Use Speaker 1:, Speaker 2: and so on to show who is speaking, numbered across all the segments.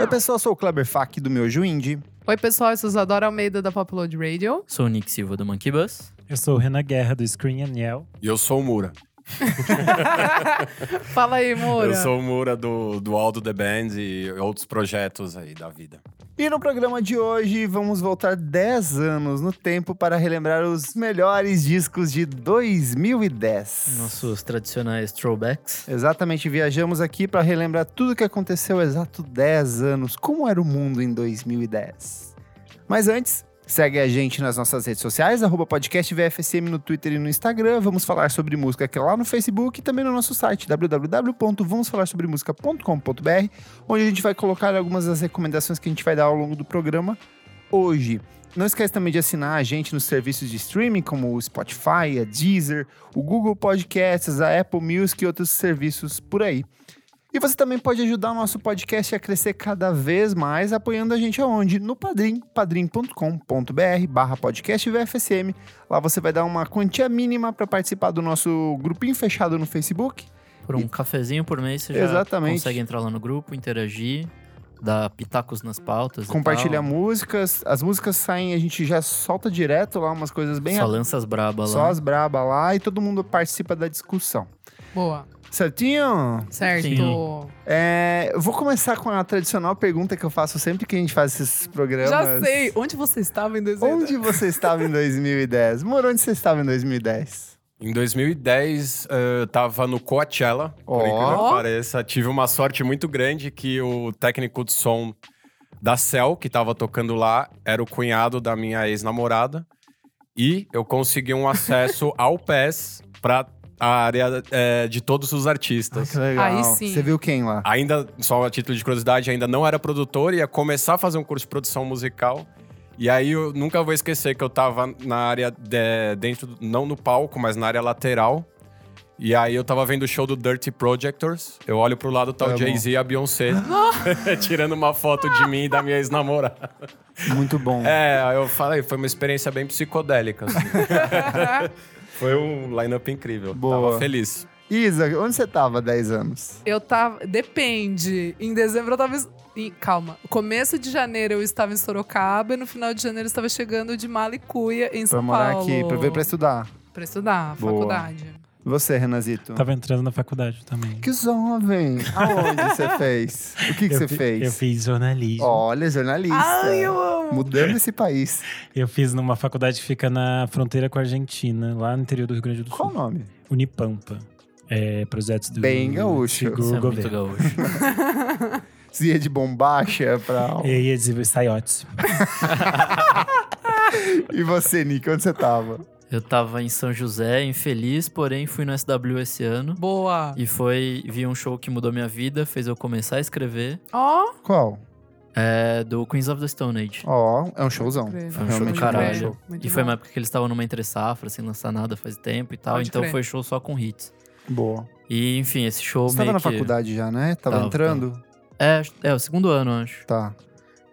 Speaker 1: Oi, pessoal, sou o Kleber Fak do Miojo Indie.
Speaker 2: Oi, pessoal, eu sou Isadora Almeida da Popload Radio.
Speaker 3: Sou o Nick Silva do Monkey Bus.
Speaker 4: Eu sou o Renan Guerra do Screen and Yell.
Speaker 5: E eu sou o Mura.
Speaker 2: Fala aí, Moura.
Speaker 5: Eu sou o Mura do, do Aldo The Band e outros projetos aí da vida.
Speaker 1: E no programa de hoje vamos voltar 10 anos no tempo para relembrar os melhores discos de 2010.
Speaker 3: Nossos tradicionais throwbacks.
Speaker 1: Exatamente, viajamos aqui para relembrar tudo o que aconteceu há exato 10 anos, como era o mundo em 2010. Mas antes, segue a gente nas nossas redes sociais, arroba podcast VFSM no Twitter e no Instagram. Vamos falar sobre música aqui lá no Facebook e também no nosso site www.vamosfalarsobremusica.com.br, onde a gente vai colocar algumas das recomendações que a gente vai dar ao longo do programa hoje. Não esquece também de assinar a gente nos serviços de streaming como o Spotify, a Deezer, o Google Podcasts, a Apple Music e outros serviços por aí. E você também pode ajudar o nosso podcast a crescer cada vez mais apoiando a gente aonde? No Padrim, padrim.com.br barra podcast VFSM. Lá você vai dar uma quantia mínima para participar do nosso grupinho fechado no Facebook.
Speaker 3: Por um cafezinho por mês você já
Speaker 1: Exatamente.
Speaker 3: consegue entrar lá no grupo, interagir, dar pitacos nas pautas. e
Speaker 1: Compartilha
Speaker 3: tal.
Speaker 1: músicas, as músicas saem, a gente já solta direto lá umas coisas bem...
Speaker 3: Só lança as braba lá.
Speaker 1: só as braba lá e todo mundo participa da discussão.
Speaker 2: Boa.
Speaker 1: Certinho?
Speaker 2: Certo.
Speaker 3: Sim.
Speaker 1: É, eu vou começar com a tradicional pergunta que eu faço sempre que a gente faz esses programas.
Speaker 2: Já sei. Onde você estava em 2010?
Speaker 1: É Onde você estava em 2010? Moro, onde você estava em 2010?
Speaker 5: Em 2010, eh, eu tava no Coachella, por
Speaker 1: Ó.
Speaker 5: incrível que pareça. Tive uma sorte muito grande que o técnico de som da Cell, que tava tocando lá, era o cunhado da minha ex-namorada. E eu consegui um acesso ao PES pra área eh, de todos os artistas.
Speaker 2: legal. Aí sim.
Speaker 1: Você viu quem lá?
Speaker 5: Ainda, só a título de curiosidade, ainda não era produtor, ia começar a fazer um curso de produção musical. E aí eu nunca vou esquecer que eu tava na área de- dentro, do- não no palco, mas na área lateral. E aí eu tava vendo o show do Dirty Projectors. Eu olho pro lado, tá
Speaker 1: Tá bom.
Speaker 5: o Jay-Z e a Beyoncé tirando uma foto de mim e da minha ex-namorada.
Speaker 1: Muito bom.
Speaker 5: É, aí eu falei, foi uma experiência bem psicodélica. assim. foi um line-up incrível.
Speaker 1: Boa.
Speaker 5: Tava feliz.
Speaker 1: Isa, onde você estava há 10 anos?
Speaker 2: Eu tava. Depende. Em dezembro eu tava. es- Ih, calma. Começo de janeiro eu estava em Sorocaba e no final de janeiro eu estava chegando de Malicuia em
Speaker 1: Pra
Speaker 2: São
Speaker 1: morar
Speaker 2: Paulo.
Speaker 1: aqui, pra ver, pra estudar.
Speaker 2: Pra estudar,
Speaker 1: Boa.
Speaker 2: faculdade.
Speaker 1: E Você, Renazito?
Speaker 4: Tava entrando na faculdade também.
Speaker 1: Que jovem! Aonde você fez? O que, que
Speaker 4: Eu
Speaker 1: você
Speaker 4: fi-
Speaker 1: fez?
Speaker 4: Eu fiz um jornalismo.
Speaker 1: Olha, jornalista.
Speaker 2: Ai, eu amo.
Speaker 1: Mudando esse país.
Speaker 4: Eu fiz numa faculdade que fica na fronteira com a Argentina, lá no interior do Rio Grande do Sul.
Speaker 1: Qual o nome?
Speaker 4: Unipampa. É, projetos do
Speaker 1: Bem gaúcho.
Speaker 4: do
Speaker 3: Isso é muito
Speaker 4: governo.
Speaker 3: gaúcho.
Speaker 1: Você ia de bombacha pra.
Speaker 4: Eu ia dizer saiotes.
Speaker 1: e você, Nick, onde você tava?
Speaker 3: Eu tava em São José, infeliz, porém fui no SW esse ano.
Speaker 2: Boa.
Speaker 3: E foi, vi um show que mudou minha vida, fez eu começar a escrever,
Speaker 2: Ó,
Speaker 1: Qual?
Speaker 3: é do Queens of the Stone Age.
Speaker 1: Ó, é um showzão.
Speaker 2: crer.
Speaker 3: Foi um show
Speaker 1: Realmente
Speaker 2: Pode
Speaker 3: do
Speaker 1: foi um
Speaker 3: caralho.
Speaker 2: crer,
Speaker 1: show.
Speaker 2: muito
Speaker 3: E foi
Speaker 2: bom.
Speaker 3: uma época que eles estavam numa entre safra, sem lançar nada faz tempo e tal,
Speaker 2: Pode
Speaker 3: então
Speaker 2: crer.
Speaker 3: foi show só com hits.
Speaker 1: Boa.
Speaker 3: E enfim, esse show
Speaker 1: Você
Speaker 3: meio
Speaker 1: tava na
Speaker 3: que...
Speaker 1: faculdade já, né? Tava,
Speaker 3: Tava,
Speaker 1: entrando?
Speaker 3: É, é, o segundo ano, eu acho.
Speaker 1: Tá.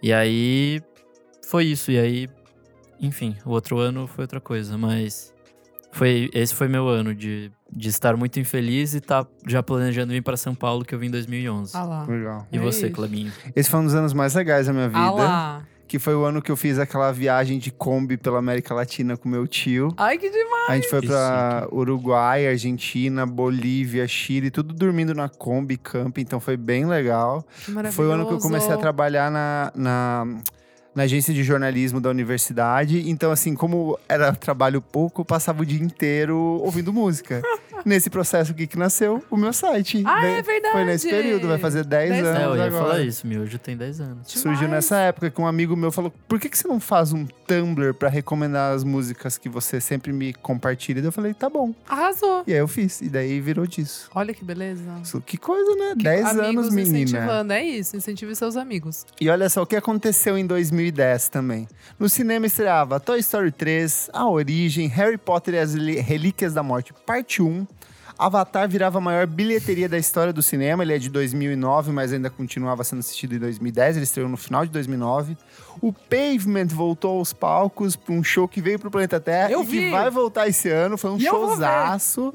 Speaker 3: E aí foi isso. E aí, enfim, o outro ano foi outra coisa, mas foi esse foi meu ano de, de estar muito infeliz e tá já planejando vir pra São Paulo que eu vim em 2011.
Speaker 2: Ah lá.
Speaker 1: Legal.
Speaker 4: é
Speaker 3: e você,
Speaker 2: Ixi.
Speaker 3: Clebinho?
Speaker 1: Esse foi um dos anos mais legais da minha vida.
Speaker 2: Ah lá.
Speaker 1: Que foi o ano que eu fiz aquela viagem de Kombi pela América Latina com meu tio.
Speaker 2: Ai, que demais.
Speaker 1: A gente foi
Speaker 3: que
Speaker 1: pra Uruguai, Argentina, Bolívia, Chile, tudo dormindo na Kombi, camping, então foi bem legal.
Speaker 2: Que maravilhoso.
Speaker 1: Foi o ano que eu comecei a trabalhar na. na na agência de jornalismo da universidade. Então, assim, como era trabalho pouco, eu passava o dia inteiro ouvindo música. Nesse processo, o que que nasceu? O meu site.
Speaker 2: Ah,
Speaker 1: Bem-
Speaker 2: é verdade.
Speaker 1: Foi nesse período, vai fazer 10
Speaker 2: Dez
Speaker 1: anos
Speaker 3: É, eu ia
Speaker 1: agora.
Speaker 3: falar isso, Miojo tem 10 anos.
Speaker 2: Demais.
Speaker 1: Surgiu nessa época que um amigo meu falou: Por que, que você não faz um Tumblr pra recomendar as músicas que você sempre me compartilha? Daí eu falei: Tá bom.
Speaker 2: Arrasou.
Speaker 1: E aí eu fiz. E daí virou disso.
Speaker 2: Olha que beleza.
Speaker 1: Isso, Que coisa, né? 10
Speaker 2: amigos
Speaker 1: anos, menina.
Speaker 2: incentivando, é isso. Incentive seus amigos.
Speaker 1: E olha só o que aconteceu em 2010 também. No cinema estreava Toy Story 3, A Origem, Harry Potter e as Relí- Relíquias da Morte, parte 1. Avatar virava a maior bilheteria da história do cinema. Ele é de 2009, mas ainda continuava sendo assistido em 2010. Ele estreou no final de 2009. O Pavement voltou aos palcos para um show que veio para o planeta Terra
Speaker 2: Eu
Speaker 1: e
Speaker 2: vi!
Speaker 1: que vai voltar esse ano. Foi um
Speaker 2: E eu vou ver! Uh!
Speaker 1: showzaço.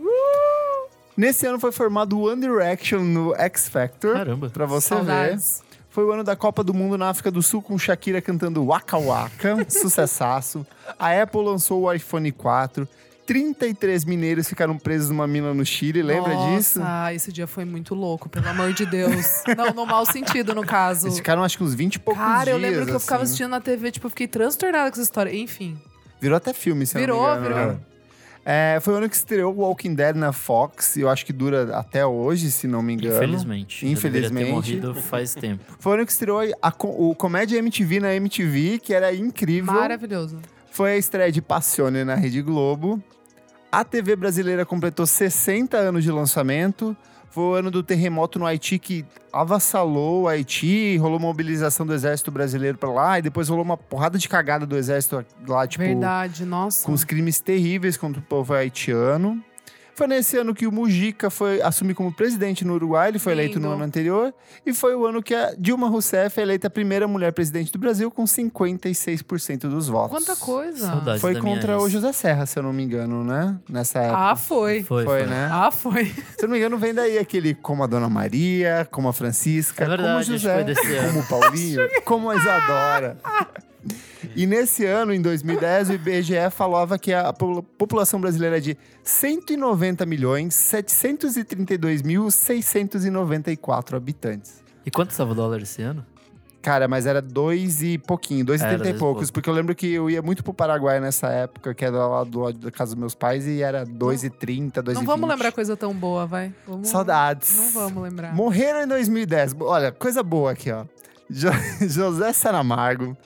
Speaker 1: Nesse ano foi formado o One Direction no X Factor.
Speaker 3: Caramba.
Speaker 1: Pra você ver.
Speaker 2: Saudades.
Speaker 1: Foi o ano da Copa do Mundo na África do Sul com Shakira cantando Waka Waka, sucessaço. A Apple lançou o iPhone 4. 33 mineiros ficaram presos numa mina no Chile, lembra
Speaker 2: Nossa,
Speaker 1: disso?
Speaker 2: Ah, esse dia foi muito louco, pelo amor de Deus. não, no mau sentido, no caso.
Speaker 1: Eles ficaram acho que uns 20 e poucos
Speaker 2: Cara, eu
Speaker 1: dias.
Speaker 2: lembro que eu ficava
Speaker 1: assim.
Speaker 2: assistindo na TV, tipo, eu fiquei transtornada com essa história. Enfim.
Speaker 1: Virou até filme, se eu
Speaker 2: Virou,
Speaker 1: não me engano.
Speaker 2: virou.
Speaker 1: né? É, foi o ano que estreou Walking Dead na Fox, e eu acho que dura até hoje, se não me engano.
Speaker 3: Infelizmente. Eu deveria
Speaker 1: Infelizmente.
Speaker 3: ter morrido faz tempo.
Speaker 1: Foi o ano que estreou a co- o Comédia MTV na MTV, que era incrível.
Speaker 2: Maravilhoso.
Speaker 1: Foi a estreia de Passione na Rede Globo. A TV brasileira completou 60 anos de lançamento. Foi o ano do terremoto no Haiti que avassalou o Haiti, rolou uma mobilização do exército brasileiro pra lá e depois rolou uma porrada de cagada do exército lá, tipo,
Speaker 2: Verdade, nossa.
Speaker 1: com os crimes terríveis contra o povo haitiano. Foi nesse ano que o Mujica foi assumir como presidente no Uruguai, ele foi eleito no
Speaker 2: Lindo.
Speaker 1: ano anterior, e foi o ano que a Dilma Rousseff é eleita a primeira mulher presidente do Brasil com 56% dos votos.
Speaker 2: Quanta coisa.
Speaker 3: Saudades
Speaker 1: Foi
Speaker 3: da minha
Speaker 1: contra
Speaker 3: ex.
Speaker 1: o José Serra, se eu não me engano, né? Nessa época.
Speaker 2: Ah, foi.
Speaker 3: Foi,
Speaker 1: foi,
Speaker 3: foi.
Speaker 1: né?
Speaker 2: Ah, foi.
Speaker 1: Se eu não me engano, vem daí aquele como a Dona Maria, como a Francisca,
Speaker 3: É verdade,
Speaker 1: como o
Speaker 3: acho que
Speaker 1: José,
Speaker 3: foi desse ano.
Speaker 1: como o Paulinho, como a Isadora. E nesse ano, em 2010, o IBGE falava que a po- população brasileira é de 190 milhões 732 mil 694 habitantes.
Speaker 3: E quanto estava o dólar esse ano?
Speaker 1: Cara, mas era dois e pouquinho, dois e
Speaker 3: Era
Speaker 1: trinta e
Speaker 3: dois e
Speaker 1: poucos.
Speaker 3: pouco.
Speaker 1: Porque eu lembro que eu ia muito pro Paraguai nessa época, que era lá do lado da casa dos meus pais, e era dois e trinta, dois
Speaker 2: Não
Speaker 1: e
Speaker 2: vamos
Speaker 1: vinte.
Speaker 2: lembrar coisa tão boa, vai. Vamos-
Speaker 1: Saudades.
Speaker 2: Não vamos lembrar.
Speaker 1: Morreram em 2010. Olha, coisa boa aqui, ó. Jo- José Saramago,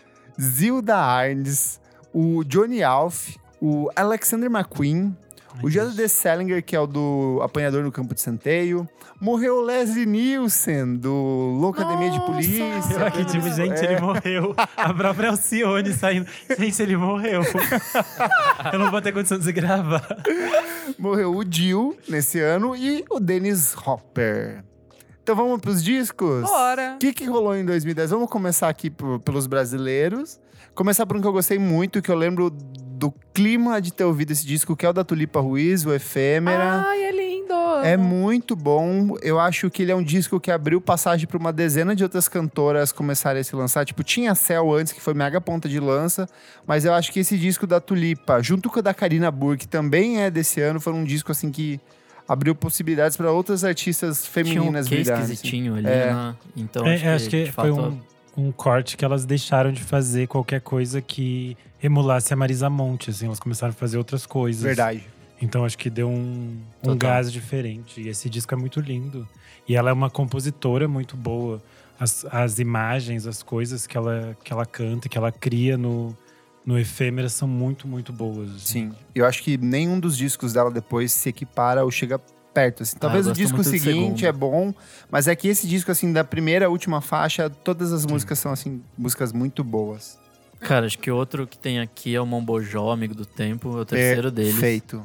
Speaker 1: Zilda Arnes, o Johnny Alf, o Alexander McQueen, o J.D. Salinger, que é o do Apanhador no Campo de Santeio. Morreu o Leslie Nielsen, do Loucademia de
Speaker 2: Nossa!
Speaker 1: Polícia.
Speaker 4: Olha que tipo, gente, ele morreu. A própria Alcione saindo. Gente, ele morreu. Eu não vou ter condição de gravar.
Speaker 1: Morreu o Jill nesse ano e o Dennis Hopper. Então vamos pros discos?
Speaker 2: Bora.
Speaker 1: O que, que rolou em 2010? Vamos começar aqui por- pelos brasileiros. Começar por um que eu gostei muito, que eu lembro do clima de ter ouvido esse disco, que é o da Tulipa Ruiz, o Efêmera.
Speaker 2: Ai, é lindo.
Speaker 1: é muito bom. Eu acho que ele é um disco que abriu passagem para uma dezena de outras cantoras começarem a se lançar. Tipo, tinha a Cell antes, que foi mega ponta de lança. Mas eu acho que esse disco da Tulipa, junto com o da Karina Burke, que também é desse ano, foi um disco assim que abriu possibilidades para outras artistas
Speaker 3: Tinha um
Speaker 1: femininas
Speaker 3: que
Speaker 1: brilharem, assim.
Speaker 3: esquisitinho ali, né? Então,
Speaker 4: É,
Speaker 3: acho que,
Speaker 4: acho que
Speaker 3: de
Speaker 4: foi
Speaker 3: fato,
Speaker 4: um, um corte que elas deixaram de fazer qualquer coisa que emulasse a Marisa Monte, assim. Elas começaram a fazer outras coisas.
Speaker 1: Verdade.
Speaker 4: Então acho que deu um,
Speaker 3: Total.
Speaker 4: um gás diferente. E esse disco é muito lindo. E ela é uma compositora muito boa. As, as imagens, as coisas que ela, que ela canta, que ela cria no, no Efêmera são muito, muito boas. assim.
Speaker 1: Sim. Eu acho que nenhum dos discos dela depois se equipara ou chega perto. assim. Talvez
Speaker 3: Ah, eu
Speaker 1: o
Speaker 3: gosto
Speaker 1: disco
Speaker 3: muito do
Speaker 1: seguinte
Speaker 3: segundo.
Speaker 1: é bom, mas é que esse disco, assim, da primeira à última faixa, todas as músicas são, assim, músicas muito boas.
Speaker 3: Cara, acho que outro que tem aqui é o Mombojó, Amigo do Tempo. É o terceiro deles.
Speaker 1: Feito.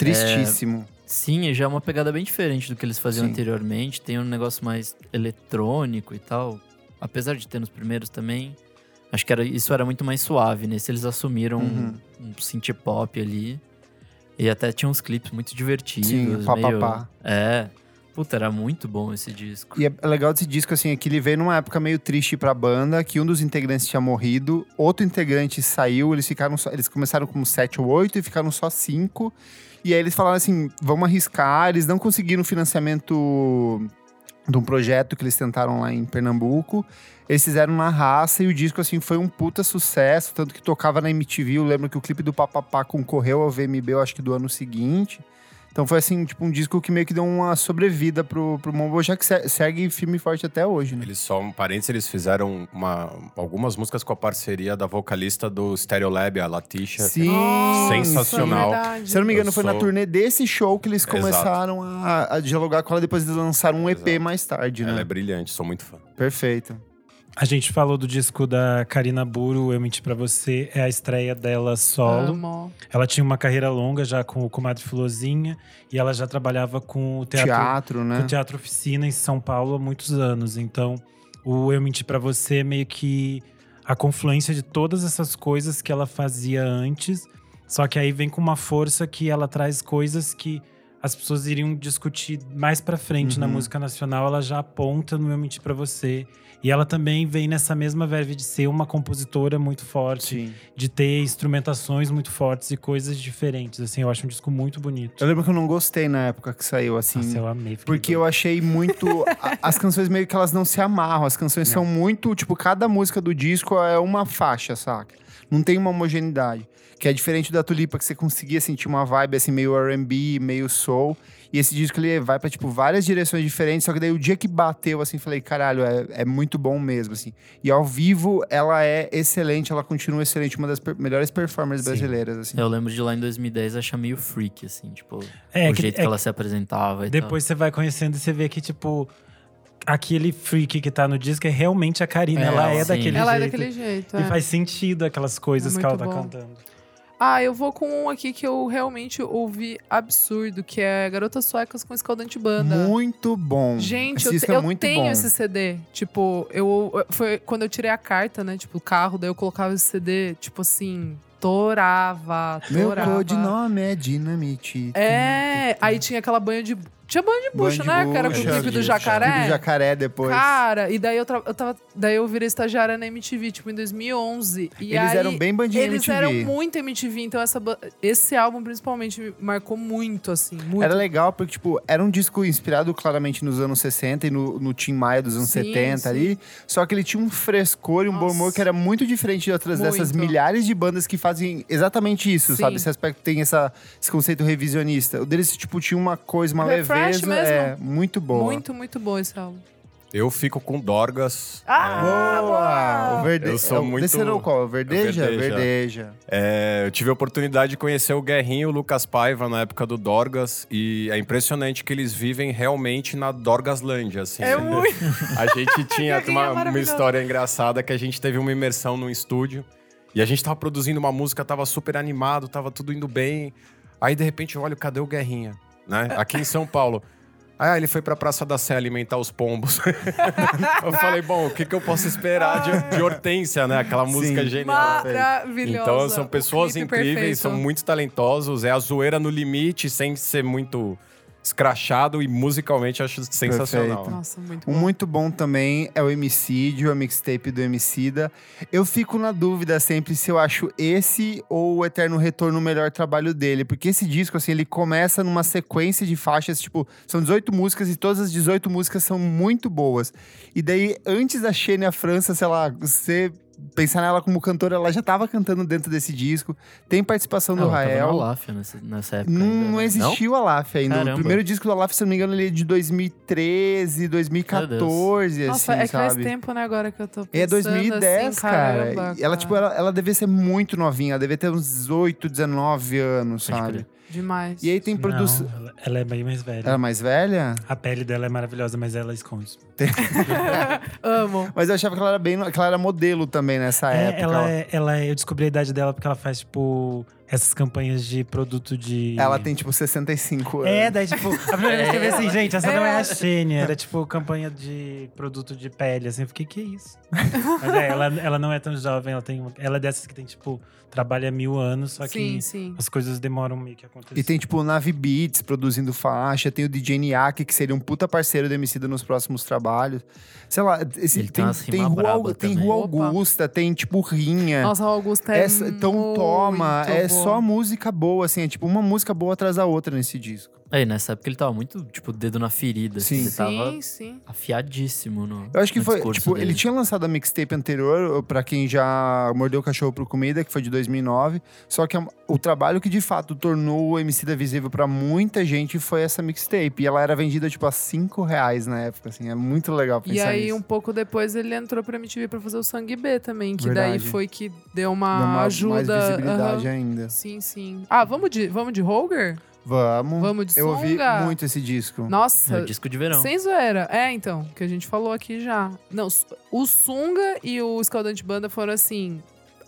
Speaker 1: Tristíssimo.
Speaker 3: Sim, e já é uma pegada bem diferente do que eles faziam
Speaker 1: Sim.
Speaker 3: anteriormente. Tem um negócio mais eletrônico e tal. Apesar de ter nos primeiros também. Acho que era, isso era muito mais suave, né? Se eles assumiram
Speaker 1: Uhum.
Speaker 3: um synth pop ali. E até tinha uns clipes muito divertidos.
Speaker 1: Sim, o pá, pá,
Speaker 3: É, meio-
Speaker 1: pá.
Speaker 3: É. Puta, era muito bom esse disco.
Speaker 1: E é legal desse disco, assim, é que ele veio numa época meio triste pra banda, que um dos integrantes tinha morrido, outro integrante saiu, eles ficaram só- eles começaram como sete ou oito e ficaram só cinco. E aí eles falaram assim, vamos arriscar, eles não conseguiram financiamento de um projeto que eles tentaram lá em Pernambuco. Eles fizeram na raça e o disco, assim, foi um puta sucesso, tanto que tocava na MTV, eu lembro que o clipe do Papapá concorreu ao VMB, eu acho que do ano seguinte. Então foi assim, tipo, um disco que meio que deu uma sobrevida pro, pro Mombo, já que se- segue firme e forte até hoje, né?
Speaker 5: Eles só, um parênteses, eles fizeram uma, algumas músicas com a parceria da vocalista do Stereolab, a Latisha.
Speaker 2: Nossa, é
Speaker 5: Sensacional.
Speaker 2: verdade.
Speaker 1: Se eu não me engano,
Speaker 5: Eu
Speaker 1: foi na
Speaker 5: sou-
Speaker 1: turnê desse show que eles
Speaker 5: Exato.
Speaker 1: começaram a, a dialogar com ela, depois eles lançaram um EP
Speaker 5: Exato.
Speaker 1: mais tarde,
Speaker 5: Ela
Speaker 1: né?
Speaker 5: é brilhante, sou muito fã.
Speaker 1: Perfeito.
Speaker 4: A gente falou do disco da Karina Buro, Eu Menti Pra Você, é a estreia dela solo.
Speaker 2: Amo.
Speaker 4: Ela tinha uma carreira longa já com o Comadre Filozinha e ela já trabalhava com o teatro,
Speaker 1: Teatro,
Speaker 4: com
Speaker 1: né?
Speaker 4: o teatro Oficina em São Paulo há muitos anos. Então, o Eu Menti Pra Você é meio que a confluência de todas essas coisas que ela fazia antes, só que aí vem com uma força que ela traz coisas que as pessoas iriam discutir mais pra frente na
Speaker 1: Uhum.
Speaker 4: música nacional, ela já aponta no Eu Menti Pra Você. E ela também vem nessa mesma verve de ser uma compositora muito forte,
Speaker 1: Sim.
Speaker 4: de ter instrumentações muito fortes e coisas diferentes. Assim, eu acho um disco muito bonito.
Speaker 1: Eu lembro que eu não gostei na época que saiu, assim.
Speaker 5: Ah,
Speaker 4: Nossa, eu amei. fiquei
Speaker 1: Porque eu achei muito. a- as canções meio que elas não se amarram. As canções são muito. Tipo, cada música do disco é uma faixa, saca? Não tem uma homogeneidade. Que é diferente da Tulipa, que você conseguia sentir uma vibe assim, meio RB, meio soul. E esse disco ele vai pra, tipo, várias direções diferentes. Só que daí o dia que bateu, assim, falei, caralho, é, é muito bom mesmo, assim. E ao vivo, ela é excelente, ela continua excelente, uma das per- melhores performers
Speaker 4: Sim.
Speaker 1: brasileiras, assim.
Speaker 3: Eu lembro de lá em 2010 achar meio freak, assim, tipo,
Speaker 4: É,
Speaker 3: o
Speaker 4: que,
Speaker 3: jeito
Speaker 4: é
Speaker 3: que ela tá. se apresentava e
Speaker 4: Depois você vai conhecendo e você vê que, tipo, aquele freak que tá no disco é realmente a Karina.
Speaker 1: É,
Speaker 4: ela é
Speaker 3: sim.
Speaker 4: daquele
Speaker 2: Ela é
Speaker 4: jeito.
Speaker 2: daquele jeito.
Speaker 4: E
Speaker 2: é.
Speaker 4: faz sentido aquelas coisas
Speaker 2: É
Speaker 4: que ela
Speaker 2: muito
Speaker 4: tá
Speaker 2: bom.
Speaker 4: cantando.
Speaker 2: Ah, eu vou com um aqui que eu realmente ouvi absurdo, que é Garotas Suecas com Escaldante Banda.
Speaker 1: Muito bom.
Speaker 2: Gente,
Speaker 1: Esse
Speaker 2: eu, te-
Speaker 1: disco é
Speaker 2: eu
Speaker 1: muito
Speaker 2: tenho
Speaker 1: bom.
Speaker 2: esse CD. Tipo, eu. Foi quando eu tirei a carta, né? Tipo, o carro, daí eu colocava esse CD, tipo assim, torava,
Speaker 1: Meu
Speaker 2: torava.
Speaker 1: codinome é Dinamite.
Speaker 2: É, aí tinha aquela banho de. Tinha banho de bucha,
Speaker 1: Banho de
Speaker 2: né? Que era com o
Speaker 1: bucha,
Speaker 2: clipe do
Speaker 1: Clipe
Speaker 5: de-
Speaker 2: jacaré.
Speaker 1: do jacaré depois.
Speaker 2: Cara, e daí eu, tra- eu tava. Daí eu virei estagiária na MTV, tipo, em 2011. E
Speaker 1: eles
Speaker 2: aí,
Speaker 1: eram bem bandinha
Speaker 2: Eles
Speaker 1: MTV.
Speaker 2: eram muito MTV, então essa, ba- esse álbum principalmente me marcou muito, assim. Muito.
Speaker 1: Era legal porque, tipo, era um disco inspirado claramente nos anos 60 e no, no Tim Maia dos anos
Speaker 2: Sim,
Speaker 1: 70
Speaker 2: sim.
Speaker 1: ali. Só que ele tinha um frescor e um bom
Speaker 2: Nossa.
Speaker 1: humor que era muito diferente de outras dessas
Speaker 2: Muito.
Speaker 1: milhares de bandas que fazem exatamente isso,
Speaker 2: Sim.
Speaker 1: sabe? Esse aspecto tem essa- esse conceito revisionista. O deles, tipo, tinha uma coisa, uma
Speaker 2: Refresh
Speaker 1: leveza.
Speaker 2: mesmo.
Speaker 1: É, muito boa.
Speaker 2: Muito, muito bom esse álbum.
Speaker 5: Eu fico com Dorgas.
Speaker 2: Ah,
Speaker 1: Boa! O verde...
Speaker 5: Eu sou
Speaker 1: é o-
Speaker 5: muito-
Speaker 1: Desse era o qual? Verdeja?
Speaker 5: Verdeja.
Speaker 1: Verdeja.
Speaker 5: É, eu tive a oportunidade de conhecer o Guerrinho e o Lucas Paiva na época do Dorgas. E é impressionante que eles vivem realmente na Dorgaslândia, assim.
Speaker 2: É
Speaker 5: entendeu?
Speaker 2: muito.
Speaker 5: A gente tinha
Speaker 2: Guerrinho é
Speaker 5: uma, uma
Speaker 2: maravilhoso.
Speaker 5: história engraçada que a gente teve uma imersão num estúdio e a gente tava produzindo uma música, tava super animado, tava tudo indo bem. Aí de repente eu olho, cadê o Guerrinha? Né? Aqui em São Paulo. Ah, ele foi pra Praça da Sé alimentar os pombos. eu falei, bom, o que, que eu posso esperar
Speaker 2: Ah.
Speaker 5: de, de Hortência, né? Aquela música
Speaker 1: Sim.
Speaker 5: genial.
Speaker 2: Maravilhosa.
Speaker 5: Então são
Speaker 2: O
Speaker 5: pessoas
Speaker 2: clipe
Speaker 5: incríveis,
Speaker 2: perfeito.
Speaker 5: são muito talentosos, é a zoeira no limite, sem ser muito escrachado e musicalmente acho sensacional.
Speaker 1: Perfeito.
Speaker 2: Nossa, muito
Speaker 1: Um
Speaker 2: bom.
Speaker 1: muito bom também é o Emicídio, a mixtape do Emicida. Eu fico na dúvida sempre se eu acho esse ou o Eterno Retorno o melhor trabalho dele. Porque esse disco, assim, ele começa numa sequência de faixas, tipo, são 18 músicas e todas as 18 músicas são muito boas. E daí, antes da Xenia França, sei lá, você pensar nela como cantora, ela já tava cantando dentro desse disco. Tem participação do
Speaker 3: ela tava no
Speaker 1: Rael.
Speaker 3: Olaf nessa, nessa
Speaker 2: É
Speaker 3: época.
Speaker 1: Não,
Speaker 3: ainda,
Speaker 1: não
Speaker 3: né?
Speaker 1: existiu a LAF ainda. O
Speaker 3: Caramba.
Speaker 1: primeiro disco da LAF, se eu não me engano, ele é de 2013,
Speaker 3: Meu
Speaker 1: 2014,
Speaker 2: Nossa,
Speaker 1: assim,
Speaker 2: é que faz
Speaker 1: sabe?
Speaker 2: tempo, né, agora que eu tô pensando
Speaker 1: É 2010,
Speaker 2: assim,
Speaker 1: cara.
Speaker 2: caramba,
Speaker 1: E Ela,
Speaker 2: cara.
Speaker 1: tipo, ela, ela devia ser muito novinha. Ela devia ter uns 18, 19 anos,
Speaker 3: Pode
Speaker 1: sabe?
Speaker 3: crer.
Speaker 2: Demais.
Speaker 1: E aí tem produção...
Speaker 4: Não, ela- ela é bem mais velha.
Speaker 1: Ela é mais velha?
Speaker 4: A pele dela é maravilhosa, mas ela esconde.
Speaker 2: Amo.
Speaker 1: Mas eu achava que ela era bem... que ela era modelo também nessa
Speaker 4: É,
Speaker 1: época.
Speaker 4: ela, é, ela é- eu descobri a idade dela porque ela faz, tipo, essas campanhas de produto de.
Speaker 1: Ela tem, tipo, 65 anos.
Speaker 4: É, daí, tipo, a primeira vez que eu vi assim, gente, essa não é
Speaker 2: É.
Speaker 4: a Xenia. Era tipo campanha de produto de pele, assim, eu fiquei, que isso? Mas é, ela, ela não é tão jovem, ela tem. uma- Ela é dessas que tem, tipo, trabalha mil anos, só que
Speaker 2: Sim, sim.
Speaker 4: as coisas demoram meio que a acontecer.
Speaker 1: E tem, tipo, o Navi Beats produzindo faixa, tem o DJ Niak, que seria um puta parceiro do Emicida nos próximos trabalhos. Sei lá, esse-
Speaker 3: Ele tem
Speaker 1: tem,
Speaker 3: umas
Speaker 1: tem,
Speaker 3: rima
Speaker 1: Rua,
Speaker 3: braba
Speaker 1: Au- tem
Speaker 3: também.
Speaker 1: Rua
Speaker 2: Opa.
Speaker 1: Augusta, tem, tipo, Rinha.
Speaker 2: Nossa, o Augusto é
Speaker 1: Essa- então toma,
Speaker 2: muito
Speaker 1: é
Speaker 2: bom.
Speaker 1: só música boa, assim, é tipo uma música boa atrás da outra nesse disco.
Speaker 3: É, e nessa época ele tava muito, tipo, dedo na ferida. assim,
Speaker 1: Sim.
Speaker 3: ele tava
Speaker 2: Sim, sim.
Speaker 3: afiadíssimo no.
Speaker 1: Eu acho que
Speaker 3: no
Speaker 1: foi,
Speaker 3: discurso
Speaker 1: tipo, ele
Speaker 3: dele.
Speaker 1: tinha lançado a mixtape anterior, pra quem já mordeu o cachorro pro comida, que foi de 2009, só que a- o trabalho que de fato tornou o MC da visível pra muita gente foi essa mixtape, e ela era vendida, tipo, a 5 reais na época, assim, é muito legal
Speaker 2: E
Speaker 1: pensar
Speaker 2: aí,
Speaker 1: nisso.
Speaker 2: um pouco depois, ele entrou pra MTV pra fazer o Sangue B também, que daí
Speaker 1: Verdade.
Speaker 2: foi que
Speaker 1: Dá
Speaker 2: deu uma,
Speaker 1: uma-
Speaker 2: ajuda.
Speaker 1: mais visibilidade né?
Speaker 2: aham.
Speaker 1: ainda.
Speaker 2: Sim, sim. Ah, vamos de, vamos de Holger?
Speaker 1: Vamos.
Speaker 2: Vamos de
Speaker 1: Eu ouvi
Speaker 2: sunga?
Speaker 1: muito esse disco.
Speaker 3: É
Speaker 2: Nossa,
Speaker 3: disco de verão.
Speaker 2: sem zoeira. É, então, que a gente falou aqui já. Não, su- o Sunga e o Escaldante Banda foram assim.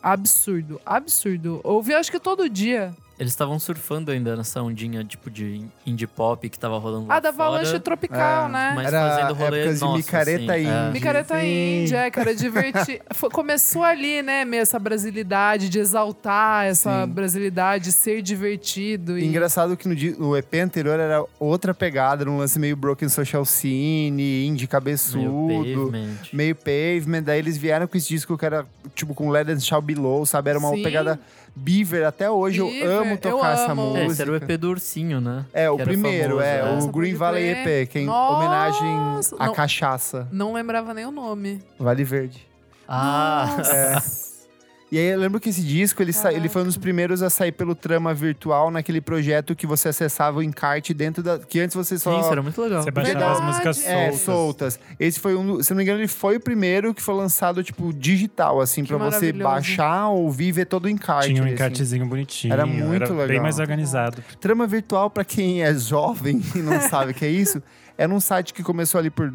Speaker 2: Absurdo, absurdo. Eu ouvi acho que todo dia.
Speaker 3: Eles estavam surfando ainda nessa ondinha, tipo, de indie pop que tava rolando lá
Speaker 2: a Ah, da Avalanche
Speaker 3: fora.
Speaker 2: tropical,
Speaker 1: É,
Speaker 2: né?
Speaker 3: Mas
Speaker 1: Era
Speaker 3: fazendo rolê
Speaker 1: épocas de
Speaker 3: nosso,
Speaker 1: micareta
Speaker 3: assim, é.
Speaker 1: indie.
Speaker 2: Micareta
Speaker 1: Sim.
Speaker 2: Índia, é, cara, divertir. começou ali, né, meio essa brasilidade, de exaltar essa
Speaker 1: Sim.
Speaker 2: brasilidade, ser divertido. E...
Speaker 1: Engraçado que no, di- no EP anterior era outra pegada, num lance meio Broken Social Scene, indie
Speaker 3: Meio
Speaker 1: cabeçudo,
Speaker 3: pavement.
Speaker 1: meio pavement. Daí eles vieram com esse disco que era tipo com Let and Shall Below, sabe? Era uma
Speaker 2: Sim.
Speaker 1: pegada Beaver. Até hoje
Speaker 2: Beaver,
Speaker 1: eu amo
Speaker 2: eu
Speaker 1: tocar essa
Speaker 2: amo.
Speaker 1: música.
Speaker 3: É, esse era o EP do Ursinho, né?
Speaker 1: É, o
Speaker 3: que era
Speaker 1: primeiro,
Speaker 3: famoso,
Speaker 1: é,
Speaker 3: né?
Speaker 1: o
Speaker 2: Nossa,
Speaker 1: Green
Speaker 2: pode
Speaker 1: Valley
Speaker 2: crer.
Speaker 1: EP, que é em
Speaker 2: Nossa,
Speaker 1: homenagem à
Speaker 2: não.
Speaker 1: cachaça,
Speaker 2: Não lembrava nem o nome.
Speaker 1: Vale Verde. É.
Speaker 3: Ah,
Speaker 1: E aí eu lembro que esse disco, ele, sa- ele foi um dos primeiros a sair pelo trama virtual naquele projeto que você acessava o encarte dentro da... Que antes você
Speaker 3: sim,
Speaker 1: só...
Speaker 3: isso era muito legal.
Speaker 4: Você baixava as
Speaker 2: Verdade.
Speaker 4: músicas
Speaker 1: É,
Speaker 4: soltas.
Speaker 1: soltas. Esse foi um. do- Se não me engano, ele foi o primeiro que foi lançado, tipo, digital, assim,
Speaker 2: Que
Speaker 1: pra você
Speaker 2: maravilhoso.
Speaker 1: baixar, ouvir e ver todo o encarte.
Speaker 4: Tinha um
Speaker 1: assim.
Speaker 4: encartezinho bonitinho.
Speaker 1: Era muito
Speaker 4: Bem
Speaker 1: legal.
Speaker 4: mais organizado.
Speaker 1: Trama virtual, pra quem é jovem e não sabe o que é isso, era um site que começou ali por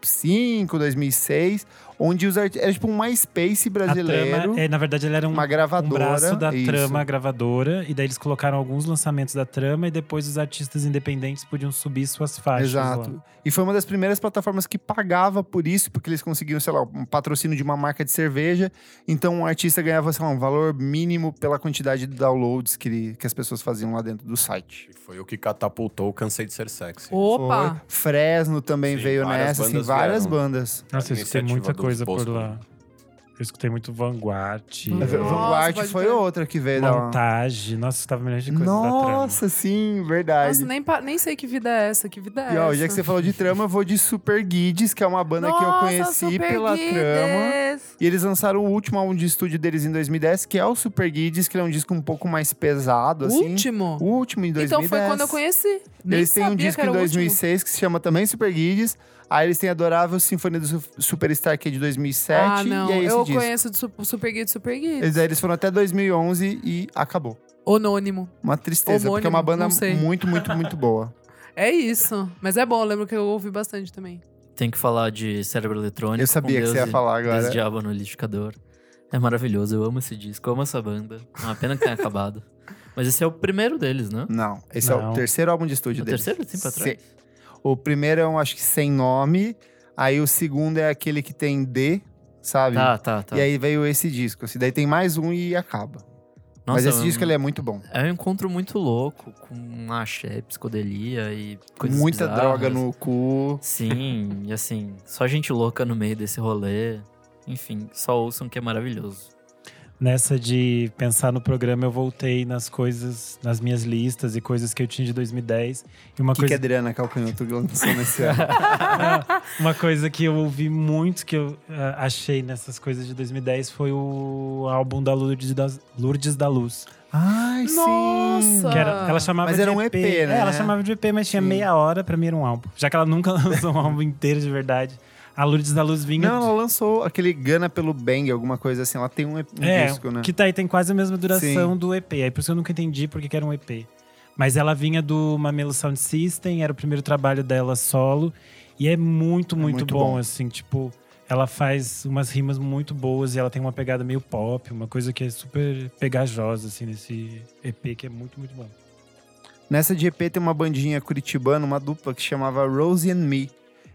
Speaker 1: 2005, 2006, onde os artistas. Era tipo um MySpace
Speaker 4: A
Speaker 1: brasileiro,
Speaker 4: trama, é, na verdade, ele era um,
Speaker 1: uma
Speaker 4: um
Speaker 1: gravadora.
Speaker 4: braço da
Speaker 1: isso.
Speaker 4: trama gravadora. E daí eles colocaram alguns lançamentos da trama. E depois os artistas independentes podiam subir suas faixas
Speaker 1: Exato.
Speaker 4: lá.
Speaker 1: E foi uma das primeiras plataformas que pagava por isso, porque eles conseguiam, sei lá, um patrocínio de uma marca de cerveja. Então um artista ganhava, sei lá, um valor mínimo pela quantidade de downloads que, ele- que as pessoas faziam lá dentro do site.
Speaker 5: E foi o que catapultou o Cansei de Ser Sexy.
Speaker 2: Opa!
Speaker 1: Foi. Fresno também
Speaker 5: Sim,
Speaker 1: veio
Speaker 5: várias
Speaker 1: nessa, assim,
Speaker 5: bandas
Speaker 1: várias
Speaker 5: vieram.
Speaker 1: bandas.
Speaker 4: Nossa, eu escutei
Speaker 5: Iniciativa
Speaker 4: muita
Speaker 5: dos
Speaker 4: coisa por
Speaker 5: Bosco.
Speaker 4: lá. Eu escutei muito Vanguard,
Speaker 2: Nossa,
Speaker 1: V- Vanguard
Speaker 2: pode
Speaker 1: foi
Speaker 2: crer.
Speaker 1: outra que veio da.
Speaker 4: Montagem. Nossa, escutava milhões um de coisas da trama.
Speaker 1: Nossa, sim, verdade.
Speaker 2: Nossa, nem, pa- nem sei que vida é essa, que vida é
Speaker 1: E ó,
Speaker 2: essa.
Speaker 1: já que você falou de trama, eu vou de Super Guides, que é uma banda que eu
Speaker 2: Nossa,
Speaker 1: conheci
Speaker 2: Super
Speaker 1: pela
Speaker 2: Guides!
Speaker 1: trama. E eles lançaram o último álbum de estúdio deles em 2010, que é o Super Guides, que é um disco um pouco mais pesado, assim.
Speaker 2: Último?
Speaker 1: O último em 2010.
Speaker 2: Então foi quando eu conheci. Nem
Speaker 1: Eles têm um
Speaker 2: sabia que
Speaker 1: disco
Speaker 2: era
Speaker 1: em
Speaker 2: o último.
Speaker 1: 2006 que se chama também Super Guides. Aí eles têm Adorável Sinfonia do Su- Superstar, que é de 2007.
Speaker 2: Ah, não.
Speaker 1: E é esse
Speaker 2: eu
Speaker 1: disco.
Speaker 2: conheço do Su- Super Guide, Super Guide.
Speaker 1: Eles, aí eles foram até 2011 e acabou.
Speaker 2: Anônimo.
Speaker 1: Uma tristeza, porque é
Speaker 2: Homônimo,
Speaker 1: uma banda
Speaker 2: não sei.
Speaker 1: muito, muito, muito boa.
Speaker 2: É isso. Mas é bom, eu lembro que eu ouvi bastante também.
Speaker 3: Tem que falar de cérebro eletrônico.
Speaker 1: Eu sabia que
Speaker 3: com
Speaker 1: você ia
Speaker 3: Deus e-
Speaker 1: falar
Speaker 3: Deus
Speaker 1: agora.
Speaker 3: e Diabo no liquidificador. É maravilhoso, eu amo esse disco, eu amo essa banda. É uma pena que tenha acabado. Mas esse é o primeiro deles, né?
Speaker 1: Não, esse é o
Speaker 4: Não.
Speaker 1: terceiro álbum de estúdio
Speaker 3: o
Speaker 1: deles.
Speaker 3: terceiro assim, tempo atrás?
Speaker 1: Se- O primeiro é um, acho que, sem nome. Aí o segundo é aquele que tem D, sabe?
Speaker 3: Tá, tá, tá.
Speaker 1: E aí veio esse disco. Assim, daí tem mais um e acaba.
Speaker 3: Nossa,
Speaker 1: Mas esse
Speaker 3: é um-
Speaker 1: disco ele é muito bom.
Speaker 3: É um encontro muito louco, com axé, psicodelia e coisas
Speaker 1: Muita
Speaker 3: bizarras.
Speaker 1: droga no cu.
Speaker 3: Sim, e assim, só gente louca no meio desse rolê. Enfim, só ouçam que é maravilhoso.
Speaker 4: Nessa de pensar no programa, eu voltei nas coisas, nas minhas listas e coisas que eu tinha de 2010. E uma
Speaker 1: O que, é que
Speaker 4: coisa
Speaker 1: a Adriana Calcanhoto lançou nesse ano?
Speaker 4: Uma coisa que eu ouvi muito, que eu ah, achei nessas coisas de 2010, foi o álbum da Lourdes da, Lourdes da Luz.
Speaker 1: Ai,
Speaker 2: Nossa!
Speaker 4: Que era- ela chamava
Speaker 1: Mas era
Speaker 4: de
Speaker 1: um EP, né?
Speaker 4: É, ela chamava de EP, mas tinha
Speaker 1: Sim.
Speaker 4: meia hora, pra mim era um álbum. Já que ela nunca lançou um álbum inteiro de verdade. A Lourdes da Luz vinha.
Speaker 1: Não, ela lançou aquele Gana pelo Bang, alguma coisa assim. Ela tem um, ep- um
Speaker 4: é,
Speaker 1: disco, né?
Speaker 4: que tá aí, tem quase a mesma duração do EP. Aí por isso eu nunca entendi porque que era um EP. Mas ela vinha do Mamelo Sound System, era o primeiro trabalho dela solo. E é muito, muito,
Speaker 1: muito
Speaker 4: bom,
Speaker 1: bom.
Speaker 4: assim, tipo… Ela faz umas rimas muito boas e ela tem uma pegada meio pop, uma coisa que é super pegajosa, assim, nesse EP, que é muito, muito bom.
Speaker 1: Nessa de EP tem uma bandinha curitibana, uma dupla que chamava Rose and Me.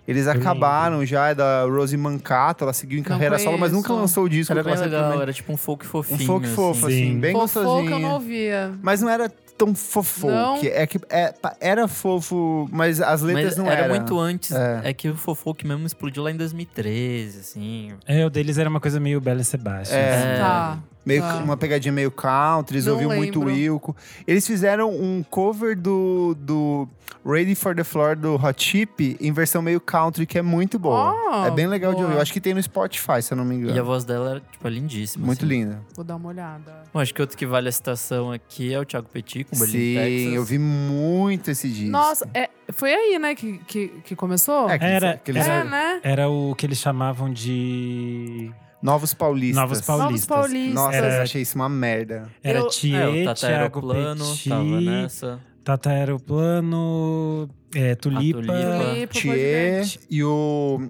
Speaker 1: Eles
Speaker 4: lembro.
Speaker 1: acabaram já, é da Rose Mancato, ela seguiu em carreira solo, mas nunca
Speaker 2: conheço.
Speaker 1: lançou o disco.
Speaker 3: Era
Speaker 1: que
Speaker 3: bem
Speaker 1: ela sempre
Speaker 3: legal,
Speaker 1: também-
Speaker 3: era tipo um folk
Speaker 1: Um
Speaker 3: fofinho.
Speaker 1: folk fofo,
Speaker 3: assim.
Speaker 1: assim,
Speaker 4: Sim.
Speaker 1: bem
Speaker 2: Fofou que eu não
Speaker 1: gostosinho.
Speaker 2: ouvia.
Speaker 1: Mas não era tão fofo.
Speaker 2: Não?
Speaker 1: Que é que é, pa- era fofo, mas as letras
Speaker 3: Mas
Speaker 1: não
Speaker 3: era
Speaker 1: eram.
Speaker 3: muito antes.
Speaker 1: É.
Speaker 3: É. que o Fofolk mesmo explodiu lá em 2013, assim.
Speaker 4: É, o deles era uma coisa meio Bela e Sebastian.
Speaker 1: É.
Speaker 4: assim.
Speaker 2: Tá.
Speaker 1: Meio,
Speaker 2: Tá.
Speaker 1: Uma pegadinha meio country, eles
Speaker 2: Não
Speaker 1: ouviam muito
Speaker 2: lembro.
Speaker 1: Wilco. Eles fizeram um cover do, do Ready for the Floor do Hot Chip em versão meio country, que é muito boa.
Speaker 2: Ó,
Speaker 1: é bem legal de
Speaker 2: Ah, boa.
Speaker 1: ouvir. Eu acho que tem no Spotify, se eu não me engano.
Speaker 3: E a voz dela era, tipo, lindíssima.
Speaker 1: É. Muito
Speaker 3: assim.
Speaker 1: linda.
Speaker 2: Vou dar uma olhada.
Speaker 3: Bom, acho que outro que vale a citação aqui é o Thiago Petit, com Berlim,
Speaker 1: Sim,
Speaker 3: Texas.
Speaker 1: eu vi muito esse disco.
Speaker 2: Nossa, é- foi aí, né, que, que, que começou?
Speaker 1: É, que eles-
Speaker 4: Era-
Speaker 1: que eles-
Speaker 2: É, né?
Speaker 4: Era o que eles chamavam de…
Speaker 1: Novos Paulistas.
Speaker 4: Novos Paulistas.
Speaker 2: Novos Paulistas.
Speaker 1: Nossa,
Speaker 4: Era-
Speaker 1: eu achei isso uma merda.
Speaker 4: Era
Speaker 2: Eu-
Speaker 4: Thier,
Speaker 3: É, o Tata
Speaker 4: Thiago
Speaker 3: Aeroplano
Speaker 4: Petit,
Speaker 3: tava né? nessa.
Speaker 4: Tata Aeroplano, é, Tulipa.
Speaker 3: Tulipa.
Speaker 2: Tulipa, pode
Speaker 1: Thier
Speaker 2: crer.
Speaker 1: e o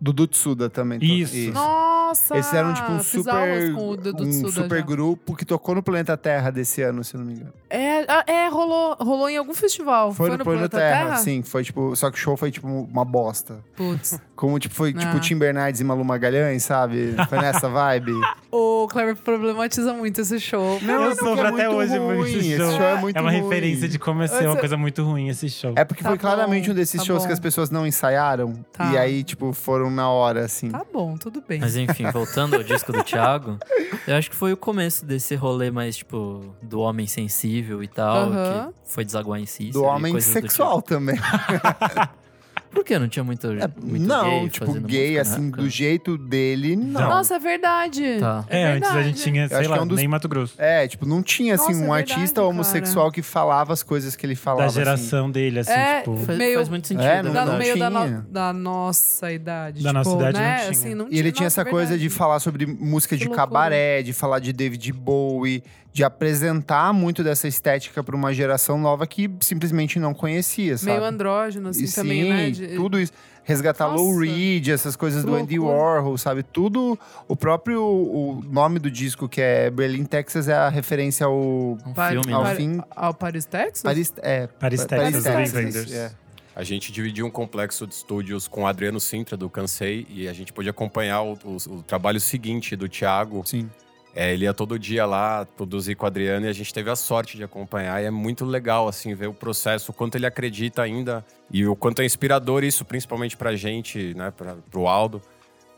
Speaker 1: Dudu Tsuda também. to-
Speaker 4: Isso.
Speaker 2: Nossa!
Speaker 1: Eles eram tipo um
Speaker 2: fiz aulas
Speaker 1: super,
Speaker 2: com o Dudu
Speaker 1: um
Speaker 2: Tsuda
Speaker 1: super
Speaker 2: já.
Speaker 1: grupo que tocou no planeta Terra desse ano, se eu não me engano.
Speaker 2: É, ah, é rolou, rolou em algum festival. Foi, no Planeta Terra?
Speaker 1: Sim, foi tipo. Só que o show foi tipo uma bosta.
Speaker 2: Putz.
Speaker 1: Como tipo, foi tipo
Speaker 2: Ah.
Speaker 1: Tim Bernardes e Malu Magalhães, sabe? Foi nessa vibe.
Speaker 2: O Kleber problematiza muito esse show.
Speaker 1: Não,
Speaker 4: eu
Speaker 1: é porque
Speaker 4: sofro
Speaker 1: é
Speaker 4: até
Speaker 1: muito
Speaker 4: hoje por
Speaker 1: ruim,
Speaker 4: esse
Speaker 1: esse
Speaker 4: show.
Speaker 1: show é muito
Speaker 4: uma
Speaker 1: ruim.
Speaker 4: referência de como é ser
Speaker 2: Mas
Speaker 4: uma
Speaker 2: eu-
Speaker 4: coisa muito ruim esse show.
Speaker 1: É porque
Speaker 2: Tá
Speaker 1: foi
Speaker 2: bom,
Speaker 1: claramente um desses
Speaker 2: tá
Speaker 1: shows que
Speaker 2: bom.
Speaker 1: as pessoas não ensaiaram.
Speaker 2: Tá.
Speaker 1: E aí, tipo, foram na hora, assim.
Speaker 2: Tá bom, tudo bem.
Speaker 3: Mas enfim, voltando ao disco do Thiago, eu acho que foi o começo desse rolê mais, tipo, do homem sensível e tal,
Speaker 2: Aham.
Speaker 3: que foi desaguar em si.
Speaker 1: do homem
Speaker 4: tipo.
Speaker 1: sexual também.
Speaker 3: Por que? tipo. Não tinha muito, muito
Speaker 1: não,
Speaker 3: gay
Speaker 1: tipo,
Speaker 3: fazendo
Speaker 1: gay,
Speaker 3: música na
Speaker 1: assim,
Speaker 3: época?
Speaker 1: do jeito dele, não.
Speaker 4: Não.
Speaker 2: Nossa, é verdade.
Speaker 3: Tá.
Speaker 4: É, antes a gente
Speaker 2: verdade.
Speaker 4: tinha, sei
Speaker 1: acho
Speaker 4: lá,
Speaker 1: que é um dos-
Speaker 4: nem Mato Grosso.
Speaker 1: É, tipo, não tinha, assim,
Speaker 2: Nossa,
Speaker 1: um
Speaker 2: é verdade,
Speaker 1: artista
Speaker 2: cara.
Speaker 1: homossexual que falava as coisas que ele falava.
Speaker 4: Da
Speaker 1: assim.
Speaker 4: geração dele, assim,
Speaker 2: É,
Speaker 4: tipo.
Speaker 3: Faz,
Speaker 2: Meio-
Speaker 3: faz muito sentido.
Speaker 1: É,
Speaker 3: na
Speaker 1: não-
Speaker 2: Tá
Speaker 3: verdade.
Speaker 2: no meio da, no-
Speaker 1: tinha.
Speaker 2: da nossa idade.
Speaker 4: Da
Speaker 2: tipo,
Speaker 4: nossa idade não
Speaker 2: né?
Speaker 4: tinha.
Speaker 2: Assim, não
Speaker 1: E ele tinha
Speaker 2: nossa,
Speaker 1: essa coisa de
Speaker 2: verdade.
Speaker 1: falar sobre música
Speaker 2: Que
Speaker 1: de
Speaker 2: loucura.
Speaker 1: cabaré, de falar de David Bowie, de apresentar muito dessa estética para uma geração nova que simplesmente não conhecia, sabe?
Speaker 2: Meio andrógeno, assim,
Speaker 1: E sim,
Speaker 2: também, né? De-
Speaker 1: tudo isso. Resgatar Lou
Speaker 2: Nossa.
Speaker 1: Reed, essas coisas
Speaker 2: Que
Speaker 1: do Andy
Speaker 2: loucura.
Speaker 1: Warhol, sabe? Tudo. O próprio o nome do disco, que é Berlin, Texas, é a referência ao.
Speaker 3: Um
Speaker 2: Pare-
Speaker 3: filme,
Speaker 1: ao
Speaker 3: né?
Speaker 2: Pare-
Speaker 1: fim.
Speaker 2: Ao Paris, Texas?
Speaker 1: Paris, é,
Speaker 4: Paris, Texas,
Speaker 2: Paris,
Speaker 4: Paris,
Speaker 2: Texas,
Speaker 1: é.
Speaker 5: A gente dividiu um complexo de estúdios com o Adriano Sintra, do Cansei, e a gente pôde acompanhar o, o- o trabalho seguinte do Thiago.
Speaker 1: Sim.
Speaker 5: É, ele ia todo dia lá produzir com o Adriano e a gente teve a sorte de acompanhar. E é muito legal, assim, ver o processo, o quanto ele acredita ainda e o quanto é inspirador isso, principalmente pra gente, né, pra, pro Aldo.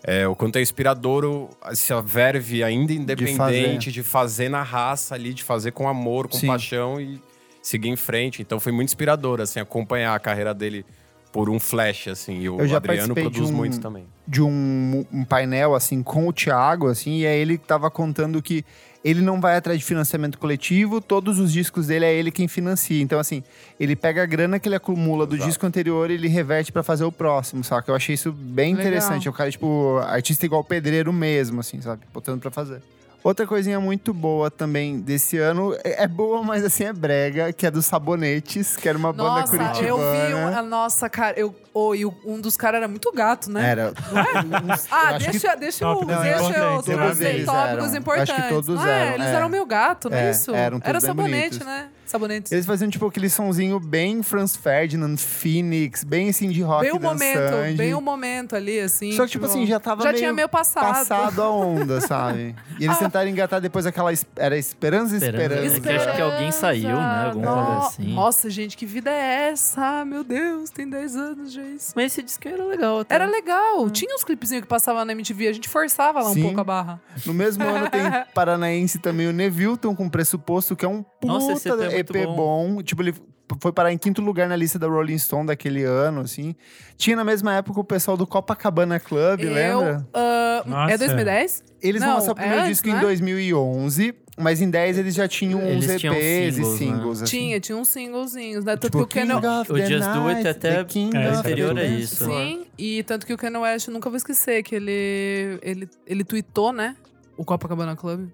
Speaker 5: É, o quanto é inspirador o- essa verve ainda independente de fazer. na raça ali, de fazer com amor, com
Speaker 1: Sim.
Speaker 5: paixão e seguir em frente. Então foi muito inspirador, assim, acompanhar a carreira dele por um flash, assim. E o
Speaker 1: Eu já
Speaker 5: Adriano
Speaker 1: participei de
Speaker 5: produz
Speaker 1: um-
Speaker 5: muito também.
Speaker 1: de um, um painel assim com o Thiago, assim, e aí ele tava contando que ele não vai atrás de financiamento coletivo, todos os discos dele é ele quem financia. Então, assim, ele pega a grana que ele acumula do
Speaker 5: Exato.
Speaker 1: disco anterior e ele reverte pra fazer o próximo, saca? Eu achei isso bem
Speaker 2: Legal.
Speaker 1: interessante. É o cara, tipo, artista igual pedreiro mesmo, assim, sabe? Botando pra fazer. Outra coisinha muito boa também desse ano, é é boa, mas assim, é brega, que é do Sabonetes, que era uma banda
Speaker 2: Nossa,
Speaker 1: curitibana.
Speaker 2: eu vi um- a nossa cara. Eu, oh, e o- um dos caras era muito gato, né?
Speaker 1: Era.
Speaker 2: Ah,
Speaker 1: É, Eu acho que
Speaker 2: deixa, deixa, eu,
Speaker 4: Tópicos
Speaker 2: deixa eu
Speaker 4: importantes,
Speaker 1: todos
Speaker 2: sei,
Speaker 1: eles
Speaker 2: tópicos
Speaker 1: eram.
Speaker 2: importantes.
Speaker 1: Acho que todos
Speaker 2: não é?
Speaker 1: eram,
Speaker 2: Eles
Speaker 1: é.
Speaker 2: eram meu gato, não é,
Speaker 1: É,
Speaker 2: isso?
Speaker 1: eram todos
Speaker 2: Era
Speaker 1: bem
Speaker 2: sabonete,
Speaker 1: bonitos.
Speaker 2: né? Sabonete.
Speaker 1: Eles faziam, tipo, aquele sonzinho bem Franz Ferdinand, Phoenix, bem assim de rock
Speaker 2: Bem o momento,
Speaker 1: dançante.
Speaker 2: bem o momento ali, assim.
Speaker 1: Só que, tipo assim, já tava
Speaker 2: já
Speaker 1: meio
Speaker 2: tinha Ah. meio passado.
Speaker 1: passado a onda, sabe? E eles tentaram engatar depois aquela... es- Era Esperança,
Speaker 3: Esperança,
Speaker 1: Esperança.
Speaker 3: É que acho que alguém saiu, né? Algum
Speaker 2: Esperança.
Speaker 3: rolê assim.
Speaker 2: Nossa, gente, que vida é essa? Ah, Meu Deus, tem 10 anos já isso.
Speaker 3: Mas esse disco era legal
Speaker 4: É.
Speaker 3: até.
Speaker 1: Então.
Speaker 2: Era legal. Tinha uns clipezinhos que passavam na MTV, a gente forçava lá
Speaker 1: Sim.
Speaker 2: um pouco a barra.
Speaker 3: é
Speaker 1: No mesmo ano tem Paranaense também, o Nevilton com Pressuposto, que é um puta
Speaker 3: Nossa, esse EP é
Speaker 1: EP,
Speaker 3: muito
Speaker 1: bom. Tipo, ele foi parar em quinto lugar na lista da Rolling Stone daquele ano, assim. Tinha na mesma época o pessoal do Copacabana Club, lembra?
Speaker 2: ah,
Speaker 4: Nossa.
Speaker 2: é 2010?
Speaker 1: Eles
Speaker 2: Não,
Speaker 1: vão lançar o
Speaker 2: é
Speaker 1: primeiro
Speaker 2: antes,
Speaker 1: disco
Speaker 2: né?
Speaker 1: em 2011, mas em 10 eles já tinham uns
Speaker 3: Eles
Speaker 1: EPs
Speaker 3: tinham
Speaker 1: e
Speaker 3: singles, né?
Speaker 1: singles. assim.
Speaker 2: Tinha, tinha uns singlezinhos, né? Tanto
Speaker 1: Tipo,
Speaker 2: que o Ken...
Speaker 1: King of
Speaker 3: o
Speaker 1: the
Speaker 3: Just Do It
Speaker 1: Night,
Speaker 3: até
Speaker 1: The King
Speaker 4: é
Speaker 1: of
Speaker 4: anterior
Speaker 1: the
Speaker 4: a
Speaker 1: Dance
Speaker 3: isso.
Speaker 1: Floor.
Speaker 2: Sim, e tanto que o Ken West, eu nunca vou esquecer que ele, ele, ele tweetou, né? O Copacabana Club.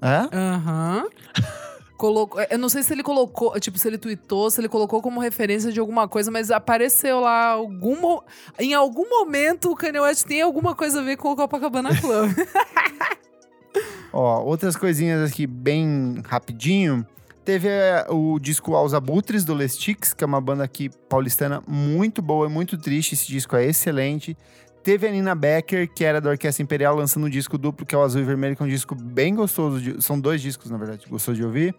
Speaker 1: É?
Speaker 2: Aham. Colocou, é, eu não sei se ele colocou, tipo, se ele tweetou, se ele colocou como referência de alguma coisa, mas apareceu lá algum, mo- em algum momento o Kanye West tem alguma coisa a ver com o Copacabana Club.
Speaker 1: Ó, outras coisinhas aqui bem rapidinho. Teve é, o disco Aos Abutres, do Lestix, que é uma banda aqui paulistana muito boa, é muito triste. Esse disco é excelente. Teve a Nina Becker, que era da Orquestra Imperial, lançando um disco duplo, que é o Azul e Vermelho, que é um disco bem gostoso. de- são dois discos, na verdade, gostoso de ouvir.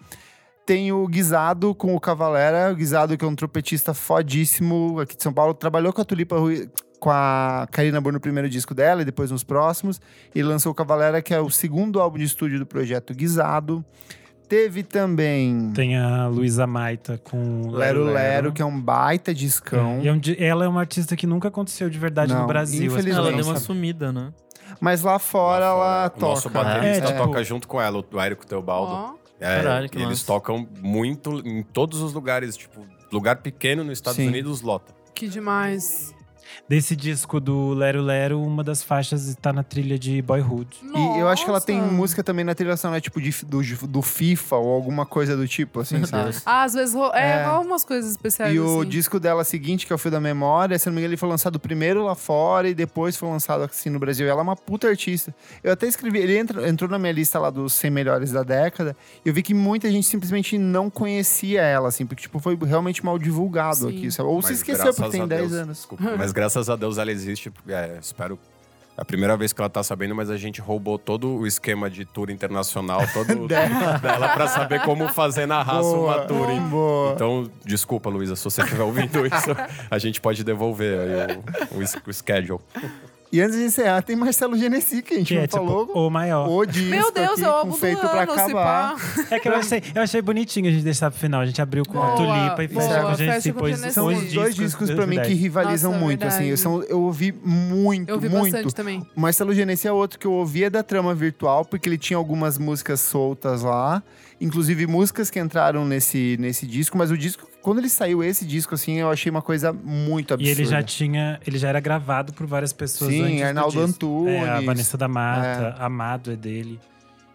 Speaker 1: Tem o Guisado com o Cavalera. O Guisado, que é um trompetista fodíssimo aqui de São Paulo. Trabalhou com a Tulipa Ruiz, com a Karina Burr no primeiro disco dela e depois nos próximos. E lançou o Cavalera, que é o segundo álbum de estúdio do projeto Guisado. Teve também
Speaker 4: Tem a Luísa Maita com
Speaker 1: Lero Uhum. Lero, que é um baita discão.
Speaker 4: E é um di- ela é uma artista que nunca aconteceu de verdade
Speaker 1: Não,
Speaker 4: no Brasil. as
Speaker 1: infelizmente.
Speaker 3: Ela
Speaker 4: pessoas
Speaker 3: deu
Speaker 4: não
Speaker 3: uma
Speaker 4: sabem.
Speaker 3: sumida, né?
Speaker 1: Mas lá fora ela
Speaker 5: né? O Nosso
Speaker 1: toca.
Speaker 5: baterista
Speaker 4: É, tipo-
Speaker 5: toca junto com ela, o Érico Teobaldo.
Speaker 2: Ó,
Speaker 5: É,
Speaker 3: Caralho, que
Speaker 5: eles
Speaker 3: massa.
Speaker 5: tocam muito em todos os lugares, tipo, lugar pequeno nos Estados
Speaker 1: Sim.
Speaker 5: Unidos lota.
Speaker 2: que demais.
Speaker 4: Desse disco do Lero Lero, uma das faixas está na trilha de Boyhood.
Speaker 1: E eu acho que ela tem
Speaker 2: Nossa.
Speaker 1: música também na trilha sonora, tipo, de- do, do FIFA ou alguma coisa do tipo, assim,
Speaker 3: Meu
Speaker 1: sabe?
Speaker 3: Deus.
Speaker 2: Ah, às vezes ro- é,
Speaker 1: É.
Speaker 2: rola umas coisas especiais.
Speaker 1: E o
Speaker 2: assim.
Speaker 1: disco dela seguinte, que é o Fio da Memória, se não me engano, ele foi lançado primeiro lá fora e depois foi lançado assim no Brasil. Ela é uma puta artista. Eu até escrevi, ele entra- entrou na minha lista lá dos 100 melhores da década, e eu vi que muita gente simplesmente não conhecia ela, assim, porque tipo, foi realmente mal divulgado
Speaker 2: Sim.
Speaker 1: aqui. sabe? Ou se
Speaker 5: Mas
Speaker 1: esqueceu,
Speaker 5: graças
Speaker 1: porque
Speaker 5: a
Speaker 1: tem 10
Speaker 5: Deus-
Speaker 1: anos.
Speaker 5: Desculpa, mas graças a Deus ela existe. é, espero. É a primeira vez que ela tá sabendo, mas a gente roubou todo o esquema de tour internacional, todo dela pra saber como fazer na raça uma tour. hein?
Speaker 1: Boa.
Speaker 5: Então, desculpa, Luísa, se você estiver ouvindo isso, a gente pode devolver aí o, o es- o schedule.
Speaker 1: E antes de encerrar, tem Marcelo Genesi, que a gente
Speaker 4: Que é
Speaker 1: não
Speaker 4: tipo,
Speaker 1: falou.
Speaker 4: o maior.
Speaker 1: O disco
Speaker 2: Meu Deus,
Speaker 1: aqui,
Speaker 2: é o
Speaker 1: com
Speaker 2: álbum do
Speaker 1: feito pra
Speaker 2: ano, se
Speaker 1: acabar.
Speaker 2: pá.
Speaker 4: É que eu achei, eu achei bonitinho a gente deixar pro final. A gente abriu com
Speaker 2: Boa,
Speaker 4: a Tulipa e fecha
Speaker 1: boa,
Speaker 4: com a
Speaker 2: fecha
Speaker 4: gente.
Speaker 2: com
Speaker 4: Pois
Speaker 2: Genesis.
Speaker 1: São os dois discos pra mim que rivalizam
Speaker 2: Nossa, é
Speaker 1: muito, assim. Eu,
Speaker 2: verdade.
Speaker 1: são- eu ouvi muito,
Speaker 2: Eu vi
Speaker 1: muito.
Speaker 2: bastante também.
Speaker 1: Marcelo Genesi é outro que eu ouvia da trama virtual, porque ele tinha algumas músicas soltas lá, inclusive músicas que entraram nesse, nesse disco, mas o disco, quando ele saiu esse disco, assim, eu achei uma coisa muito
Speaker 4: E
Speaker 1: absurda.
Speaker 4: ele já tinha, ele já era gravado por várias pessoas
Speaker 1: Sim,
Speaker 4: antes do
Speaker 1: Arnaldo
Speaker 4: disco.
Speaker 1: Antunes.
Speaker 4: É, a Vanessa da Mata, Amado é dele.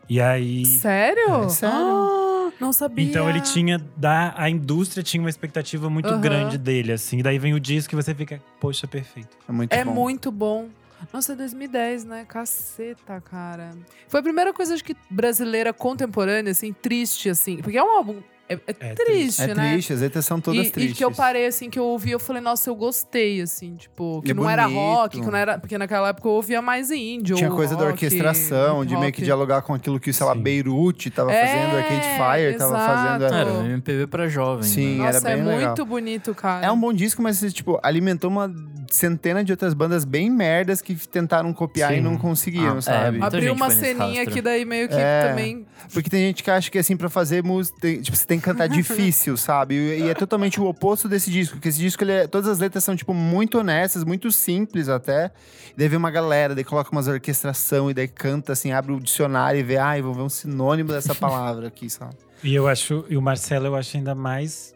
Speaker 4: E aí.
Speaker 2: Sério?
Speaker 1: É, sério.
Speaker 2: Ah, não sabia.
Speaker 4: Então ele tinha. Da, a indústria tinha uma expectativa muito
Speaker 2: Aham.
Speaker 4: grande dele, assim. E daí vem o disco e você fica, poxa, perfeito.
Speaker 1: É muito
Speaker 2: É
Speaker 1: bom.
Speaker 2: muito bom. Nossa, é 2010, né? Caceta, cara. Foi a primeira coisa, acho que, brasileira contemporânea, assim, triste, assim. Porque é um álbum. É, é
Speaker 4: É
Speaker 2: triste,
Speaker 1: É
Speaker 2: né?
Speaker 1: triste, as letras são todas
Speaker 2: e,
Speaker 1: tristes.
Speaker 2: e que eu parei, assim, que eu ouvi, eu falei, nossa, eu gostei, assim, tipo, que
Speaker 1: E é
Speaker 2: não era
Speaker 1: bonito.
Speaker 2: rock, que não era. Porque naquela época eu ouvia mais índio.
Speaker 1: Tinha coisa da orquestração, de meio que dialogar com aquilo que, sei lá,
Speaker 4: Sim.
Speaker 1: Beirute tava
Speaker 2: É,
Speaker 1: fazendo, Arcade Fire tava
Speaker 2: exato.
Speaker 1: fazendo.
Speaker 2: Não,
Speaker 1: era-
Speaker 3: Era um MPB pra jovem.
Speaker 1: Ah, Sim,
Speaker 3: né?
Speaker 2: Nossa,
Speaker 1: era bem
Speaker 2: é
Speaker 1: legal.
Speaker 2: muito bonito, cara.
Speaker 1: É um bom disco, mas tipo, alimentou uma centena de outras bandas bem merdas que tentaram copiar
Speaker 4: Sim.
Speaker 1: e não conseguiam,
Speaker 3: Ah,
Speaker 1: sabe?
Speaker 3: Muita
Speaker 2: Abriu
Speaker 3: gente
Speaker 2: uma
Speaker 3: foi nesse
Speaker 2: ceninha
Speaker 3: rastro.
Speaker 2: que daí meio que
Speaker 1: É.
Speaker 2: também.
Speaker 1: Porque tem gente que acha que assim, pra fazer música, tem- tipo, você tem que cantar difícil, sabe? E, e é totalmente o oposto desse disco, porque esse disco, ele é- todas as letras são, tipo, muito honestas, muito simples até. E daí vem uma galera, daí coloca umas orquestração, e daí canta, assim, abre o dicionário e vê, ai, vou ver um sinônimo dessa palavra aqui, sabe?
Speaker 4: E eu acho, e o Marcelo eu acho ainda mais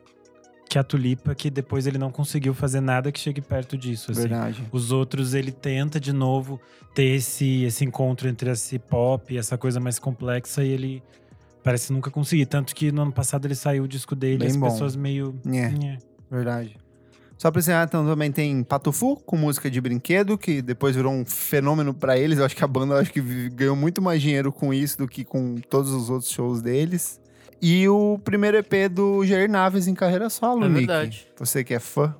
Speaker 4: que a Tulipa, que depois ele não conseguiu fazer nada que chegue perto disso, assim.
Speaker 1: Verdade.
Speaker 4: Os outros, ele tenta de novo ter esse, esse encontro entre esse pop e essa coisa mais complexa e ele parece nunca conseguir. Tanto que no ano passado ele saiu o disco dele
Speaker 1: Bem
Speaker 4: e as
Speaker 1: bom.
Speaker 4: pessoas meio. né.
Speaker 1: É,
Speaker 4: "Nhé".
Speaker 1: verdade. Só pra encerrar, então, também tem Patufu, com música de brinquedo, que depois virou um fenômeno pra eles. Eu acho que a banda eu acho que vi- ganhou muito mais dinheiro com isso do que com todos os outros shows deles. E o primeiro EP do Jair Naves em carreira solo,
Speaker 3: É
Speaker 1: Nick.
Speaker 3: verdade.
Speaker 1: Você que é fã,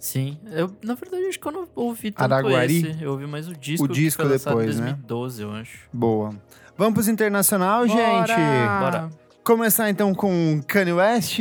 Speaker 3: Sim. Eu, na verdade, acho que eu não ouvi tanto
Speaker 1: Araguari?
Speaker 3: esse. Eu ouvi mais o disco.
Speaker 1: O disco
Speaker 3: que foi lançado
Speaker 1: depois,
Speaker 3: em
Speaker 1: né?
Speaker 3: 2012, eu acho.
Speaker 1: boa. Vamos pros internacional, gente.
Speaker 2: Bora.
Speaker 1: Começar então com Kanye West.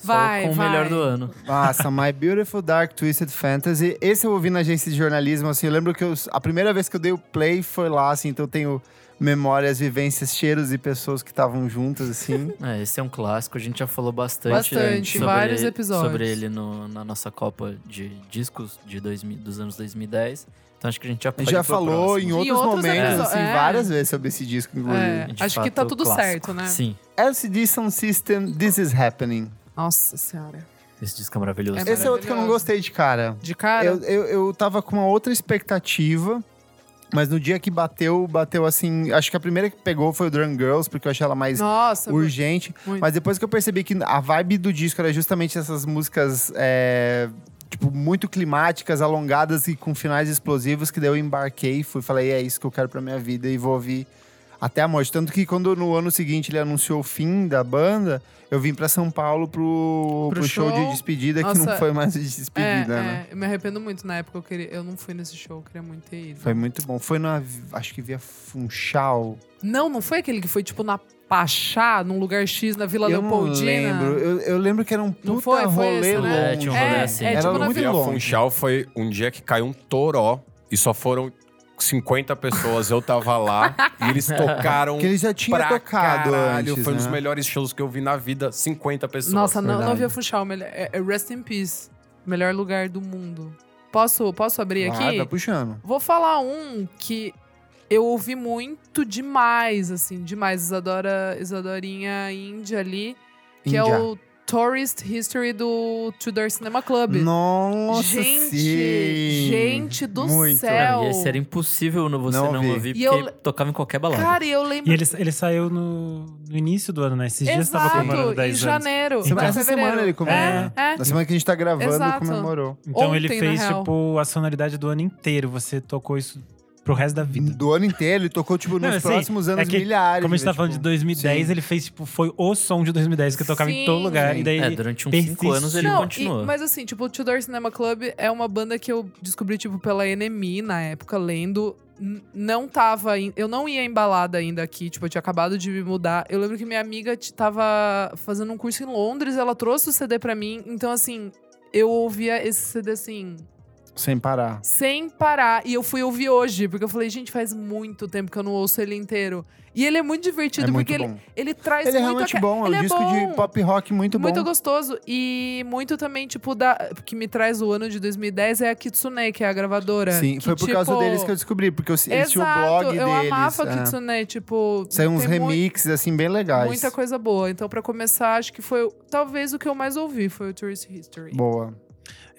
Speaker 2: Vai,
Speaker 3: Só com
Speaker 2: vai.
Speaker 3: o melhor do ano.
Speaker 1: Nossa, My Beautiful Dark Twisted Fantasy. Esse eu ouvi na agência de jornalismo, assim, eu lembro que eu- a primeira vez que eu dei o play foi lá, assim, então eu tenho memórias, vivências, cheiros e pessoas que estavam juntas, assim.
Speaker 3: É, esse é um clássico, a gente já falou bastante.
Speaker 2: Bastante,
Speaker 3: sobre,
Speaker 2: vários episódios.
Speaker 3: Sobre ele no- na nossa Copa de Discos de 2000 dos anos 2010. Então acho que a gente já
Speaker 1: A
Speaker 3: pode
Speaker 1: gente já
Speaker 3: ir pro
Speaker 1: falou em
Speaker 3: próximo.
Speaker 1: outros,
Speaker 2: Em outros
Speaker 1: momentos,
Speaker 2: episódios,
Speaker 1: assim,
Speaker 2: é.
Speaker 1: várias vezes sobre esse disco, inclusive.
Speaker 2: É.
Speaker 3: De
Speaker 2: Acho que
Speaker 3: fato,
Speaker 2: tá tudo
Speaker 3: clássico.
Speaker 2: certo, né?
Speaker 3: Sim,
Speaker 1: LCD Sound System, This Is Happening.
Speaker 2: Nossa senhora.
Speaker 3: esse disco é maravilhoso.
Speaker 2: É
Speaker 1: Esse é outro que eu não
Speaker 2: maravilhoso.
Speaker 1: gostei de cara.
Speaker 2: De cara?
Speaker 1: Eu, eu, eu tava com uma outra expectativa, mas no dia que bateu, bateu assim. Acho que a primeira que pegou foi o Drum Girls, porque eu achei ela mais
Speaker 2: Nossa,
Speaker 1: urgente.
Speaker 2: muito.
Speaker 1: Mas depois que eu percebi que a vibe do disco era justamente essas músicas, é, tipo, muito climáticas, alongadas e com finais explosivos, que daí eu embarquei, fui falei, é isso que eu quero pra minha vida e vou ouvir até a morte. Tanto que quando no ano seguinte ele anunciou o fim da banda, eu vim pra São Paulo pro,
Speaker 2: Pro
Speaker 1: pro show de
Speaker 2: show.
Speaker 1: despedida, que
Speaker 2: Nossa,
Speaker 1: não foi mais de
Speaker 2: é,
Speaker 1: despedida, né?
Speaker 2: é, eu me arrependo muito na época. Eu, queria, eu não fui nesse show, eu queria muito ter ido.
Speaker 1: Foi muito bom. Foi na. Acho que via Funchal.
Speaker 2: Não, não foi aquele que foi tipo na Pachá, num lugar X, na Vila
Speaker 1: eu não
Speaker 2: Leopoldina?
Speaker 1: lembro. Eu, eu lembro que era um puta
Speaker 2: Não foi? Foi
Speaker 1: rolê
Speaker 2: esse, né?
Speaker 3: É, tinha um
Speaker 1: longe.
Speaker 3: rolê
Speaker 2: é,
Speaker 3: assim.
Speaker 2: é,
Speaker 1: Era
Speaker 2: tipo na
Speaker 1: muito
Speaker 5: E
Speaker 2: Vila...
Speaker 5: a
Speaker 1: longe.
Speaker 5: Funchal foi um dia que caiu um toró e só foram 50 pessoas. Eu tava lá e eles tocaram.
Speaker 1: Que ele já tinha
Speaker 5: pra
Speaker 1: tocado
Speaker 5: caralho.
Speaker 1: antes,
Speaker 5: foi um dos
Speaker 1: né?
Speaker 5: melhores shows que eu vi na vida. 50 pessoas.
Speaker 2: Nossa, não, não
Speaker 1: Verdade.
Speaker 2: via Funchal. melhor- É, é Rest in Peace. Melhor lugar do mundo. Posso, posso abrir
Speaker 1: Ah,
Speaker 2: aqui?
Speaker 1: tá puxando.
Speaker 2: Vou falar um que eu ouvi muito demais, assim, demais. Isadora, Isadorinha Índia ali, que é
Speaker 1: Índia.
Speaker 2: o Tourist History do Tudor Cinema Club.
Speaker 1: Nossa,
Speaker 2: gente,
Speaker 1: sim.
Speaker 2: gente do
Speaker 1: Muito.
Speaker 2: céu.
Speaker 3: Não, e esse era impossível no- você
Speaker 1: Não
Speaker 3: não,
Speaker 1: ouvi.
Speaker 2: E
Speaker 3: ouvir, porque
Speaker 2: eu-
Speaker 3: tocava em qualquer balada.
Speaker 2: Cara, e eu lembro.
Speaker 4: E ele, ele saiu no, no início do ano, né? Esses dias tava
Speaker 2: Exato,
Speaker 4: comemorando
Speaker 2: em
Speaker 4: 10 anos.
Speaker 2: janeiro.
Speaker 1: Semana-
Speaker 2: em
Speaker 1: essa
Speaker 2: fevereiro.
Speaker 1: semana ele comemorou,
Speaker 2: É,
Speaker 4: né?
Speaker 2: é.
Speaker 1: Na semana que a gente tá gravando,
Speaker 2: Exato.
Speaker 1: comemorou.
Speaker 4: Então
Speaker 2: Ontem,
Speaker 4: ele
Speaker 2: na
Speaker 4: fez,
Speaker 2: real.
Speaker 4: tipo, a sonoridade do ano inteiro. Você tocou isso pro resto da vida.
Speaker 1: Do ano inteiro, ele tocou, tipo, nos
Speaker 4: Não, assim,
Speaker 1: próximos anos
Speaker 4: é que,
Speaker 1: milhares.
Speaker 4: Como a gente tá
Speaker 1: né?
Speaker 4: falando de
Speaker 1: Tipo,
Speaker 4: 2010,
Speaker 1: sim.
Speaker 4: ele fez, tipo, foi o som de 2010 que eu tocava em todo
Speaker 2: Sim.
Speaker 4: lugar.
Speaker 1: Sim.
Speaker 4: E daí
Speaker 3: é,
Speaker 4: ele
Speaker 3: durante uns 5
Speaker 4: persistiu.
Speaker 3: anos ele
Speaker 2: Não,
Speaker 3: continuou.
Speaker 2: e- mas assim, tipo, o Tudor Cinema Club é uma banda que eu descobri, tipo, pela NME na época, lendo. N- Não tava. em- eu não ia em balada ainda aqui, tipo, eu tinha acabado de me mudar. Eu lembro que minha amiga t- tava fazendo um curso em Londres, ela trouxe o CD pra mim. Então, assim, eu ouvia esse CD assim,
Speaker 1: Sem parar.
Speaker 2: sem parar. E eu fui ouvir hoje, porque eu falei, gente, faz muito tempo que eu não ouço ele inteiro. E ele é muito
Speaker 1: É
Speaker 2: divertido,
Speaker 1: muito
Speaker 2: porque ele,
Speaker 1: bom.
Speaker 2: ele traz
Speaker 1: Ele é
Speaker 2: muito
Speaker 1: realmente
Speaker 2: aca-
Speaker 1: bom, é um
Speaker 2: ele
Speaker 1: disco
Speaker 2: bom
Speaker 1: de pop rock muito,
Speaker 2: muito
Speaker 1: bom.
Speaker 2: gostoso. E muito também, tipo, da, que me traz o ano de 2010 é a Kitsune, que é a gravadora.
Speaker 1: Sim,
Speaker 2: que,
Speaker 1: foi por causa
Speaker 2: tipo,
Speaker 1: deles que eu descobri, porque eu- eles tinham o
Speaker 2: exato,
Speaker 1: blog
Speaker 2: eu
Speaker 1: deles.
Speaker 2: amava
Speaker 1: é.
Speaker 2: a Kitsune, tipo.
Speaker 1: Saiu uns
Speaker 2: tem mu-
Speaker 1: remixes, assim, bem legais.
Speaker 2: Muita coisa boa. Então, pra começar, acho que foi. o- Talvez o que eu mais ouvi foi o Tourist History.
Speaker 1: Boa.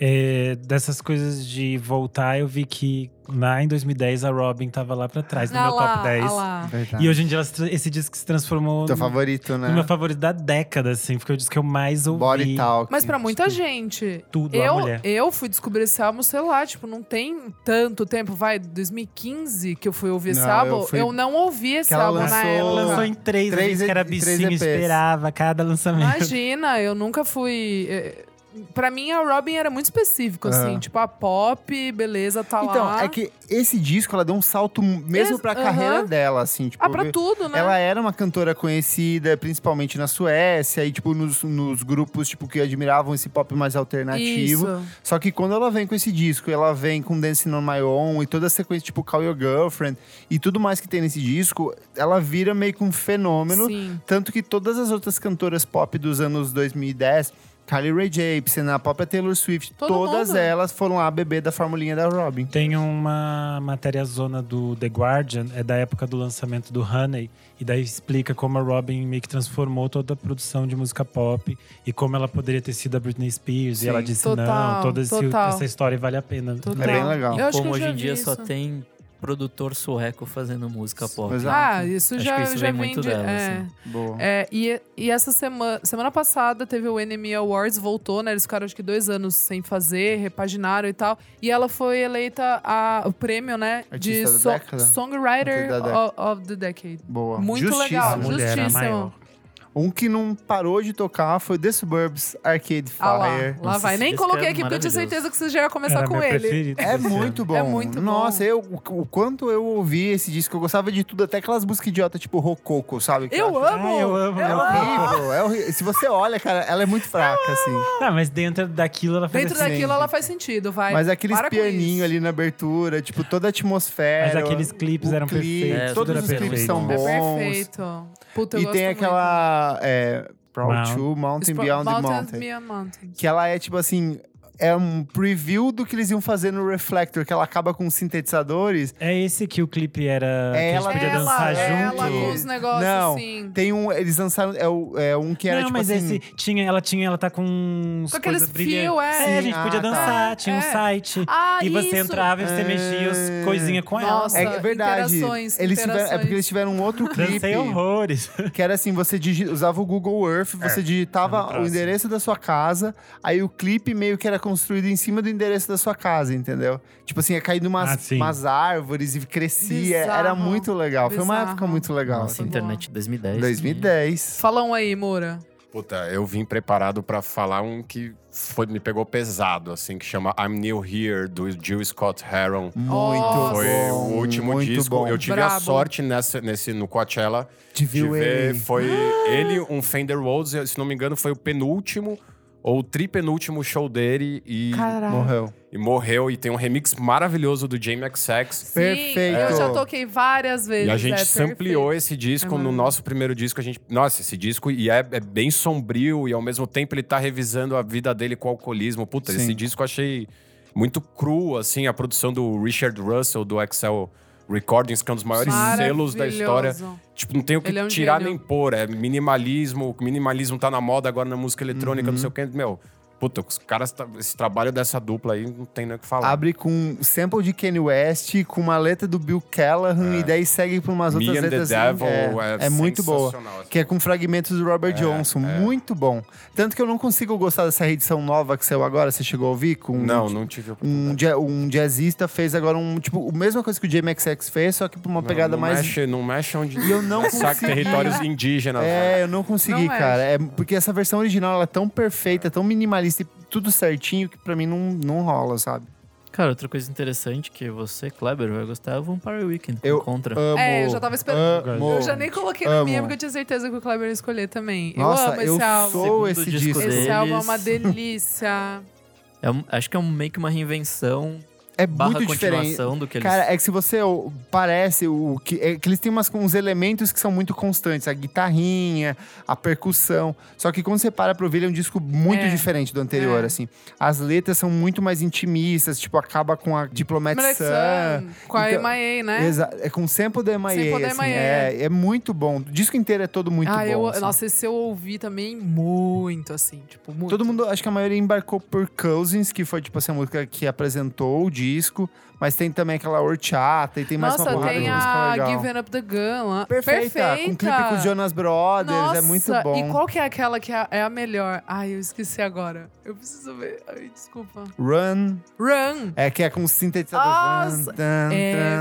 Speaker 4: É, dessas coisas de voltar, eu vi que lá em 2010 a Robin tava lá pra trás no
Speaker 2: Ah
Speaker 4: meu
Speaker 2: lá,
Speaker 4: top 10.
Speaker 2: ah lá.
Speaker 1: Verdade.
Speaker 4: E hoje em dia ela se tra- esse disco se transformou
Speaker 1: Teu
Speaker 4: no,
Speaker 1: favorito, né?
Speaker 4: no meu favorito da década, assim, porque é o disco que eu mais ouvi.
Speaker 1: Body Talk.
Speaker 2: Mas pra muita gente.
Speaker 4: Tudo, a
Speaker 2: Eu,
Speaker 4: mulher.
Speaker 2: eu fui descobrir esse álbum, sei lá, tipo, não tem tanto tempo, vai, 2015 que eu fui ouvir esse
Speaker 1: Não, eu
Speaker 2: álbum. Eu,
Speaker 1: fui-
Speaker 2: não ouvi esse
Speaker 1: Que ela
Speaker 2: álbum na
Speaker 1: lançou-
Speaker 2: época.
Speaker 4: Ela lançou em três,
Speaker 1: Três
Speaker 4: três gente que
Speaker 1: e-
Speaker 4: era
Speaker 1: três
Speaker 4: bichinho,
Speaker 1: EPs.
Speaker 4: esperava cada lançamento.
Speaker 2: Imagina, eu nunca fui. eh, Pra mim, a Robin era muito específico, assim.
Speaker 1: É.
Speaker 2: Tipo, a pop, beleza, tá
Speaker 1: Então,
Speaker 2: lá.
Speaker 1: é que esse disco, ela deu um salto mesmo
Speaker 2: Ex-
Speaker 1: pra
Speaker 2: aham.
Speaker 1: carreira dela, assim. Tipo,
Speaker 2: Ah, pra tudo, né?
Speaker 1: Ela era uma cantora conhecida, principalmente na Suécia, e, tipo, nos, nos grupos tipo, que admiravam esse pop mais alternativo.
Speaker 2: Isso.
Speaker 1: Só que quando ela vem com esse disco, ela vem com Dancing on My Own e toda a sequência, tipo, Call Your Girlfriend e tudo mais que tem nesse disco, ela vira meio que um fenômeno.
Speaker 2: Sim.
Speaker 1: Tanto que todas as outras cantoras pop dos anos 2010, Kylie Rae Jepsen, a própria Taylor Swift,
Speaker 2: Todo
Speaker 1: todas
Speaker 2: mundo.
Speaker 1: elas foram lá beber da formulinha da Robin.
Speaker 4: Tem uma matéria zona do The Guardian, é da época do lançamento do Honey, e daí explica como a Robin meio que transformou toda a produção de música pop e como ela poderia ter sido a Britney Spears.
Speaker 1: Sim.
Speaker 4: e ela disse:
Speaker 2: Total,
Speaker 4: não, toda esse-
Speaker 2: total.
Speaker 4: essa história vale a pena.
Speaker 2: Total.
Speaker 1: É bem legal.
Speaker 2: Eu acho que
Speaker 3: como
Speaker 2: eu
Speaker 3: hoje
Speaker 2: já
Speaker 3: em
Speaker 2: vi
Speaker 3: dia só
Speaker 2: isso.
Speaker 3: tem produtor sueco fazendo música pop.
Speaker 1: Exato.
Speaker 2: Ah, isso
Speaker 3: Acho
Speaker 2: já,
Speaker 3: que isso
Speaker 2: já
Speaker 3: vem muito
Speaker 2: de-
Speaker 3: dela,
Speaker 2: é.
Speaker 3: assim.
Speaker 1: Boa.
Speaker 2: É, e, e essa semana, semana passada teve o Enemy Awards, voltou, né? Eles ficaram acho que dois anos sem fazer, repaginaram e tal. E ela foi eleita a, o prêmio, né? de
Speaker 1: Artista da
Speaker 2: so-
Speaker 1: década.
Speaker 2: Songwriter
Speaker 1: Da década.
Speaker 2: of, of the Decade.
Speaker 1: Boa.
Speaker 2: Muito
Speaker 1: Justíssimo.
Speaker 2: legal,
Speaker 4: A mulher era
Speaker 2: justíssimo.
Speaker 4: maior.
Speaker 1: Um que não parou de tocar foi The Suburbs Arcade Fire.
Speaker 2: Ah lá, lá
Speaker 3: Nossa,
Speaker 2: vai.
Speaker 3: esse
Speaker 2: Nem
Speaker 3: disco
Speaker 2: coloquei
Speaker 3: é
Speaker 2: aqui porque eu tinha
Speaker 3: maravilhoso.
Speaker 2: certeza que você já ia começar
Speaker 4: Era
Speaker 2: com
Speaker 4: meu
Speaker 2: ele.
Speaker 4: preferido
Speaker 1: É
Speaker 4: desse ano.
Speaker 1: muito bom.
Speaker 2: É muito bom.
Speaker 1: Nossa, eu, o, o quanto eu ouvi esse disco, eu gostava de tudo, até aquelas músicas idiota tipo Rococo, sabe? Que
Speaker 2: Eu
Speaker 1: acho-
Speaker 2: amo!
Speaker 4: Ah, eu amo.
Speaker 1: É horrível, é horrível. Se você olha, cara, ela é muito fraca, assim.
Speaker 4: Não, mas dentro daquilo ela fez
Speaker 2: Dentro
Speaker 4: assim,
Speaker 2: daquilo ela faz sentido, vai.
Speaker 1: Mas aqueles
Speaker 2: Para com
Speaker 1: pianinho
Speaker 2: isso.
Speaker 1: ali na abertura, tipo, toda a atmosfera.
Speaker 4: Mas aqueles clipes
Speaker 1: o
Speaker 4: eram
Speaker 1: clipe,
Speaker 4: perfeitos.
Speaker 3: É,
Speaker 4: tudo
Speaker 1: todos
Speaker 4: era
Speaker 1: os clipes
Speaker 4: perfeito.
Speaker 1: são
Speaker 2: É
Speaker 1: bons.
Speaker 2: perfeito. Puta, eu
Speaker 1: e
Speaker 2: gosto
Speaker 1: tem
Speaker 2: muito.
Speaker 1: aquela. É, Proud
Speaker 4: Mount-
Speaker 1: to Mountain
Speaker 2: Spro-
Speaker 1: Beyond the
Speaker 2: Mountains
Speaker 1: Mountain.
Speaker 2: Beyond Mountains.
Speaker 1: Que ela é tipo assim. É um preview do que eles iam fazer no Reflector, que ela acaba com sintetizadores.
Speaker 4: É esse que o clipe era.
Speaker 1: É
Speaker 4: que a gente
Speaker 1: ela é
Speaker 4: podia
Speaker 1: mesma,
Speaker 4: dançar
Speaker 2: ela
Speaker 4: junto.
Speaker 2: com os negócios
Speaker 1: Não,
Speaker 2: assim.
Speaker 1: Tem um. Eles lançaram. É, o- é um que era
Speaker 4: não,
Speaker 1: tipo
Speaker 4: mas
Speaker 1: assim.
Speaker 4: esse tinha, ela tinha, ela tá com uns
Speaker 2: Com aqueles
Speaker 4: coisa brilhante.
Speaker 2: fio, é.
Speaker 4: É, a gente
Speaker 1: Sim.
Speaker 4: podia
Speaker 1: Ah, tá.
Speaker 4: dançar, tinha um
Speaker 2: É.
Speaker 4: site.
Speaker 2: Ah,
Speaker 4: e você
Speaker 2: isso.
Speaker 4: entrava e você
Speaker 1: Ah.
Speaker 4: mexia as coisinhas com
Speaker 2: Nossa.
Speaker 4: ela.
Speaker 1: É verdade.
Speaker 2: interações,
Speaker 1: eles tiveram, é
Speaker 2: interações.
Speaker 1: porque eles tiveram um outro clipe
Speaker 4: Dancei horrores.
Speaker 1: que era assim: você digi- usava o Google Earth, você
Speaker 4: é no
Speaker 1: digitava o
Speaker 4: próximo.
Speaker 1: endereço da sua casa, aí o clipe meio que era construído em cima do endereço da sua casa, entendeu? Tipo assim, ia caindo
Speaker 4: Ah,
Speaker 1: umas,
Speaker 4: sim.
Speaker 1: umas árvores e crescia.
Speaker 2: Bizarro.
Speaker 1: Era muito legal. Foi uma
Speaker 2: Bizarro.
Speaker 1: época muito legal. tá
Speaker 3: Nossa,
Speaker 2: Foi boa.
Speaker 3: internet de 2010.
Speaker 1: 2010.
Speaker 2: Fala um aí, Moura.
Speaker 5: Puta, eu vim preparado pra falar um que foi, me pegou pesado, assim, que chama I'm New Here, do Jill Scott Heron.
Speaker 1: Muito
Speaker 2: Nossa.
Speaker 5: Foi
Speaker 1: bom.
Speaker 5: o último
Speaker 1: muito
Speaker 5: disco.
Speaker 1: Bom.
Speaker 5: Eu tive a
Speaker 2: Brabo.
Speaker 5: sorte nessa, nesse, no Coachella
Speaker 1: te
Speaker 5: de ver. Foi
Speaker 2: Ah!
Speaker 5: ele, um Fender Rhodes, se não me engano, foi o penúltimo ou o tripenúltimo show dele e,
Speaker 2: Caralho.
Speaker 1: Morreu.
Speaker 5: e morreu. E tem um remix maravilhoso do Jamie XX.
Speaker 1: Perfeito.
Speaker 2: Eu já toquei várias vezes.
Speaker 5: E a gente
Speaker 2: é
Speaker 5: sampleou
Speaker 2: perfeito.
Speaker 5: esse disco
Speaker 2: É
Speaker 5: no nosso primeiro disco. A gente, nossa, esse disco e é, é bem sombrio e ao mesmo tempo ele tá revisando a vida dele com o alcoolismo. Puta,
Speaker 1: Sim.
Speaker 5: esse disco eu achei muito cru, assim, a produção do Richard Russell do Excel Recordings, que é um dos maiores selos da história.
Speaker 2: Maravilhoso.
Speaker 5: Tipo, não tem o que
Speaker 2: Ele é um
Speaker 5: tirar
Speaker 2: gênio.
Speaker 5: nem pôr. É minimalismo. O minimalismo tá na moda agora na música eletrônica,
Speaker 1: Uhum.
Speaker 5: não sei o que. Meu, puta, os caras. tá- Esse trabalho dessa dupla aí não tem nem o que falar.
Speaker 1: Abre com um sample de Kanye West, com uma letra do Bill Callahan, e daí segue por umas
Speaker 5: É. Me
Speaker 1: outras
Speaker 5: and the
Speaker 1: letras.
Speaker 5: Devil
Speaker 1: é, é muito boa.
Speaker 5: sensacional assim. É, essa.
Speaker 1: Que é com fragmentos do Robert Johnson. Muito bom. Tanto que eu não consigo gostar dessa reedição nova que saiu agora. Você chegou a ouvir? Com
Speaker 5: Não, não tive
Speaker 1: Um,
Speaker 5: oportunidade.
Speaker 1: ja- um jazzista fez agora um. Tipo, a mesma coisa que o JMXX fez, só que pra uma
Speaker 5: Não,
Speaker 1: pegada
Speaker 5: não
Speaker 1: mais.
Speaker 5: Mexe, não mexe onde.
Speaker 1: E eu não
Speaker 5: Saca
Speaker 1: consegui.
Speaker 5: territórios indígenas. né?
Speaker 1: É, eu não consegui,
Speaker 2: Não é.
Speaker 1: cara. É porque essa versão original ela é tão perfeita, tão minimalista e tudo certinho que pra mim não, não rola, sabe?
Speaker 3: Cara, outra coisa interessante que você, Kleber, vai gostar é o Vampire Weekend.
Speaker 1: Eu-
Speaker 3: Contra.
Speaker 1: Amo.
Speaker 2: É, eu já tava esperando.
Speaker 1: Amo.
Speaker 2: Eu já nem coloquei na minha,
Speaker 1: Amo.
Speaker 2: porque eu tinha certeza que o Kleber ia escolher também. eu
Speaker 1: Nossa,
Speaker 2: amo
Speaker 1: eu,
Speaker 2: esse álbum.
Speaker 1: sou
Speaker 3: Segundo
Speaker 1: esse
Speaker 3: disco
Speaker 1: disco.
Speaker 3: dele.
Speaker 2: Esse álbum é uma
Speaker 3: deles.
Speaker 2: delícia.
Speaker 3: É um- acho que é um- meio que uma reinvenção
Speaker 1: É
Speaker 3: barra
Speaker 1: muito diferente.
Speaker 3: continuação do que eles...
Speaker 1: Cara, é que se você o- parece o que é que eles têm umas, uns elementos que são muito constantes, a guitarrinha, a percussão. Só que quando você para pra ouvir, ele é um disco muito
Speaker 2: É.
Speaker 1: diferente do anterior,
Speaker 2: É.
Speaker 1: assim. As letras são muito mais intimistas, tipo acaba com a Diplomat
Speaker 2: Black
Speaker 1: Sun.
Speaker 2: Sun, com a
Speaker 1: Então,
Speaker 2: MIA, né?
Speaker 1: Exa- É com sample da MIA,
Speaker 2: Sample da
Speaker 1: assim,
Speaker 2: MIA.
Speaker 1: É, é muito bom. O disco inteiro é todo muito
Speaker 2: ah,
Speaker 1: bom.
Speaker 2: eu,
Speaker 1: assim.
Speaker 2: nossa, esse eu ouvi também muito, assim, tipo, muito.
Speaker 1: Todo mundo, acho que a maioria embarcou por Cousins, que foi tipo assim, a música que apresentou o disco, mas tem também aquela horchata e tem mais
Speaker 2: Nossa,
Speaker 1: uma porrada
Speaker 2: tem
Speaker 1: de música
Speaker 2: a
Speaker 1: legal.
Speaker 2: Giving Up the Gun lá.
Speaker 1: Perfeita, com clipe com os Jonas Brothers,
Speaker 2: Nossa,
Speaker 1: é muito bom.
Speaker 2: e qual que é aquela que é é a melhor? Ai, eu esqueci agora. Eu preciso ver. Ai, desculpa.
Speaker 1: Run,
Speaker 2: Run!
Speaker 1: é que é com sintetizador.
Speaker 2: Nossa,
Speaker 1: Tan, tan,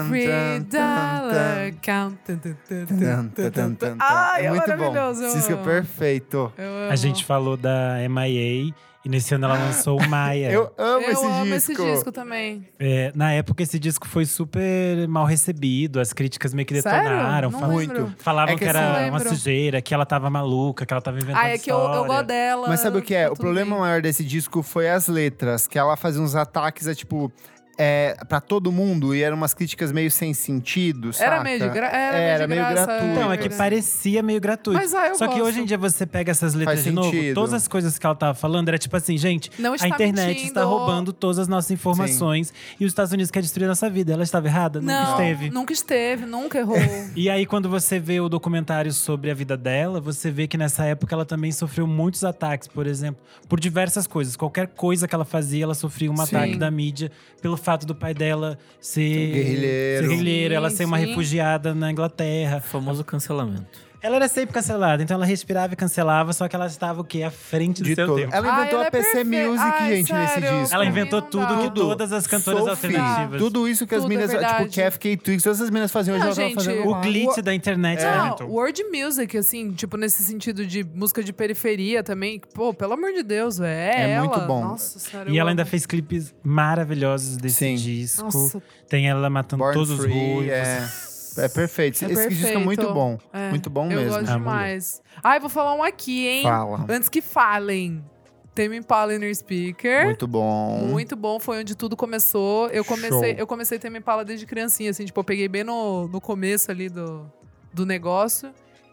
Speaker 2: Every
Speaker 1: tan, tan,
Speaker 2: dollar count. Tan, tan,
Speaker 1: tan,
Speaker 2: tan, tan,
Speaker 1: tan, tan,
Speaker 2: tan,
Speaker 1: tan, tan.
Speaker 2: tan. Ai, é
Speaker 1: é muito bom.
Speaker 2: maravilhoso. eu
Speaker 1: Cisco é
Speaker 2: amo.
Speaker 1: perfeito.
Speaker 2: Eu amo.
Speaker 4: A gente falou da MIA e nesse ano ela lançou o Maia.
Speaker 1: Eu amo,
Speaker 2: É. Eu
Speaker 1: esse,
Speaker 2: amo
Speaker 1: disco.
Speaker 2: esse disco também.
Speaker 4: É, na época, esse disco foi super mal recebido, as críticas meio que
Speaker 2: Sério?
Speaker 4: detonaram.
Speaker 2: Não
Speaker 4: fal-
Speaker 2: lembro.
Speaker 1: Muito.
Speaker 4: Falavam
Speaker 1: É que
Speaker 4: que,
Speaker 1: assim,
Speaker 4: era uma
Speaker 2: lembro.
Speaker 4: sujeira, que ela tava maluca, que ela tava inventando
Speaker 2: Ah, é que eu, eu
Speaker 4: história.
Speaker 2: gosto dela.
Speaker 1: Mas sabe o que é?
Speaker 2: tá
Speaker 1: O
Speaker 2: tudo
Speaker 1: problema
Speaker 2: bem.
Speaker 1: maior desse disco foi as letras, que ela fazia uns ataques a tipo. É, pra todo mundo e eram umas críticas meio sem sentido.
Speaker 2: Era
Speaker 1: é saca?
Speaker 2: meio, de gra... era
Speaker 1: Era
Speaker 2: meio,
Speaker 1: meio
Speaker 2: de graça,
Speaker 1: gratuito.
Speaker 4: Então, é que
Speaker 2: verdade.
Speaker 4: parecia meio gratuito.
Speaker 2: Mas, ah, eu
Speaker 4: Só que hoje em
Speaker 2: gosto.
Speaker 4: dia você pega essas letras
Speaker 1: Faz
Speaker 4: de novo,
Speaker 1: sentido.
Speaker 4: todas as coisas que ela tava falando era tipo assim, gente,
Speaker 2: Não
Speaker 4: a
Speaker 2: está
Speaker 4: internet está
Speaker 2: tá mentindo.
Speaker 4: roubando todas as nossas informações e os Estados Unidos quer destruir a nossa vida. Ela estava errada? Nunca
Speaker 2: Não,
Speaker 4: esteve.
Speaker 2: nunca esteve, nunca errou.
Speaker 4: E aí, quando você vê o documentário sobre a vida dela, você vê que nessa época ela também sofreu muitos ataques, por exemplo, por diversas coisas. Qualquer coisa que ela fazia, ela sofria um
Speaker 1: Sim.
Speaker 4: ataque da mídia pelo fato do pai dela ser
Speaker 1: Ser guerrilheiro.
Speaker 4: ser guerrilheiro,
Speaker 2: Sim,
Speaker 4: ela ser uma
Speaker 2: sim.
Speaker 4: refugiada na Inglaterra.
Speaker 3: Famoso cancelamento.
Speaker 4: Ela era sempre cancelada, então ela respirava e cancelava, só que ela estava o quê? À frente do
Speaker 1: De
Speaker 4: seu
Speaker 1: todo.
Speaker 4: tempo.
Speaker 1: Ah, Ela
Speaker 2: Ai,
Speaker 1: inventou
Speaker 2: ela
Speaker 1: a
Speaker 2: é
Speaker 1: PC
Speaker 2: perfeita.
Speaker 1: Music,
Speaker 2: Ai,
Speaker 1: gente, nesse
Speaker 2: sério,
Speaker 1: disco.
Speaker 4: Ela
Speaker 2: Pra mim
Speaker 4: inventou
Speaker 2: não
Speaker 4: tudo
Speaker 2: dá.
Speaker 4: que todas as cantoras
Speaker 1: Sophie,
Speaker 4: alternativas.
Speaker 1: Tudo isso que as
Speaker 2: Tudo, é
Speaker 1: meninas, tipo,
Speaker 2: verdade.
Speaker 1: KFK Twigs, todas as meninas faziam,
Speaker 2: Ah,
Speaker 1: eles já estavam
Speaker 2: gente,
Speaker 1: fazendo.
Speaker 4: O
Speaker 1: lá.
Speaker 4: glitch da internet. né? ela
Speaker 2: Não,
Speaker 4: inventou.
Speaker 2: world music, assim, tipo, nesse sentido de música de periferia também. Pô, pelo amor de Deus, velho. É,
Speaker 1: É muito
Speaker 2: ela.
Speaker 1: bom.
Speaker 2: Nossa senhora.
Speaker 4: E
Speaker 2: eu
Speaker 4: ela ainda
Speaker 2: amo.
Speaker 4: fez clipes maravilhosos desse
Speaker 1: Sim.
Speaker 4: disco.
Speaker 2: Nossa,
Speaker 4: Tem ela matando
Speaker 1: Born
Speaker 4: todos os
Speaker 1: Free,
Speaker 4: ruivos.
Speaker 1: é, é perfeito.
Speaker 2: É
Speaker 1: Esse disco é
Speaker 2: perfeito.
Speaker 1: muito bom.
Speaker 2: é.
Speaker 1: Muito bom
Speaker 2: Eu
Speaker 1: mesmo.
Speaker 2: gosto
Speaker 4: Ah,
Speaker 2: demais. Ai, vou falar um aqui, hein?
Speaker 1: Fala.
Speaker 2: Antes que falem. Tame Impala Inner Speaker.
Speaker 1: Muito bom.
Speaker 2: Muito bom, foi onde tudo começou. Eu comecei,
Speaker 1: Hum. Show.
Speaker 2: eu comecei a ter minha pala desde criancinha, assim, tipo, eu peguei bem no, no começo ali do, do negócio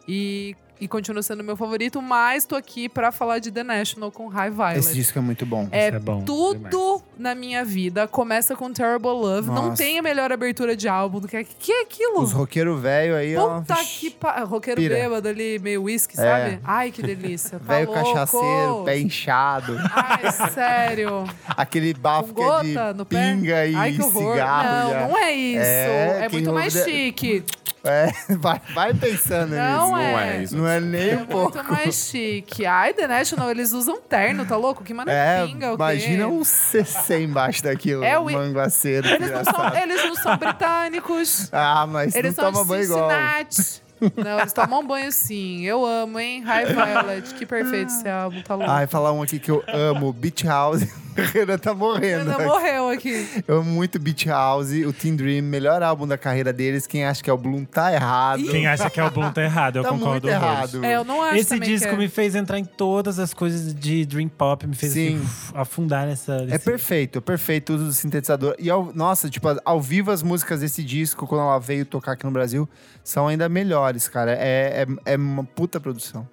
Speaker 2: e, e continua sendo meu favorito, mas tô aqui pra falar de The National com High Violet.
Speaker 1: Esse disco é muito bom.
Speaker 2: É
Speaker 4: Isso bom.
Speaker 2: Tudo na minha vida começa com Terrible Love. Não
Speaker 1: Nossa.
Speaker 2: tem a melhor abertura de álbum do que aqui. Que é aquilo?
Speaker 1: Os roqueiros velho aí, ó.
Speaker 2: Puta que pa... Roqueiro
Speaker 1: pira.
Speaker 2: bêbado ali, meio whisky,
Speaker 1: É.
Speaker 2: sabe? Ai, que delícia. Tá
Speaker 1: Velho
Speaker 2: louco.
Speaker 1: cachaceiro, pé inchado.
Speaker 2: Ai, sério.
Speaker 1: Aquele bafo que é
Speaker 2: gota
Speaker 1: de
Speaker 2: no pé?
Speaker 1: pinga e
Speaker 2: Ai, que horror.
Speaker 1: cigarro.
Speaker 2: não,
Speaker 1: já.
Speaker 2: não é isso.
Speaker 1: É,
Speaker 2: É,
Speaker 1: quem
Speaker 2: muito mais
Speaker 1: ouve-
Speaker 2: chique.
Speaker 1: É, vai, vai pensando
Speaker 2: Não
Speaker 1: nisso.
Speaker 5: Não
Speaker 2: é.
Speaker 5: é isso.
Speaker 1: Não é nem
Speaker 2: É
Speaker 1: um pouco.
Speaker 2: muito mais chique. Ai, The National, eles usam terno, tá louco? Que mano
Speaker 1: É,
Speaker 2: pinga, o quê?
Speaker 1: imagina um CC embaixo daquilo,
Speaker 2: É,
Speaker 1: um
Speaker 2: o i-
Speaker 1: manguaceiro.
Speaker 2: Eles não, são, eles não são britânicos.
Speaker 1: Ah, mas
Speaker 2: Eles
Speaker 1: não
Speaker 2: são
Speaker 1: toma
Speaker 2: de
Speaker 1: banho igual.
Speaker 2: Cincinnati. Não, eles tomam banho sim. Eu amo, hein? High Violet. Que perfeito esse álbum, tá louco.
Speaker 1: Ai, falar um aqui que eu amo, Beach House. O Renan tá morrendo.
Speaker 2: Ainda morreu aqui.
Speaker 1: Eu amo muito Beach House, o Teen Dream, melhor álbum da carreira deles. Quem acha que é o Bloom tá errado.
Speaker 4: Quem acha que é o bom tá errado, eu
Speaker 1: tá muito
Speaker 4: concordo
Speaker 1: errado.
Speaker 2: É, eu não acho
Speaker 4: Esse
Speaker 2: também
Speaker 4: disco
Speaker 2: que é.
Speaker 4: me fez entrar em todas as coisas de Dream Pop, me fez assim,
Speaker 1: Sim.
Speaker 4: uf, afundar nessa.
Speaker 1: É
Speaker 4: nesse-
Speaker 1: perfeito, perfeito o uso do sintetizador. E, ao- nossa, tipo, ao vivo as músicas desse disco, quando ela veio tocar aqui no Brasil, são ainda melhores, cara. É, é, é uma puta produção.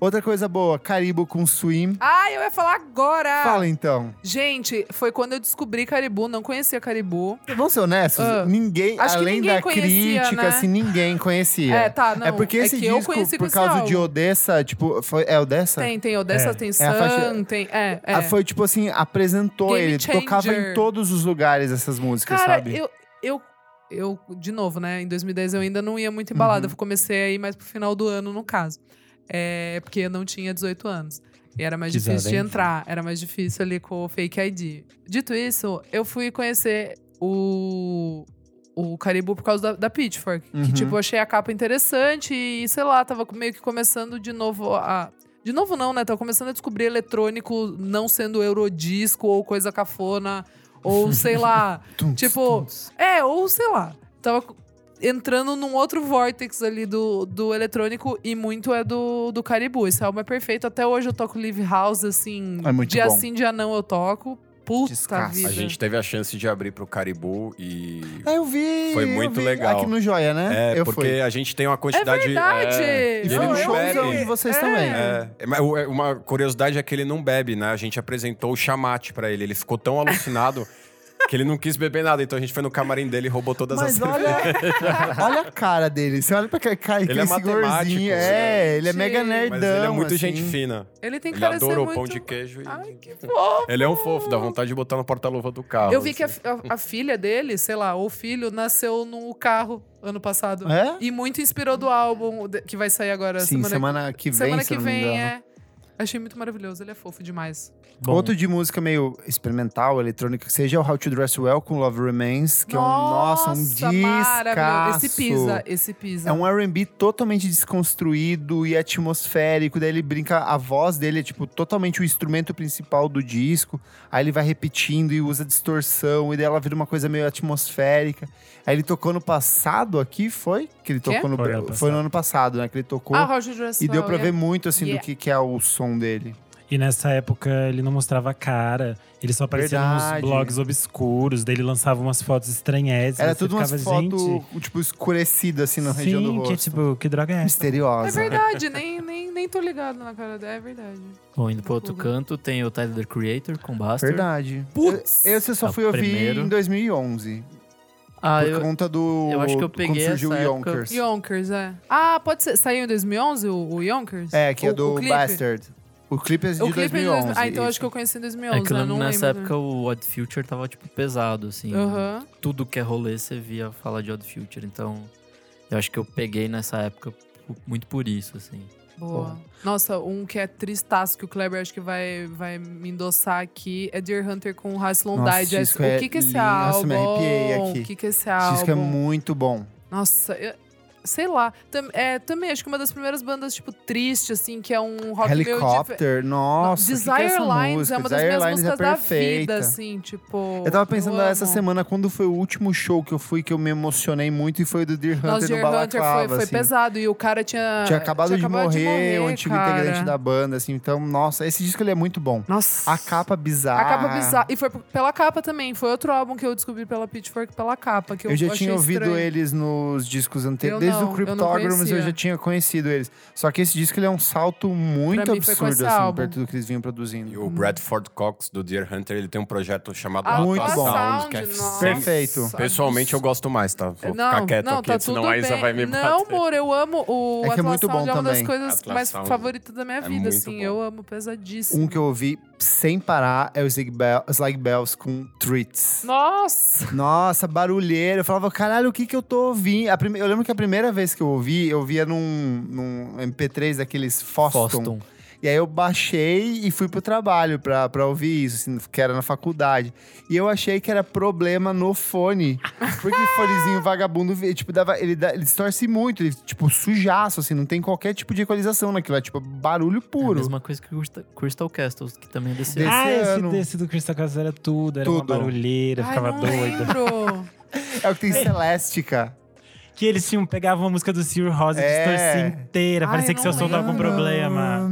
Speaker 1: Outra coisa boa, Caribo com Swim.
Speaker 2: Ah, eu ia falar agora!
Speaker 1: Fala então.
Speaker 2: Gente, foi quando eu descobri Caribu, não conhecia Caribu.
Speaker 1: Vamos ser honestos,
Speaker 2: Ah.
Speaker 1: ninguém,
Speaker 2: Acho que
Speaker 1: além
Speaker 2: ninguém
Speaker 1: da
Speaker 2: conhecia,
Speaker 1: crítica,
Speaker 2: né?
Speaker 1: assim, ninguém conhecia.
Speaker 2: É, tá, não.
Speaker 1: É porque esse
Speaker 2: que eu
Speaker 1: disco,
Speaker 2: conheci com
Speaker 1: por
Speaker 2: esse
Speaker 1: causa de
Speaker 2: álbum.
Speaker 1: Odessa, tipo, foi, é Odessa?
Speaker 2: Tem, tem Odessa,
Speaker 4: É.
Speaker 2: tem
Speaker 1: É a faixa-
Speaker 2: Sun, tem. É, é.
Speaker 1: Ah, Foi tipo assim, apresentou
Speaker 2: Game
Speaker 1: ele,
Speaker 2: changer.
Speaker 1: tocava em todos os lugares essas músicas,
Speaker 2: Cara,
Speaker 1: sabe? Hum.
Speaker 2: eu, eu, eu, de novo, né? Em 2010 eu ainda não ia muito embalada.
Speaker 1: Uhum.
Speaker 2: Eu comecei a ir mais pro final do ano, no caso. É, porque eu não tinha 18 anos. E era mais
Speaker 4: Que
Speaker 2: difícil de
Speaker 4: desavença.
Speaker 2: entrar. Era mais difícil ali com o fake ID. Dito isso, eu fui conhecer o. O Caribu por causa da, da Pitchfork.
Speaker 1: Uhum.
Speaker 2: Que, tipo, eu achei a capa interessante e, sei lá, tava meio que começando de novo a. De novo, não, né? Tava começando a descobrir eletrônico não sendo eurodisco ou coisa cafona. Ou, sei lá,
Speaker 1: Tum,
Speaker 2: Tipo,
Speaker 1: tum.
Speaker 2: é, ou sei lá, tava co- entrando num outro vortex ali do, do eletrônico e muito é do, do Caribu. Esse álbum é perfeito. Até hoje eu toco Live House, assim.
Speaker 1: É muito
Speaker 2: dia
Speaker 1: bom.
Speaker 2: sim, dia não eu toco. Puta
Speaker 1: Descasso.
Speaker 2: vida.
Speaker 5: A gente teve a chance de abrir pro Caribu e.
Speaker 1: Ah, eu vi.
Speaker 5: Foi
Speaker 1: eu
Speaker 5: muito
Speaker 1: vi
Speaker 5: legal.
Speaker 1: Aqui no Joia, né?
Speaker 5: É,
Speaker 1: eu
Speaker 5: porque
Speaker 1: fui.
Speaker 5: a gente tem uma quantidade.
Speaker 2: É verdade!
Speaker 5: É, e ele
Speaker 1: Foi
Speaker 2: Não,
Speaker 5: não
Speaker 1: um
Speaker 2: eu
Speaker 1: showzão
Speaker 2: vi.
Speaker 1: de
Speaker 5: bebe.
Speaker 1: vocês
Speaker 2: É.
Speaker 1: também.
Speaker 5: É, mas o- é, uma curiosidade é que ele não bebe, né? A gente apresentou o chamate pra ele. Ele ficou tão alucinado que ele não quis beber nada. Então a gente foi no camarim dele e roubou todas as
Speaker 1: Mas olha, olha a cara dele. Você olha pra aquele cara,
Speaker 5: Ele é
Speaker 1: esse
Speaker 5: matemático,
Speaker 1: gorzinho.
Speaker 5: né?
Speaker 1: É, ele é mega
Speaker 2: Gente.
Speaker 1: nerdão.
Speaker 5: Mas ele é muito
Speaker 1: assim.
Speaker 5: gente fina.
Speaker 2: Ele tem
Speaker 5: Ele
Speaker 2: cara de ser
Speaker 5: adora o
Speaker 2: muito...
Speaker 5: pão de queijo. e-
Speaker 2: Ai, que fofo!
Speaker 5: Ele é um fofo, dá vontade de botar no porta-luva do carro.
Speaker 2: Eu vi que é a,
Speaker 5: assim.
Speaker 2: fi- a- a filha dele, sei lá, ou o filho, nasceu no carro ano passado.
Speaker 1: É?
Speaker 2: E muito inspirou do álbum de- que vai sair agora
Speaker 1: Sim, semana, que vem,
Speaker 2: Semana
Speaker 1: se
Speaker 2: que
Speaker 1: eu não me
Speaker 2: vem
Speaker 1: engano.
Speaker 2: é. Achei muito maravilhoso, ele é fofo demais.
Speaker 3: Bom,
Speaker 1: Outro de música meio experimental, eletrônica, que seja é o How to Dress Well com Love Remains, que é um, nossa, um discaço.
Speaker 2: maravilhoso. Esse pisa, esse pisa.
Speaker 1: É um R&B totalmente desconstruído e atmosférico. Daí ele brinca, a voz dele é tipo totalmente o instrumento principal do disco. Aí ele vai repetindo e usa distorção e daí ela vira uma coisa meio atmosférica. Aí ele tocou no passado aqui, foi? Que ele
Speaker 2: Quê?
Speaker 1: tocou no
Speaker 4: Foi ano
Speaker 1: foi no ano passado, né? Que ele tocou
Speaker 2: Ah, Roger Dressel.
Speaker 1: e deu pra ver
Speaker 2: yeah.
Speaker 1: muito assim do
Speaker 2: Yeah.
Speaker 1: que, que é o som dele.
Speaker 4: E nessa época ele não mostrava a cara, ele só aparecia
Speaker 1: Verdade.
Speaker 4: nos blogs obscuros, daí ele lançava umas fotos estranhés.
Speaker 1: Era
Speaker 4: e você
Speaker 1: tudo umas
Speaker 4: ficava,
Speaker 1: fotos
Speaker 4: gente,
Speaker 1: tipo escurecidas assim na
Speaker 4: sim,
Speaker 1: região do rosto.
Speaker 4: que tipo, que droga é essa?
Speaker 2: É
Speaker 1: Misteriosa.
Speaker 2: verdade, nem, nem, nem tô ligado na cara dela, é verdade.
Speaker 3: bom, indo pro outro canto, tem o Tyler, the Creator, com Buster.
Speaker 1: Verdade.
Speaker 2: Putz!
Speaker 1: Eu, esse eu
Speaker 3: É
Speaker 1: só
Speaker 3: o
Speaker 1: fui ouvir
Speaker 3: primeiro.
Speaker 1: em 2011.
Speaker 3: Ah,
Speaker 1: por
Speaker 3: eu,
Speaker 1: conta do.
Speaker 3: eu acho que eu peguei
Speaker 1: Quando surgiu
Speaker 3: essa
Speaker 1: o
Speaker 3: época.
Speaker 1: Yonkers.
Speaker 2: Yonkers, é. Ah, pode ser. Saiu em 2011 o, o Yonkers?
Speaker 1: É, que é
Speaker 2: O- o
Speaker 1: do
Speaker 2: clipe?
Speaker 1: Bastard. O clipe é de
Speaker 2: O clipe é de
Speaker 1: 2011.
Speaker 2: Ah, então
Speaker 1: isso.
Speaker 2: acho que eu conheci em 2011.
Speaker 3: é que eu
Speaker 2: né?
Speaker 3: lembro
Speaker 2: Não
Speaker 3: nessa
Speaker 2: lembro.
Speaker 3: época o Odd Future tava, tipo, pesado, assim.
Speaker 2: Aham.
Speaker 3: Tudo que é rolê você via falar de Odd Future, então... Eu acho que eu peguei nessa época pu- muito por isso, assim.
Speaker 2: Boa. Nossa, um que é tristaço que o Kleber acho que vai, vai me endossar aqui é Deer Hunter com Hasselon
Speaker 1: Nossa,
Speaker 2: Digest.
Speaker 1: esse disco
Speaker 2: o
Speaker 1: é
Speaker 2: que que é esse
Speaker 1: lindo. Nossa,
Speaker 2: álbum?
Speaker 1: me arrepiei aqui.
Speaker 2: O que que é esse
Speaker 1: Esse
Speaker 2: álbum?
Speaker 1: disco é muito bom.
Speaker 2: Nossa, eu- sei lá. Tam- é, também acho que uma das primeiras bandas, tipo, triste, assim, que é um rock meio... dif-
Speaker 1: Helicopter, nossa. que que é
Speaker 2: Desire
Speaker 1: essa
Speaker 2: Lines
Speaker 1: música?
Speaker 2: é uma das
Speaker 1: Desire
Speaker 2: minhas
Speaker 1: Lines
Speaker 2: músicas
Speaker 1: é
Speaker 2: da
Speaker 1: perfeita.
Speaker 2: vida, assim, tipo...
Speaker 1: Eu tava pensando
Speaker 2: eu
Speaker 1: essa
Speaker 2: amo.
Speaker 1: semana quando foi o último show que eu fui que eu me emocionei muito e foi o do Deer Hunter
Speaker 2: Nossa,
Speaker 1: no
Speaker 2: Deer Hunter
Speaker 1: Balaclava,
Speaker 2: foi, foi
Speaker 1: assim.
Speaker 2: pesado e o cara tinha...
Speaker 1: Tinha acabado,
Speaker 2: tinha
Speaker 1: de,
Speaker 2: acabado
Speaker 1: morrer, o antigo
Speaker 2: cara.
Speaker 1: integrante da banda, assim. Então, nossa, esse disco ele é muito bom.
Speaker 2: Nossa.
Speaker 1: A capa bizarra.
Speaker 2: A capa bizarra. E foi p- pela capa também. Foi outro álbum que eu descobri pela Pitchfork, pela capa. Que eu,
Speaker 1: Eu já
Speaker 2: achei
Speaker 1: tinha ouvido
Speaker 2: estranho.
Speaker 1: eles nos discos
Speaker 2: Eu
Speaker 1: anteriores. Desde
Speaker 2: não,
Speaker 1: o
Speaker 2: eu não
Speaker 1: Cryptograms eu,
Speaker 2: conhecia.
Speaker 1: já tinha conhecido eles. Só que esse disco ele é um salto muito
Speaker 2: Pra mim foi com
Speaker 1: absurdo,
Speaker 2: esse
Speaker 1: assim,
Speaker 2: álbum.
Speaker 1: perto do que eles vinham
Speaker 5: E
Speaker 1: produzindo.
Speaker 5: o Bradford Cox, do Deer Hunter, ele tem um projeto chamado
Speaker 2: Ah,
Speaker 1: Muito
Speaker 2: Aqua
Speaker 1: bom.
Speaker 2: Sound,
Speaker 5: que é
Speaker 2: nossa.
Speaker 1: Perfeito.
Speaker 5: Pessoalmente, eu gosto mais, tá? Vou ficar quieto
Speaker 2: não,
Speaker 5: aqui,
Speaker 2: tá
Speaker 5: senão
Speaker 2: tudo
Speaker 5: a Isa
Speaker 2: bem.
Speaker 5: vai me bater.
Speaker 2: Não, amor, eu amo o
Speaker 1: É que é
Speaker 2: Atlas
Speaker 1: muito bom
Speaker 2: Sound, é uma das
Speaker 1: também.
Speaker 2: coisas
Speaker 5: Atlas
Speaker 2: mais
Speaker 5: Sound
Speaker 2: favoritas da minha
Speaker 5: é
Speaker 2: vida,
Speaker 5: muito
Speaker 2: assim.
Speaker 5: bom.
Speaker 2: Eu amo, pesadíssimo.
Speaker 1: Um que eu ouvi sem parar é o Zig Bell, Slag Bells com Treats.
Speaker 2: Nossa!
Speaker 1: Nossa, barulheiro. Eu falava, caralho, o que que eu tô ouvindo? A prime- Eu lembro que a primeira vez que eu ouvi, eu via num, num MP3 daqueles Foston.
Speaker 3: Foston.
Speaker 1: E aí eu baixei e fui pro trabalho pra, pra ouvir isso, assim, que era na faculdade. E eu achei que era problema no fone. Porque fonezinho vagabundo, ele, tipo, dava, ele, dá- ele distorce muito, ele, tipo, sujaço, assim, não tem qualquer tipo de equalização naquilo, é tipo barulho
Speaker 3: É a
Speaker 1: puro.
Speaker 3: mesma coisa que o Crystal- Crystal Castles, que também é desse
Speaker 1: Desse-
Speaker 3: ano.
Speaker 4: ah, esse,
Speaker 1: ano.
Speaker 4: desse do Crystal Casas era tudo, era
Speaker 1: Tudo.
Speaker 4: uma barulheira,
Speaker 2: Ai,
Speaker 4: ficava
Speaker 2: não
Speaker 4: doida.
Speaker 2: lembro.
Speaker 1: É o que tem Celestica.
Speaker 4: Que eles tinham, pegavam a música do Sir Rose e
Speaker 1: É.
Speaker 4: distorcia inteira.
Speaker 2: Ai,
Speaker 4: Parecia
Speaker 2: eu
Speaker 4: que seu
Speaker 2: não
Speaker 4: som tava com
Speaker 2: lembro.
Speaker 4: problema.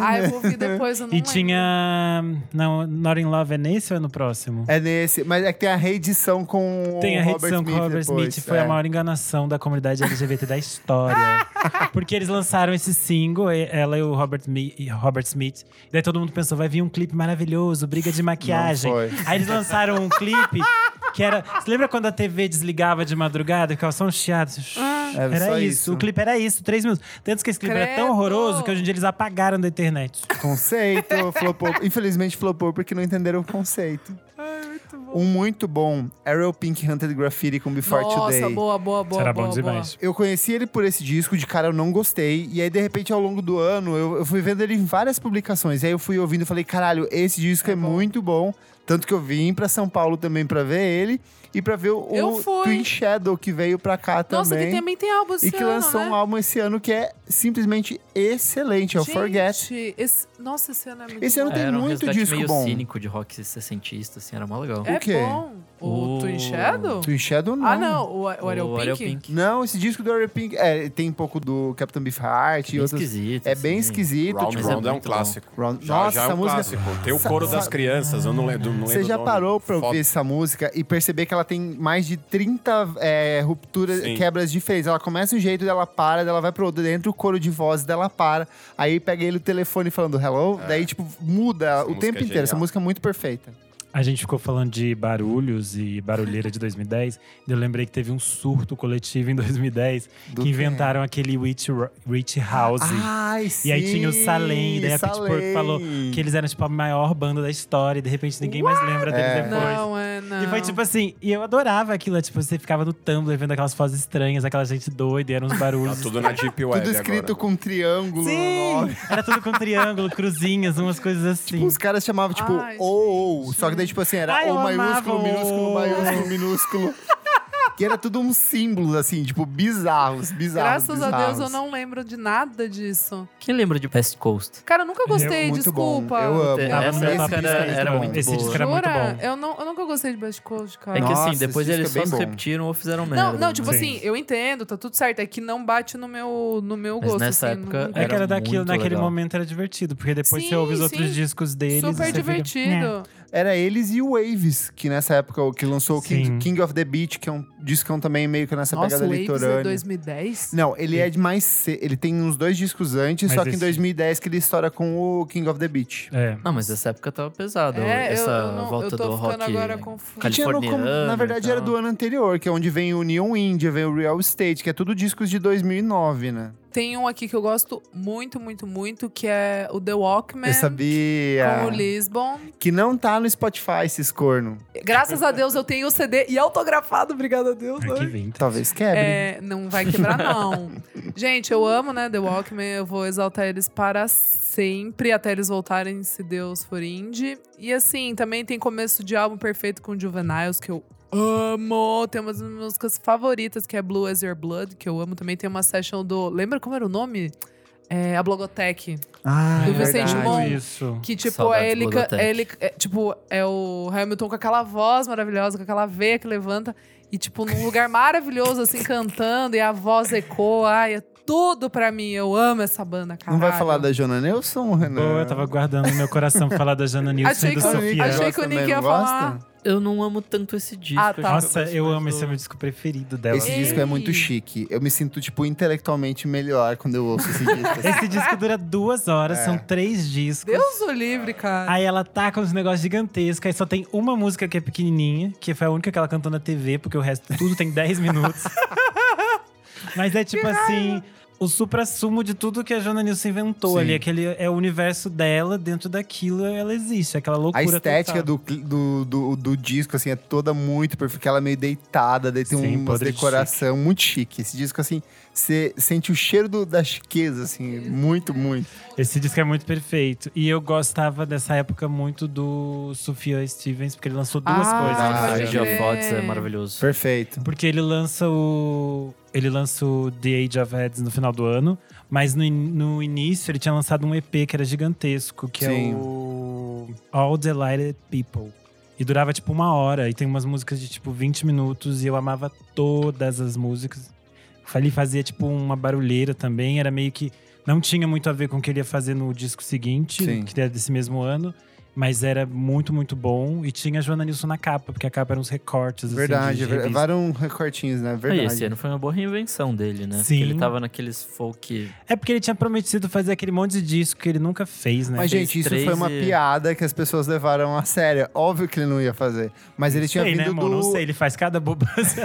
Speaker 2: Ah, eu vou ouvir depois, eu não
Speaker 4: E
Speaker 2: lembro.
Speaker 4: tinha. Não, Not in Love é nesse ou é no próximo?
Speaker 1: É nesse. Mas é que tem a reedição com
Speaker 4: Tem
Speaker 1: o
Speaker 4: a
Speaker 1: Robert
Speaker 4: reedição
Speaker 1: Smith
Speaker 4: com o Robert
Speaker 1: depois,
Speaker 4: Smith, foi
Speaker 1: é.
Speaker 4: a maior enganação da comunidade LGBT da história. Porque eles lançaram esse single, e- ela e o Robert, Mi- e Robert Smith. Daí todo mundo pensou, vai vir um clipe maravilhoso, briga de maquiagem.
Speaker 1: foi.
Speaker 4: Aí eles lançaram um clipe que era. Você lembra quando a TV desligava de madrugada, ficava só um chiado? assim,
Speaker 1: Era
Speaker 4: era
Speaker 1: só
Speaker 4: isso.
Speaker 1: isso.
Speaker 4: o clipe era isso, três minutos. Tanto que esse clipe era tão
Speaker 2: Credo!
Speaker 4: horroroso que hoje em dia eles apagaram da internet.
Speaker 1: Conceito, flopou. Infelizmente flopou porque não entenderam o conceito. Um muito bom, Ariel Pink Hunted Graffiti com Before
Speaker 2: Nossa,
Speaker 1: Today.
Speaker 2: boa, boa, boa.
Speaker 4: Será
Speaker 2: boa,
Speaker 4: bom
Speaker 2: boa.
Speaker 4: demais.
Speaker 1: Eu conheci ele por esse disco, de cara eu não gostei. E aí, de repente, ao longo do ano, eu, eu fui vendo ele em várias publicações. E aí eu fui ouvindo e falei, caralho, esse disco é, muito bom. Tanto que eu vim pra São Paulo também pra ver ele. E pra ver o,
Speaker 2: Eu
Speaker 1: o
Speaker 2: fui.
Speaker 1: Twin Shadow, que veio pra cá
Speaker 2: Nossa,
Speaker 1: também.
Speaker 2: que também tem álbum esse
Speaker 1: e que
Speaker 2: ano,
Speaker 1: lançou
Speaker 2: né?
Speaker 1: um álbum esse ano que é simplesmente excelente, é o
Speaker 2: Gente,
Speaker 1: Forget.
Speaker 2: Esse, nossa, esse ano é muito
Speaker 1: Esse ano
Speaker 2: bom.
Speaker 1: tem
Speaker 3: era um
Speaker 1: muito
Speaker 3: resgate
Speaker 1: disco
Speaker 3: meio
Speaker 1: bom.
Speaker 3: cínico de rock sessentista, assim, era mó legal.
Speaker 1: O quê?
Speaker 2: É bom. O
Speaker 3: O-
Speaker 2: Twin Shadow?
Speaker 1: Twin Shadow não.
Speaker 2: Ah, não. O, o Ariel Pink?
Speaker 1: Não, esse disco do Ariel Pink é, tem um pouco do Captain Beefheart e
Speaker 3: Bem
Speaker 1: outras.
Speaker 3: esquisito.
Speaker 1: É bem
Speaker 3: assim.
Speaker 1: esquisito.
Speaker 5: Round
Speaker 1: tipo,
Speaker 3: Mas é
Speaker 5: Round é, um
Speaker 3: muito bom.
Speaker 5: clássico.
Speaker 1: Round-
Speaker 5: Já,
Speaker 1: Nossa,
Speaker 5: já é
Speaker 1: essa
Speaker 5: um
Speaker 1: música-
Speaker 5: clássico. Tem o coro das crianças, eu não lembro. Não
Speaker 1: Você
Speaker 5: lembro
Speaker 1: já
Speaker 5: o nome.
Speaker 1: parou pra
Speaker 5: é Foda.
Speaker 1: ouvir essa música e perceber que ela tem mais de 30 é, rupturas,
Speaker 5: Sim.
Speaker 1: quebras diferentes. Ela começa de um jeito, dela para, dela vai pro outro, dentro o coro de voz dela para. Aí pega ele o telefone falando hello, daí tipo muda
Speaker 5: É. Essa
Speaker 1: o
Speaker 5: música
Speaker 1: tempo
Speaker 5: é
Speaker 1: inteiro. Essa
Speaker 5: genial.
Speaker 1: música é muito perfeita.
Speaker 4: A gente ficou falando de barulhos e barulheira de 2010. e Eu lembrei que teve um surto coletivo em 2010
Speaker 1: Do
Speaker 4: que
Speaker 1: quê?
Speaker 4: inventaram aquele Witch, Ro- Witch House.
Speaker 1: Ai, sim.
Speaker 4: e aí tinha o Salem, daí a Pitchfork
Speaker 1: Salem.
Speaker 4: falou que eles eram tipo a maior banda da história e de repente ninguém mais lembra deles
Speaker 1: É.
Speaker 4: depois.
Speaker 2: Não, é, não.
Speaker 4: E foi tipo assim, e eu adorava aquilo, tipo, você ficava no Tumblr vendo aquelas fotos estranhas, aquela gente doida, e eram uns
Speaker 5: Tá
Speaker 4: barulhos.
Speaker 5: tudo né? na Deep Web
Speaker 1: Tudo escrito
Speaker 5: agora.
Speaker 1: com triângulo. no
Speaker 4: Sim!
Speaker 1: nome.
Speaker 4: Era tudo com triângulo, cruzinhas, umas coisas assim.
Speaker 1: Tipo, os caras chamavam, tipo,
Speaker 2: Ai,
Speaker 1: ou, ou. Só que daí, tipo assim, era
Speaker 4: Ai,
Speaker 1: ou
Speaker 4: eu
Speaker 1: maiúsculo,
Speaker 4: amava
Speaker 1: minúsculo,
Speaker 4: o.
Speaker 1: maiúsculo, minúsculo. que era tudo uns símbolos, assim, tipo, bizarros, bizarros.
Speaker 2: Graças a Deus eu
Speaker 1: bizarros.
Speaker 2: não lembro de nada disso.
Speaker 3: Quem lembra de West Coast?
Speaker 2: Cara, eu nunca gostei,
Speaker 1: é Muito bom.
Speaker 2: desculpa.
Speaker 1: Eu amo.
Speaker 3: Puta,
Speaker 1: Amo
Speaker 4: essa
Speaker 1: esse
Speaker 4: época
Speaker 1: disco,
Speaker 4: era-
Speaker 1: esse
Speaker 4: era
Speaker 1: disco.
Speaker 3: É, muito
Speaker 4: Esse
Speaker 3: boa.
Speaker 4: disco era muito
Speaker 2: Jura?
Speaker 4: bom.
Speaker 2: Eu, não, eu nunca gostei de Best Coast, cara.
Speaker 3: É que
Speaker 1: Nossa,
Speaker 3: assim, depois
Speaker 1: esse
Speaker 3: eles
Speaker 1: disco é
Speaker 3: só
Speaker 1: bem
Speaker 3: se
Speaker 1: bom.
Speaker 3: repetiram ou fizeram merda. né?
Speaker 2: não, não, tipo
Speaker 4: Sim.
Speaker 2: assim, eu entendo, tá tudo certo. É que não bate no meu, no meu
Speaker 3: Mas
Speaker 2: gosto.
Speaker 3: nessa
Speaker 2: assim,
Speaker 3: época
Speaker 4: É
Speaker 2: não-
Speaker 4: que era
Speaker 3: Era
Speaker 4: daquele,
Speaker 3: muito
Speaker 4: naquele
Speaker 3: legal.
Speaker 4: momento era divertido, porque depois
Speaker 2: Sim,
Speaker 4: você ouve os outros
Speaker 2: sim.
Speaker 4: discos deles. e
Speaker 2: super
Speaker 4: você fica, "Né".
Speaker 2: divertido.
Speaker 1: Era eles e o Waves, que nessa época o que lançou o King,
Speaker 4: Sim.
Speaker 1: King of the Beach, que é um discão também meio que nessa
Speaker 2: Nossa,
Speaker 1: pegada
Speaker 2: o Waves é
Speaker 1: litorânea.
Speaker 2: 2010?
Speaker 1: Não, ele é de mais. ce- Ele tem uns dois discos antes,
Speaker 4: Mas
Speaker 1: só que em
Speaker 4: esse-
Speaker 1: 2010 que ele estoura com o King of the Beach.
Speaker 4: É.
Speaker 3: Não, mas essa época tava pesada.
Speaker 2: É, eu-
Speaker 3: essa
Speaker 2: eu não- eu tô
Speaker 3: volta
Speaker 2: ficando
Speaker 3: do rock.
Speaker 2: agora confusa.
Speaker 1: Que tinha no com-
Speaker 3: californiano
Speaker 1: na verdade,
Speaker 3: e
Speaker 1: era
Speaker 3: tal.
Speaker 1: do ano anterior, que é onde vem o Neon India, vem o Real Estate, que é tudo discos de 2009, né?
Speaker 2: Tem um aqui que eu gosto muito, muito, muito, que é o The Walkman
Speaker 1: Eu sabia.
Speaker 2: com o Lisbon.
Speaker 1: Que não tá no Spotify esse escorno.
Speaker 2: Graças a Deus eu tenho o CD e autografado, obrigado a Deus.
Speaker 4: Ai,
Speaker 2: né?
Speaker 4: que vintage.
Speaker 1: Talvez quebre.
Speaker 2: É, não vai quebrar, não. Gente, eu amo, né, The Walkman. Eu vou exaltar eles para sempre, até eles voltarem, se Deus for indie. E assim, também tem começo de álbum perfeito com Juveniles, que eu amo. Tem uma das minhas músicas favoritas, que é Blue As Your Blood, que eu amo. Também tem uma session do... Lembra como era o nome? É, a Blogotech.
Speaker 1: Ah,
Speaker 2: Do
Speaker 1: é
Speaker 2: Vicente
Speaker 1: verdade.
Speaker 2: Mon.
Speaker 4: Isso.
Speaker 2: Que, tipo,
Speaker 3: Saudades
Speaker 2: é ele, ca-
Speaker 3: Logotech.
Speaker 2: é ele é, tipo, é o Hamilton com aquela voz maravilhosa, com aquela veia que levanta. E, tipo, num lugar maravilhoso, assim, cantando. E a voz ecoa. Ai, é tudo pra mim. Eu amo essa banda, cara.
Speaker 1: Não vai falar da Jona Nelson, Renan?
Speaker 4: Boa, eu tava guardando no meu coração falar da Jana Nilsson
Speaker 2: Achei
Speaker 4: e
Speaker 2: que-
Speaker 4: do Sofia.
Speaker 2: achei
Speaker 1: Gosta
Speaker 2: que o Nick
Speaker 1: mesmo,
Speaker 2: ia falar.
Speaker 1: gosta?
Speaker 3: Eu não amo tanto esse disco.
Speaker 2: Ah,
Speaker 3: acho
Speaker 2: tá.
Speaker 3: que
Speaker 4: Nossa, eu
Speaker 3: gosto
Speaker 4: amo,
Speaker 3: mais
Speaker 4: esse é
Speaker 3: do-
Speaker 4: meu disco preferido dela.
Speaker 1: Esse
Speaker 2: Ei.
Speaker 1: disco é muito chique. Eu me sinto, tipo, intelectualmente melhor quando eu ouço esse disco. assim.
Speaker 4: Esse disco dura duas horas, são três discos.
Speaker 2: Deus o livre, cara.
Speaker 4: Aí ela tá com uns negócios gigantescos, aí só tem uma música que é pequenininha, que foi a única que ela cantou na TV, porque o resto tudo tem 10 minutos. Mas é tipo assim, o supra-sumo de tudo que a Jona Nilson inventou
Speaker 1: Sim.
Speaker 4: ali. Aquele, é o universo dela, dentro daquilo ela existe, aquela loucura
Speaker 1: A estética do,
Speaker 4: total.
Speaker 1: cli- do, do, do disco, assim, é toda muito perfeita. Porque ela é meio deitada, daí tem
Speaker 4: Sim,
Speaker 1: umas
Speaker 4: podre de
Speaker 1: decoração muito chique. Esse disco, assim, você sente o cheiro do- da chiqueza, assim, muito, muito.
Speaker 4: Esse disco é muito perfeito. E eu gostava dessa época muito do Sofia Stevens, porque ele lançou duas
Speaker 2: Ah,
Speaker 4: coisas.
Speaker 3: Ah,
Speaker 1: pode
Speaker 3: Age of
Speaker 2: crer.
Speaker 3: Odds é maravilhoso.
Speaker 1: Perfeito.
Speaker 4: Porque ele lança o. Ele lança o The Age of Heads no final do ano, mas no, in- no início ele tinha lançado um EP que era gigantesco, que
Speaker 1: Sim.
Speaker 4: é o All Delighted People. E durava tipo uma hora. E tem umas músicas de tipo 20 minutos e eu amava todas as músicas. Ele fazia tipo uma barulheira também. Era meio que. Não tinha muito a ver com o que ele ia fazer no disco seguinte,
Speaker 1: Sim.
Speaker 4: que era desse mesmo ano. Mas era muito, muito bom. E tinha a Joana Nilson na capa, porque a capa eram uns recortes. assim,
Speaker 1: Verdade,
Speaker 4: de
Speaker 1: é ver-
Speaker 4: revista.
Speaker 1: vários recortinhos, né?
Speaker 3: Ah, e
Speaker 1: Verdade.
Speaker 3: esse ano foi uma boa reinvenção dele, né? Porque
Speaker 4: Sim.
Speaker 3: Ele tava naqueles folk.
Speaker 4: É porque ele tinha prometido fazer aquele monte de disco que ele nunca fez, né?
Speaker 1: Mas,
Speaker 3: Fez
Speaker 1: gente, isso
Speaker 3: três
Speaker 1: foi uma
Speaker 3: e-
Speaker 1: piada que as pessoas levaram a sério. Óbvio que ele não ia fazer. Mas ele tinha
Speaker 4: sei, né,
Speaker 1: vindo
Speaker 4: amor? Não
Speaker 1: do.
Speaker 4: sei, ele faz cada bobagem.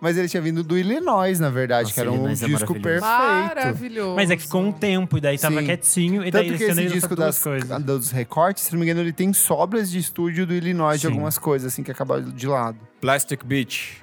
Speaker 1: Mas ele tinha vindo do Illinois, na verdade,
Speaker 3: Nossa,
Speaker 1: que era um
Speaker 3: Illinois é
Speaker 1: disco
Speaker 3: maravilhoso.
Speaker 1: perfeito.
Speaker 2: Maravilhoso.
Speaker 4: Mas é que ficou um tempo, e daí tava
Speaker 1: Sim.
Speaker 4: quietinho, e daí
Speaker 1: Tanto que
Speaker 4: esse ano
Speaker 1: esse
Speaker 4: ele
Speaker 1: disco
Speaker 4: lançou duas
Speaker 1: das,
Speaker 4: coisas.
Speaker 1: dos recortes, se não me engano, ele tem sobras de estúdio do Illinois de
Speaker 4: Sim.
Speaker 1: algumas coisas, assim, que acabaram de lado.
Speaker 5: Plastic Beach.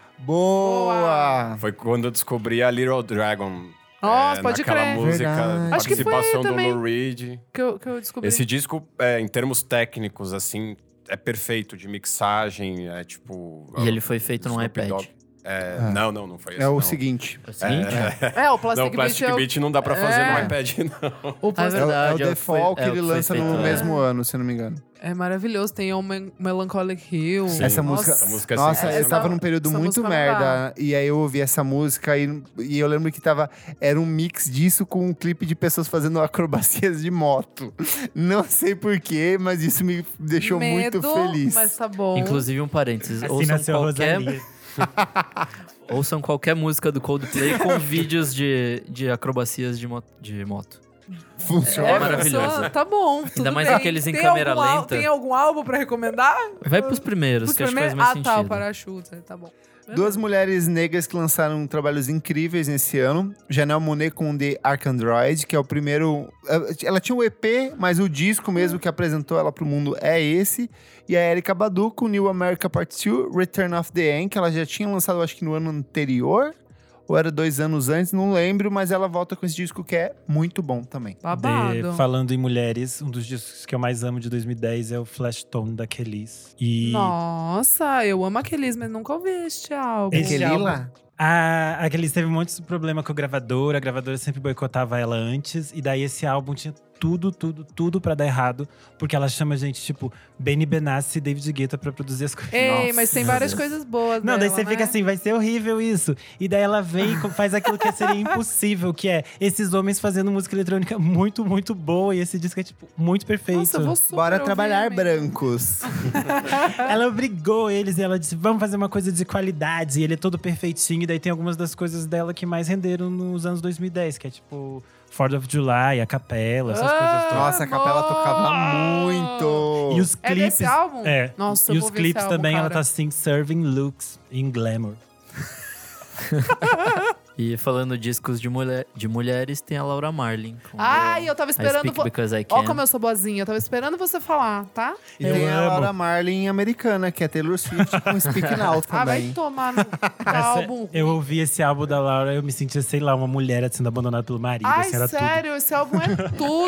Speaker 1: Boa!
Speaker 5: Foi quando eu descobri a Little Dragon.
Speaker 2: Nossa,
Speaker 5: é,
Speaker 2: pode
Speaker 5: naquela
Speaker 2: crer.
Speaker 5: música,
Speaker 1: Verdade.
Speaker 2: Acho que foi
Speaker 5: participação do
Speaker 2: também.
Speaker 5: Lou Reed.
Speaker 2: Que eu, que eu descobri.
Speaker 5: Esse disco, é, em termos técnicos, assim, é perfeito de mixagem, é tipo.
Speaker 3: E ele foi feito num
Speaker 5: Snoop
Speaker 3: iPad.
Speaker 5: Dogg. É,
Speaker 1: É.
Speaker 5: Não, não, não foi esse.
Speaker 1: É o
Speaker 5: não.
Speaker 1: seguinte.
Speaker 3: É o seguinte?
Speaker 2: É, o Plastic,
Speaker 5: Não, o Plastic
Speaker 2: Beach é o...
Speaker 5: Beach não dá pra fazer
Speaker 2: É.
Speaker 5: no iPad, não.
Speaker 2: o
Speaker 3: Ah, é
Speaker 1: É,
Speaker 2: Plastic-
Speaker 1: o- é o
Speaker 3: verdade. é o que foi-
Speaker 1: default
Speaker 3: é
Speaker 1: que
Speaker 3: o
Speaker 1: ele
Speaker 3: que foi
Speaker 1: lança
Speaker 3: feito,
Speaker 1: no
Speaker 3: né?
Speaker 1: mesmo ano, se não me engano.
Speaker 2: é maravilhoso. Tem o Men- Melancholic Hill.
Speaker 5: Sim.
Speaker 1: Essa
Speaker 2: Nossa.
Speaker 1: música,
Speaker 5: Essa música é
Speaker 1: nossa, eu
Speaker 5: sensacional.
Speaker 1: tava num período
Speaker 2: Essa
Speaker 1: muito
Speaker 2: música é
Speaker 1: merda. E aí eu ouvi essa música e, e eu lembro que tava. Era um mix disso com um clipe de pessoas fazendo acrobacias de moto. Não sei porquê, mas isso me deixou
Speaker 2: Medo,
Speaker 1: muito feliz.
Speaker 2: mas tá bom.
Speaker 3: Inclusive, um parênteses.
Speaker 4: Assim
Speaker 3: ouçam,
Speaker 4: nasceu a
Speaker 3: qualquer,
Speaker 4: Rosalia.
Speaker 3: ouçam qualquer música do Coldplay com vídeos de, de acrobacias de, mo- de moto.
Speaker 1: Funciona.
Speaker 2: É,
Speaker 3: maravilhoso.
Speaker 2: funciona, Tá bom. Tudo
Speaker 3: mais
Speaker 2: bem.
Speaker 3: aqueles em
Speaker 2: Tem
Speaker 3: câmera
Speaker 2: algum al-
Speaker 3: lenta.
Speaker 2: Tem algum álbum pra recomendar?
Speaker 3: Vai pros primeiros,
Speaker 2: Os
Speaker 3: que acho que faz
Speaker 2: primeiros?
Speaker 3: mais
Speaker 2: Ah,
Speaker 3: sentido.
Speaker 2: tá, o Parachuta. Tá bom.
Speaker 1: Duas mulheres negras que lançaram trabalhos incríveis nesse ano. Janelle Monet com The Ark Android, que é o primeiro. Ela tinha um EP, mas o disco mesmo que apresentou ela pro mundo é esse. E a Erika Badu com New America Part 2, Return of the End, que ela já tinha lançado, acho que no ano anterior. Ou era dois anos antes, não lembro, mas ela volta com esse disco que é muito bom também.
Speaker 4: De-
Speaker 2: Babado.
Speaker 4: falando em mulheres, um dos discos que eu mais amo de 2010 é o Flash Tone da Kelis. E
Speaker 2: Nossa, eu amo aqueles, mas nunca ouvi este álbum.
Speaker 4: Esse
Speaker 1: Aquele
Speaker 4: álbum-
Speaker 1: lá?
Speaker 4: a, a Kelis teve um monte de problema com a gravadora, a gravadora sempre boicotava ela antes. E daí esse álbum tinha tudo, tudo, tudo pra dar errado. Porque ela chama gente tipo Benny Benassi e David Guetta pra produzir as coisas.
Speaker 2: Ei,
Speaker 3: Nossa,
Speaker 2: mas tem
Speaker 3: meu
Speaker 2: várias
Speaker 3: Deus.
Speaker 2: coisas boas
Speaker 4: Não, daí
Speaker 2: nela,
Speaker 4: você
Speaker 2: né?
Speaker 4: fica assim, vai ser horrível isso. E daí ela vem e co- faz aquilo que seria impossível, que é esses homens fazendo música eletrônica muito, muito boa. E esse disco é, tipo, muito perfeito.
Speaker 2: Nossa, eu vou super
Speaker 1: Bora
Speaker 2: ouvir,
Speaker 1: trabalhar,
Speaker 2: amiga.
Speaker 1: brancos.
Speaker 2: é
Speaker 4: Ela obrigou eles e ela disse: vamos fazer uma coisa de qualidade. E ele é todo perfeitinho. E daí tem algumas das coisas dela que mais renderam nos anos 2010, que é tipo Fourth of July, a capela,
Speaker 2: Ah!
Speaker 4: essas coisas todas.
Speaker 1: Nossa, a capela
Speaker 2: Amor!
Speaker 1: tocava muito.
Speaker 4: E os
Speaker 2: É
Speaker 4: clipes.
Speaker 2: desse álbum?
Speaker 4: É.
Speaker 2: Nossa, eu
Speaker 4: e
Speaker 2: vou
Speaker 4: os
Speaker 2: ver
Speaker 4: clipes
Speaker 2: esse álbum,
Speaker 4: também, ela
Speaker 2: cara.
Speaker 4: tá assim, serving looks in glamour.
Speaker 3: E falando discos de, mulher, de mulheres, tem a Laura Marlin. com
Speaker 2: Ai, eu tava
Speaker 3: I
Speaker 2: esperando.
Speaker 3: Speak
Speaker 2: vo-
Speaker 3: Because I Can.
Speaker 2: Ó, como é eu sou boazinha, eu tava esperando você falar, tá?
Speaker 1: E
Speaker 4: Eu
Speaker 1: tem a
Speaker 4: amo.
Speaker 1: Laura Marlin americana, que é Taylor Swift com Speak Now
Speaker 2: Ah, vai
Speaker 1: também.
Speaker 2: tomar no tá
Speaker 4: Essa- é
Speaker 2: álbum.
Speaker 4: Eu ouvi esse álbum da Laura, eu me sentia, sei lá, uma mulher sendo abandonada pelo marido.
Speaker 2: Ai,
Speaker 4: assim, era
Speaker 2: sério, esse álbum é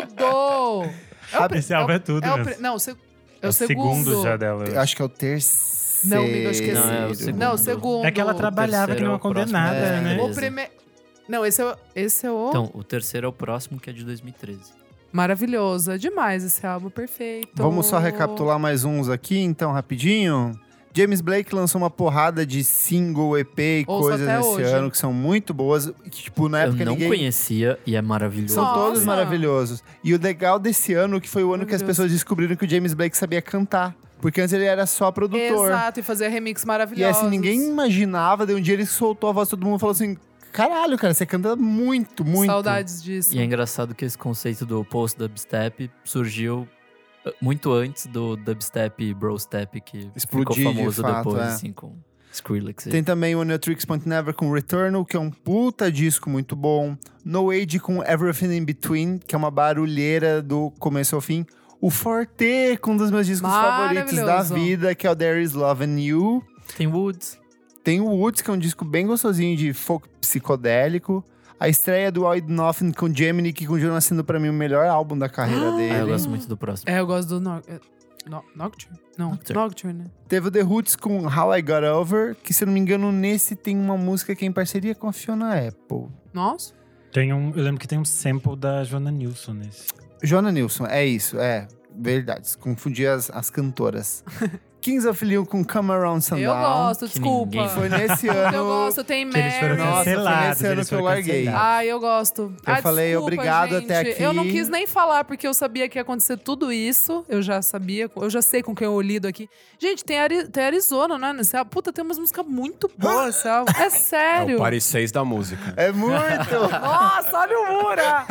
Speaker 2: tudo! É o
Speaker 4: tudo.
Speaker 2: pri-
Speaker 4: Esse álbum é
Speaker 2: o-
Speaker 4: tudo.
Speaker 2: é o
Speaker 4: mesmo.
Speaker 2: pri- Não, o se- é
Speaker 4: É
Speaker 2: o segundo.
Speaker 4: já dela.
Speaker 1: Eu Acho que é o terceiro.
Speaker 2: Não, amigo, eu esqueci.
Speaker 3: Não, é o segundo.
Speaker 2: Não, o segundo.
Speaker 4: É que ela trabalhava que
Speaker 3: terceiro
Speaker 4: não
Speaker 3: é o próximo
Speaker 4: condenada,
Speaker 3: de
Speaker 1: né?
Speaker 2: O
Speaker 3: 2013.
Speaker 2: primeiro. Não, esse é o. Esse é o...
Speaker 3: Então, o terceiro é o próximo, que é de 2013.
Speaker 2: Maravilhoso. É demais esse álbum, perfeito.
Speaker 1: Vamos só recapitular mais uns aqui, então, rapidinho. James Blake lançou uma porrada de single, EP e
Speaker 2: Ouço
Speaker 1: coisas
Speaker 2: até
Speaker 1: nesse
Speaker 2: hoje.
Speaker 1: ano que são muito boas. Que, tipo, na
Speaker 3: eu
Speaker 1: época
Speaker 3: não
Speaker 1: ninguém.
Speaker 3: conhecia e é maravilhoso.
Speaker 1: São
Speaker 2: Nossa.
Speaker 1: todos maravilhosos. E o legal desse ano que foi o ano
Speaker 2: Meu
Speaker 1: que as
Speaker 2: Deus.
Speaker 1: pessoas descobriram que o James Blake sabia cantar. Porque antes ele era só produtor.
Speaker 2: Exato, e fazer remix
Speaker 1: E
Speaker 2: maravilhoso.
Speaker 1: assim, ninguém imaginava. De um dia ele soltou a voz, todo mundo falou assim: caralho, cara, você canta muito, muito.
Speaker 2: Saudades disso.
Speaker 3: E é engraçado que esse conceito do post dubstep surgiu eh, muito antes do dubstep e brostep que
Speaker 1: Explodir, de
Speaker 3: ficou famoso
Speaker 1: fato,
Speaker 3: depois,
Speaker 1: é.
Speaker 3: assim, com Skrillex. e-
Speaker 1: Tem também o Neotrix Point Never com Returnal, que é um puta disco muito bom. No Age com Everything in Between, que é uma barulheira do começo ao fim. O Forte com um dos meus discos favoritos da
Speaker 2: Maravilhoso.
Speaker 1: vida, que é o There Is Love in You.
Speaker 3: Tem Woods.
Speaker 1: Tem o Woods, que é um disco bem gostosinho de folk psicodélico. A estreia do Wide Nothing com Gemini, que continua sendo pra mim o melhor álbum da carreira
Speaker 2: Ah,
Speaker 1: dele.
Speaker 3: Ah, eu gosto muito do próximo.
Speaker 2: É, eu gosto do Noct... No... Nocturne? Não,
Speaker 3: Nocturne.
Speaker 2: Nocturne. né?
Speaker 1: Teve o The Roots com How I Got Over, que se eu não me engano, nesse tem uma música que é em parceria com a Fiona Apple.
Speaker 2: Nossa.
Speaker 4: Tem um, eu lembro que tem um sample da Joana Nilsson nesse.
Speaker 1: Joana Nilson, é isso, é. Verdade, confundi as, as cantoras. Kings of Leon com Come Around Sundown.
Speaker 2: Eu gosto,
Speaker 3: Que
Speaker 2: desculpa.
Speaker 3: ninguém-
Speaker 1: Foi nesse ano.
Speaker 2: Eu gosto, tem
Speaker 4: Então Que eles foram
Speaker 2: Mary.
Speaker 1: Nossa, foi
Speaker 4: cancelados.
Speaker 1: nesse ano
Speaker 4: eles
Speaker 1: que eu
Speaker 4: foram
Speaker 1: larguei.
Speaker 4: cancelados.
Speaker 2: Ai, eu gosto.
Speaker 1: Eu
Speaker 2: Ah,
Speaker 1: falei
Speaker 2: desculpa,
Speaker 1: obrigado
Speaker 2: gente.
Speaker 1: até aqui.
Speaker 2: Eu não quis nem falar, porque eu sabia que ia acontecer tudo isso. Eu já sabia, eu já sei com quem eu lido aqui. Gente, tem, Ari, tem Arizona, né? Nesse álbum. Puta, tem umas músicas muito boas, nesse
Speaker 1: Ah!
Speaker 2: álbum. É
Speaker 5: É o
Speaker 2: sério.
Speaker 5: Paris 6 da música.
Speaker 1: É muito!
Speaker 2: Nossa, olha o Mura!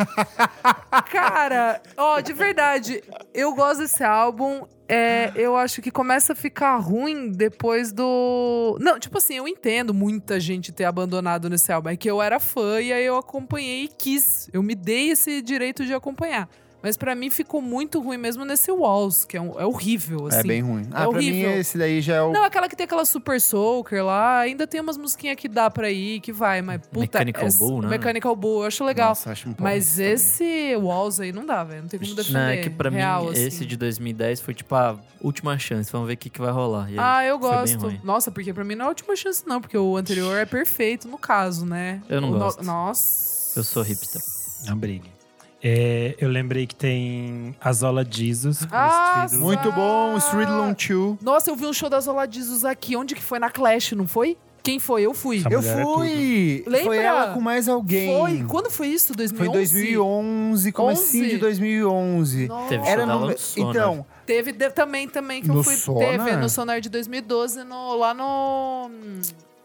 Speaker 2: Cara, ó, de verdade, eu gosto desse álbum. É, eu acho que começa a ficar ruim depois do. Não, tipo assim, eu entendo muita gente ter abandonado nesse álbum. É que eu era fã e aí eu acompanhei e quis. Eu me dei esse direito de acompanhar. Mas pra mim ficou muito ruim mesmo nesse Walls, que é, um- é horrível, assim.
Speaker 1: É bem ruim. Ah, pra mim
Speaker 2: horrível.
Speaker 1: esse daí já é o.
Speaker 2: Não, aquela que tem aquela Super Soaker lá, ainda tem umas musiquinhas que dá pra ir, que vai, mas puta.
Speaker 3: Mechanical
Speaker 2: essa-
Speaker 3: Bull, né?
Speaker 2: Mechanical Bull, eu acho legal.
Speaker 1: Nossa, acho um pouco isso
Speaker 2: Mas
Speaker 1: também.
Speaker 2: esse Walls aí não dá, velho. Não tem como defender.
Speaker 3: Não, é que pra
Speaker 2: Real,
Speaker 3: mim,
Speaker 2: assim.
Speaker 3: esse de 2010 foi tipo a última chance. Vamos ver o que, que vai rolar. E aí,
Speaker 2: Ah, eu
Speaker 3: foi bem
Speaker 2: gosto.
Speaker 3: ruim.
Speaker 2: Nossa, porque pra mim não é a última chance, não. Porque o anterior é perfeito, no caso, né?
Speaker 3: Eu não
Speaker 2: O no-
Speaker 3: gosto.
Speaker 2: Nossa.
Speaker 3: Eu sou hipster.
Speaker 2: Ah.
Speaker 4: Não brigue. É, eu lembrei que tem Azola Jesus. com
Speaker 2: Ah,
Speaker 4: Street Lou-
Speaker 1: Muito bom, Street Long 2.
Speaker 2: Nossa, eu vi um show das Oladizos aqui. Onde que foi? Na Clash, não foi? Quem foi? Eu fui.
Speaker 4: Essa
Speaker 1: Eu
Speaker 4: mulher é
Speaker 1: fui!
Speaker 2: tudo.
Speaker 1: Foi
Speaker 2: Lembra?
Speaker 1: ela com mais alguém.
Speaker 2: Foi? Quando foi isso?
Speaker 1: Foi
Speaker 2: 2011?
Speaker 1: em 2011, comecinho de 2011.
Speaker 2: Nossa.
Speaker 3: Teve
Speaker 1: Era
Speaker 3: show dela
Speaker 1: no...
Speaker 3: no Sonar.
Speaker 1: Então,
Speaker 2: Teve de- também, também que
Speaker 1: No
Speaker 2: eu fui.
Speaker 1: Sonar?
Speaker 2: Teve no Sonar de 2012, no, lá no.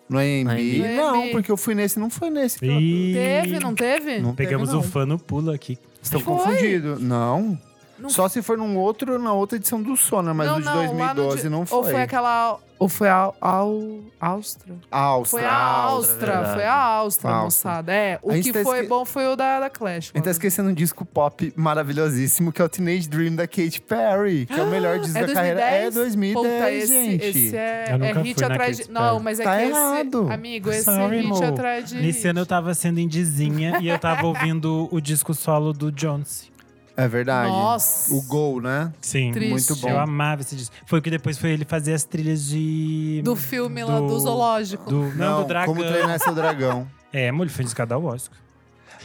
Speaker 1: no AMB?
Speaker 2: AMB.
Speaker 1: Não, porque eu fui nesse, não foi nesse. que eu-
Speaker 4: Ih,
Speaker 2: Teve, não teve?
Speaker 1: Não teve,
Speaker 4: Pegamos
Speaker 1: não.
Speaker 4: o fã no pulo aqui.
Speaker 1: Estou
Speaker 2: Foi?
Speaker 1: confundido. Não.
Speaker 2: Não-
Speaker 1: Só se for num outro, na outra edição do Sona, mas
Speaker 2: Não,
Speaker 1: no de
Speaker 2: não, lá no
Speaker 1: 2012
Speaker 2: de-
Speaker 1: não
Speaker 2: Ou foi
Speaker 1: foi.
Speaker 2: aquela. Ou foi a, ao, Áustria?
Speaker 1: A
Speaker 2: Foi
Speaker 1: Áustria.
Speaker 2: a
Speaker 3: Áustria,
Speaker 2: Áustria,
Speaker 4: é
Speaker 3: verdade.
Speaker 2: foi a Áustria,
Speaker 1: A Áustria.
Speaker 2: moçada. É, o
Speaker 1: A gente
Speaker 2: que
Speaker 1: tá
Speaker 2: foi
Speaker 1: esque-
Speaker 2: bom foi o da, da Clash.
Speaker 1: A gente tá
Speaker 2: mano.
Speaker 1: esquecendo um disco pop maravilhosíssimo, que é o Teenage Dream da Katy Perry, que é o melhor disco
Speaker 2: É
Speaker 1: da carreira. É 2010,
Speaker 2: Puta, esse,
Speaker 1: gente.
Speaker 2: esse é,
Speaker 4: Eu
Speaker 2: é
Speaker 4: nunca
Speaker 2: hit
Speaker 4: fui na
Speaker 2: atrás de.
Speaker 4: Katy
Speaker 2: Não,
Speaker 4: Perry.
Speaker 2: mas é
Speaker 1: Tá
Speaker 2: que
Speaker 1: errado.
Speaker 2: esse. Amigo, esse
Speaker 4: Sorry,
Speaker 2: hit
Speaker 4: amor. tá
Speaker 2: atrás de.
Speaker 4: Nesse ano eu tava sendo indizinha e eu tava ouvindo o disco solo do Jones.
Speaker 1: É verdade.
Speaker 2: Nossa.
Speaker 1: O Gol, né?
Speaker 4: Sim,
Speaker 2: Triste.
Speaker 1: Muito bom.
Speaker 4: eu amava esse disco. Foi o que depois foi ele fazer as trilhas de...
Speaker 2: Do filme lá do
Speaker 4: do-
Speaker 2: Zoológico.
Speaker 4: do- não, do Dragão.
Speaker 1: Como Treinar Seu Dragão.
Speaker 4: É, mulher, foi indicado ao Oscar.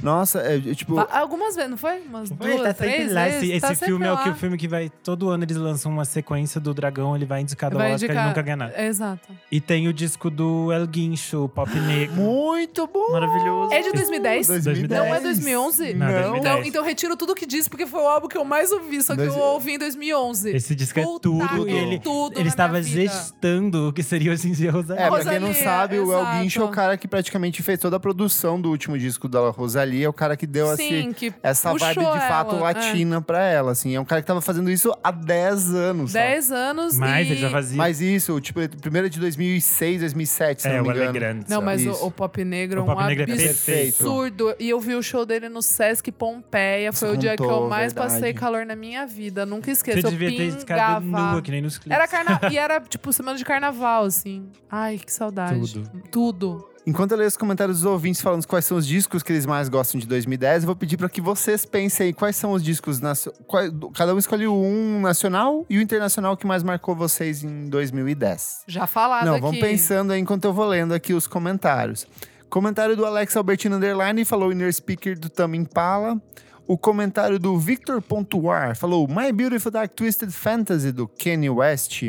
Speaker 1: Nossa, é, é, tipo...
Speaker 2: Va- Algumas vezes, não foi? Umas duas,
Speaker 4: Ele tá sempre
Speaker 2: três
Speaker 4: lá.
Speaker 2: vezes.
Speaker 4: Esse,
Speaker 2: tá
Speaker 4: esse filme
Speaker 2: sempre
Speaker 4: é o, que,
Speaker 2: lá.
Speaker 4: o filme que vai. Todo ano eles lançam uma sequência do dragão, ele vai indicado
Speaker 2: Vai
Speaker 4: ao Oscar
Speaker 2: indicar-
Speaker 4: e nunca ganha nada.
Speaker 2: Exato.
Speaker 4: E tem o disco do El Guincho, o Pop Negro.
Speaker 1: Muito bom!
Speaker 4: Maravilhoso.
Speaker 2: É de 2010? Não é 2011?
Speaker 4: Não,
Speaker 1: Não.
Speaker 4: 2010.
Speaker 2: Então, então retiro tudo que disse, porque foi o álbum que eu mais ouvi, só que
Speaker 1: Dois-
Speaker 2: eu ouvi em 2011.
Speaker 4: Esse disco é
Speaker 2: Puta
Speaker 4: tudo.
Speaker 2: que
Speaker 4: E ele,
Speaker 2: tudo na
Speaker 4: ele estava
Speaker 2: minha vida.
Speaker 4: gestando o que seria hoje em dia Rosalia.
Speaker 1: É, pra
Speaker 2: Rosalia,
Speaker 1: quem não sabe, o El
Speaker 2: exato.
Speaker 1: Guincho é o cara que praticamente fez toda a produção do último disco da Rosalia, é o cara que deu
Speaker 2: Sim,
Speaker 1: esse-
Speaker 2: que
Speaker 1: essa
Speaker 2: puxou
Speaker 1: vibe de fato
Speaker 2: ela, é.
Speaker 1: latina pra ela, assim. É um cara que tava fazendo isso há 10 anos, sabe?
Speaker 2: 10 anos
Speaker 4: Mas
Speaker 2: e...
Speaker 4: ele já fazia.
Speaker 1: Mas isso, tipo, o primeiro é de 2006, 2007, se
Speaker 4: é,
Speaker 1: não
Speaker 4: o
Speaker 1: me
Speaker 4: Ale
Speaker 1: engano.
Speaker 4: Grande.
Speaker 2: Não, mas o,
Speaker 1: Isso.
Speaker 2: o Pop Negro é
Speaker 4: O Pop
Speaker 2: um
Speaker 4: Negro é
Speaker 1: perfeito.
Speaker 2: absurdo. E eu vi o show dele no Sesc Pompeia. Foi o dia que eu
Speaker 1: Contou,
Speaker 2: mais
Speaker 1: verdade.
Speaker 2: passei calor na minha vida. Nunca esqueço.
Speaker 4: Você
Speaker 2: eu
Speaker 4: devia ter
Speaker 2: pingava.
Speaker 4: indicado nua, que nem nos clipes.
Speaker 2: Era carna... E era, tipo, semana de carnaval, assim. Ai, que saudade.
Speaker 4: Tudo.
Speaker 2: Tudo.
Speaker 1: Enquanto eu leio os comentários dos ouvintes falando quais são os discos que eles mais gostam de 2010, eu vou pedir pra que vocês pensem aí quais são os discos. nacio- quais- Cada um escolhe um nacional e o internacional que mais marcou vocês em 2010.
Speaker 2: Já falado
Speaker 1: Não,
Speaker 2: aqui.
Speaker 1: vamos pensando aí enquanto eu vou lendo aqui os comentários. Comentário do Alex Albertino Underline falou Inner Speaker do Tame Impala. O comentário do Victor.war falou My Beautiful Dark Twisted Fantasy do Kanye West.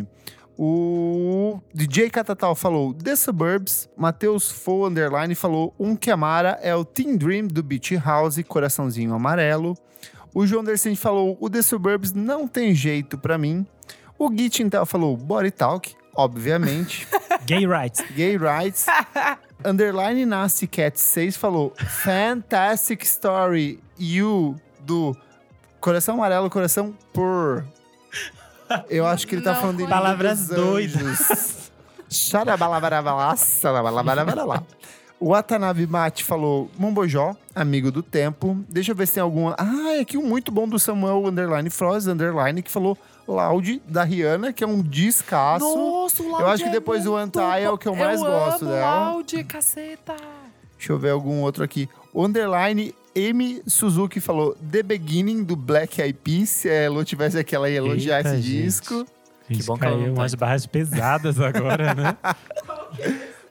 Speaker 1: O DJ Catatal falou The Suburbs. Matheus Fo Underline falou Um que amara é o Teen Dream do Beach House, coraçãozinho amarelo. O João Dersen falou O The Suburbs não tem jeito pra mim. O Git Tintel falou Body Talk, obviamente.
Speaker 4: Gay rights.
Speaker 1: Gay Rights. Underline Nasty Cat 6 falou Fantastic Story You do Coração Amarelo, Coração Pur. Eu acho que ele tá
Speaker 2: Não
Speaker 1: falando de
Speaker 2: conheço.
Speaker 4: Palavras
Speaker 1: doidas. Xarabalabarabalaçarabalabarabala. O Watanabe Mate falou Mombojó, amigo do tempo. Deixa eu ver se tem alguma. Ah, é aqui um muito bom do Samuel Underline Frost Underline que falou Loud da Rihanna, que é um descasso.
Speaker 2: Nossa, o Loud
Speaker 1: Eu acho que
Speaker 2: é
Speaker 1: depois o
Speaker 2: muito
Speaker 1: Antai é o que eu mais gosto
Speaker 2: amo
Speaker 1: dela.
Speaker 2: Loud, caceta.
Speaker 1: Deixa eu ver algum outro aqui. O Underline M Suzuki falou The Beginning do Black Eyed Peas. Se a Elo tivesse aqui, ela ia elogiar
Speaker 4: Eita,
Speaker 1: esse
Speaker 4: gente.
Speaker 1: disco.
Speaker 4: Gente,
Speaker 3: bom que ela
Speaker 4: caiu
Speaker 3: não tá
Speaker 4: umas
Speaker 3: aqui.
Speaker 4: barras pesadas agora, né?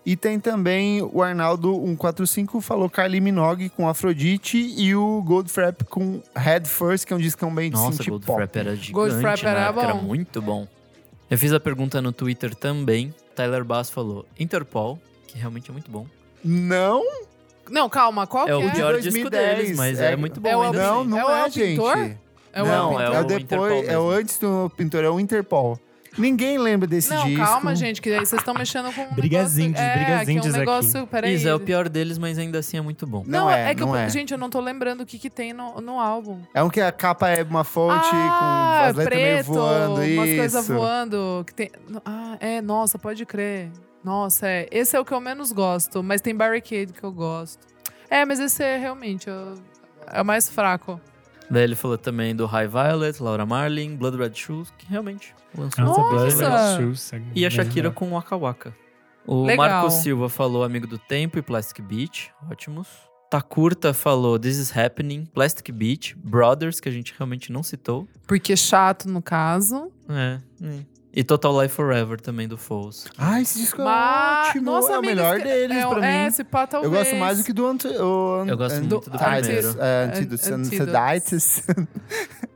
Speaker 1: E tem também o Arnaldo 145 falou Kylie Minogue com Afrodite e o Goldfrapp com Head First, que é um discão bem de
Speaker 3: Nossa,
Speaker 1: synth
Speaker 3: Gold
Speaker 1: pop.
Speaker 3: Frap era gigante
Speaker 2: Gold Frap
Speaker 3: na
Speaker 2: era
Speaker 3: época,
Speaker 2: bom.
Speaker 3: muito bom. Eu fiz a pergunta no Twitter também. Tyler Bass falou Interpol, que realmente é muito bom.
Speaker 1: Não,
Speaker 2: Não, calma, qual
Speaker 3: é o
Speaker 2: que é?
Speaker 3: pior disco
Speaker 1: 2010,
Speaker 3: deles, mas
Speaker 1: é-
Speaker 3: é, muito bom
Speaker 2: é o
Speaker 3: ainda.
Speaker 1: não,
Speaker 3: assim.
Speaker 1: não
Speaker 2: É
Speaker 1: é,
Speaker 2: o El
Speaker 1: gente.
Speaker 2: Pintor? É o
Speaker 1: não,
Speaker 2: Elpin.
Speaker 1: é
Speaker 3: É
Speaker 1: o
Speaker 3: o Interpol
Speaker 1: depois, é
Speaker 3: mesmo.
Speaker 1: o antes do pintor, é o Interpol. Ninguém lembra desse
Speaker 2: Não,
Speaker 1: disco.
Speaker 2: calma, gente, que aí vocês estão mexendo com um
Speaker 4: Brigas
Speaker 2: negócio...
Speaker 4: índios,
Speaker 2: é,
Speaker 4: brigas
Speaker 2: que é um
Speaker 4: índios
Speaker 2: negócio... Peraí.
Speaker 3: Isso, é o pior deles, mas ainda assim é muito bom.
Speaker 2: Não,
Speaker 1: Não
Speaker 2: é,
Speaker 1: é,
Speaker 2: que eu-
Speaker 1: não é.
Speaker 2: Gente, eu não tô lembrando o que que tem no, no álbum.
Speaker 1: É um que a capa é uma fonte com
Speaker 2: ah,
Speaker 1: as letras meio
Speaker 2: preto,
Speaker 1: voando.
Speaker 2: umas
Speaker 1: isso.
Speaker 2: coisas voando. Que tem... Ah, é, nossa, pode crer. Nossa, é. Esse é o que eu menos gosto, mas tem Barricade que eu gosto. É, mas esse é realmente eu- é o mais fraco.
Speaker 3: Daí ele falou também do High Violet, Laura Marlin, Blood Red Shoes, que realmente lançou.
Speaker 2: Nossa,
Speaker 3: um
Speaker 2: Blood
Speaker 3: disco
Speaker 2: Red
Speaker 3: legal.
Speaker 2: Nossa.
Speaker 3: E a Shakira com Waka Waka. O
Speaker 2: Legal.
Speaker 3: Marco Silva falou Amigo do Tempo e Plastic Beach, ótimos. Takurta falou This Is Happening, Plastic Beach, Brothers, que a gente realmente não citou.
Speaker 2: Porque é chato, no caso.
Speaker 3: É. hum. E Total Life Forever também do Foles.
Speaker 1: Ah, esse disco é
Speaker 2: Mas-
Speaker 1: ótimo.
Speaker 2: nossa,
Speaker 1: é o
Speaker 2: amiga,
Speaker 1: melhor
Speaker 2: esse-
Speaker 1: deles
Speaker 2: é,
Speaker 1: pra mim.
Speaker 2: é, esse pá,
Speaker 1: Eu
Speaker 2: talvez.
Speaker 1: gosto mais do que do anti, o,
Speaker 3: Eu gosto
Speaker 1: an-
Speaker 3: muito do
Speaker 1: Antis-
Speaker 3: primeiro.
Speaker 1: é, Antidotes.
Speaker 2: An-
Speaker 1: Antidotes.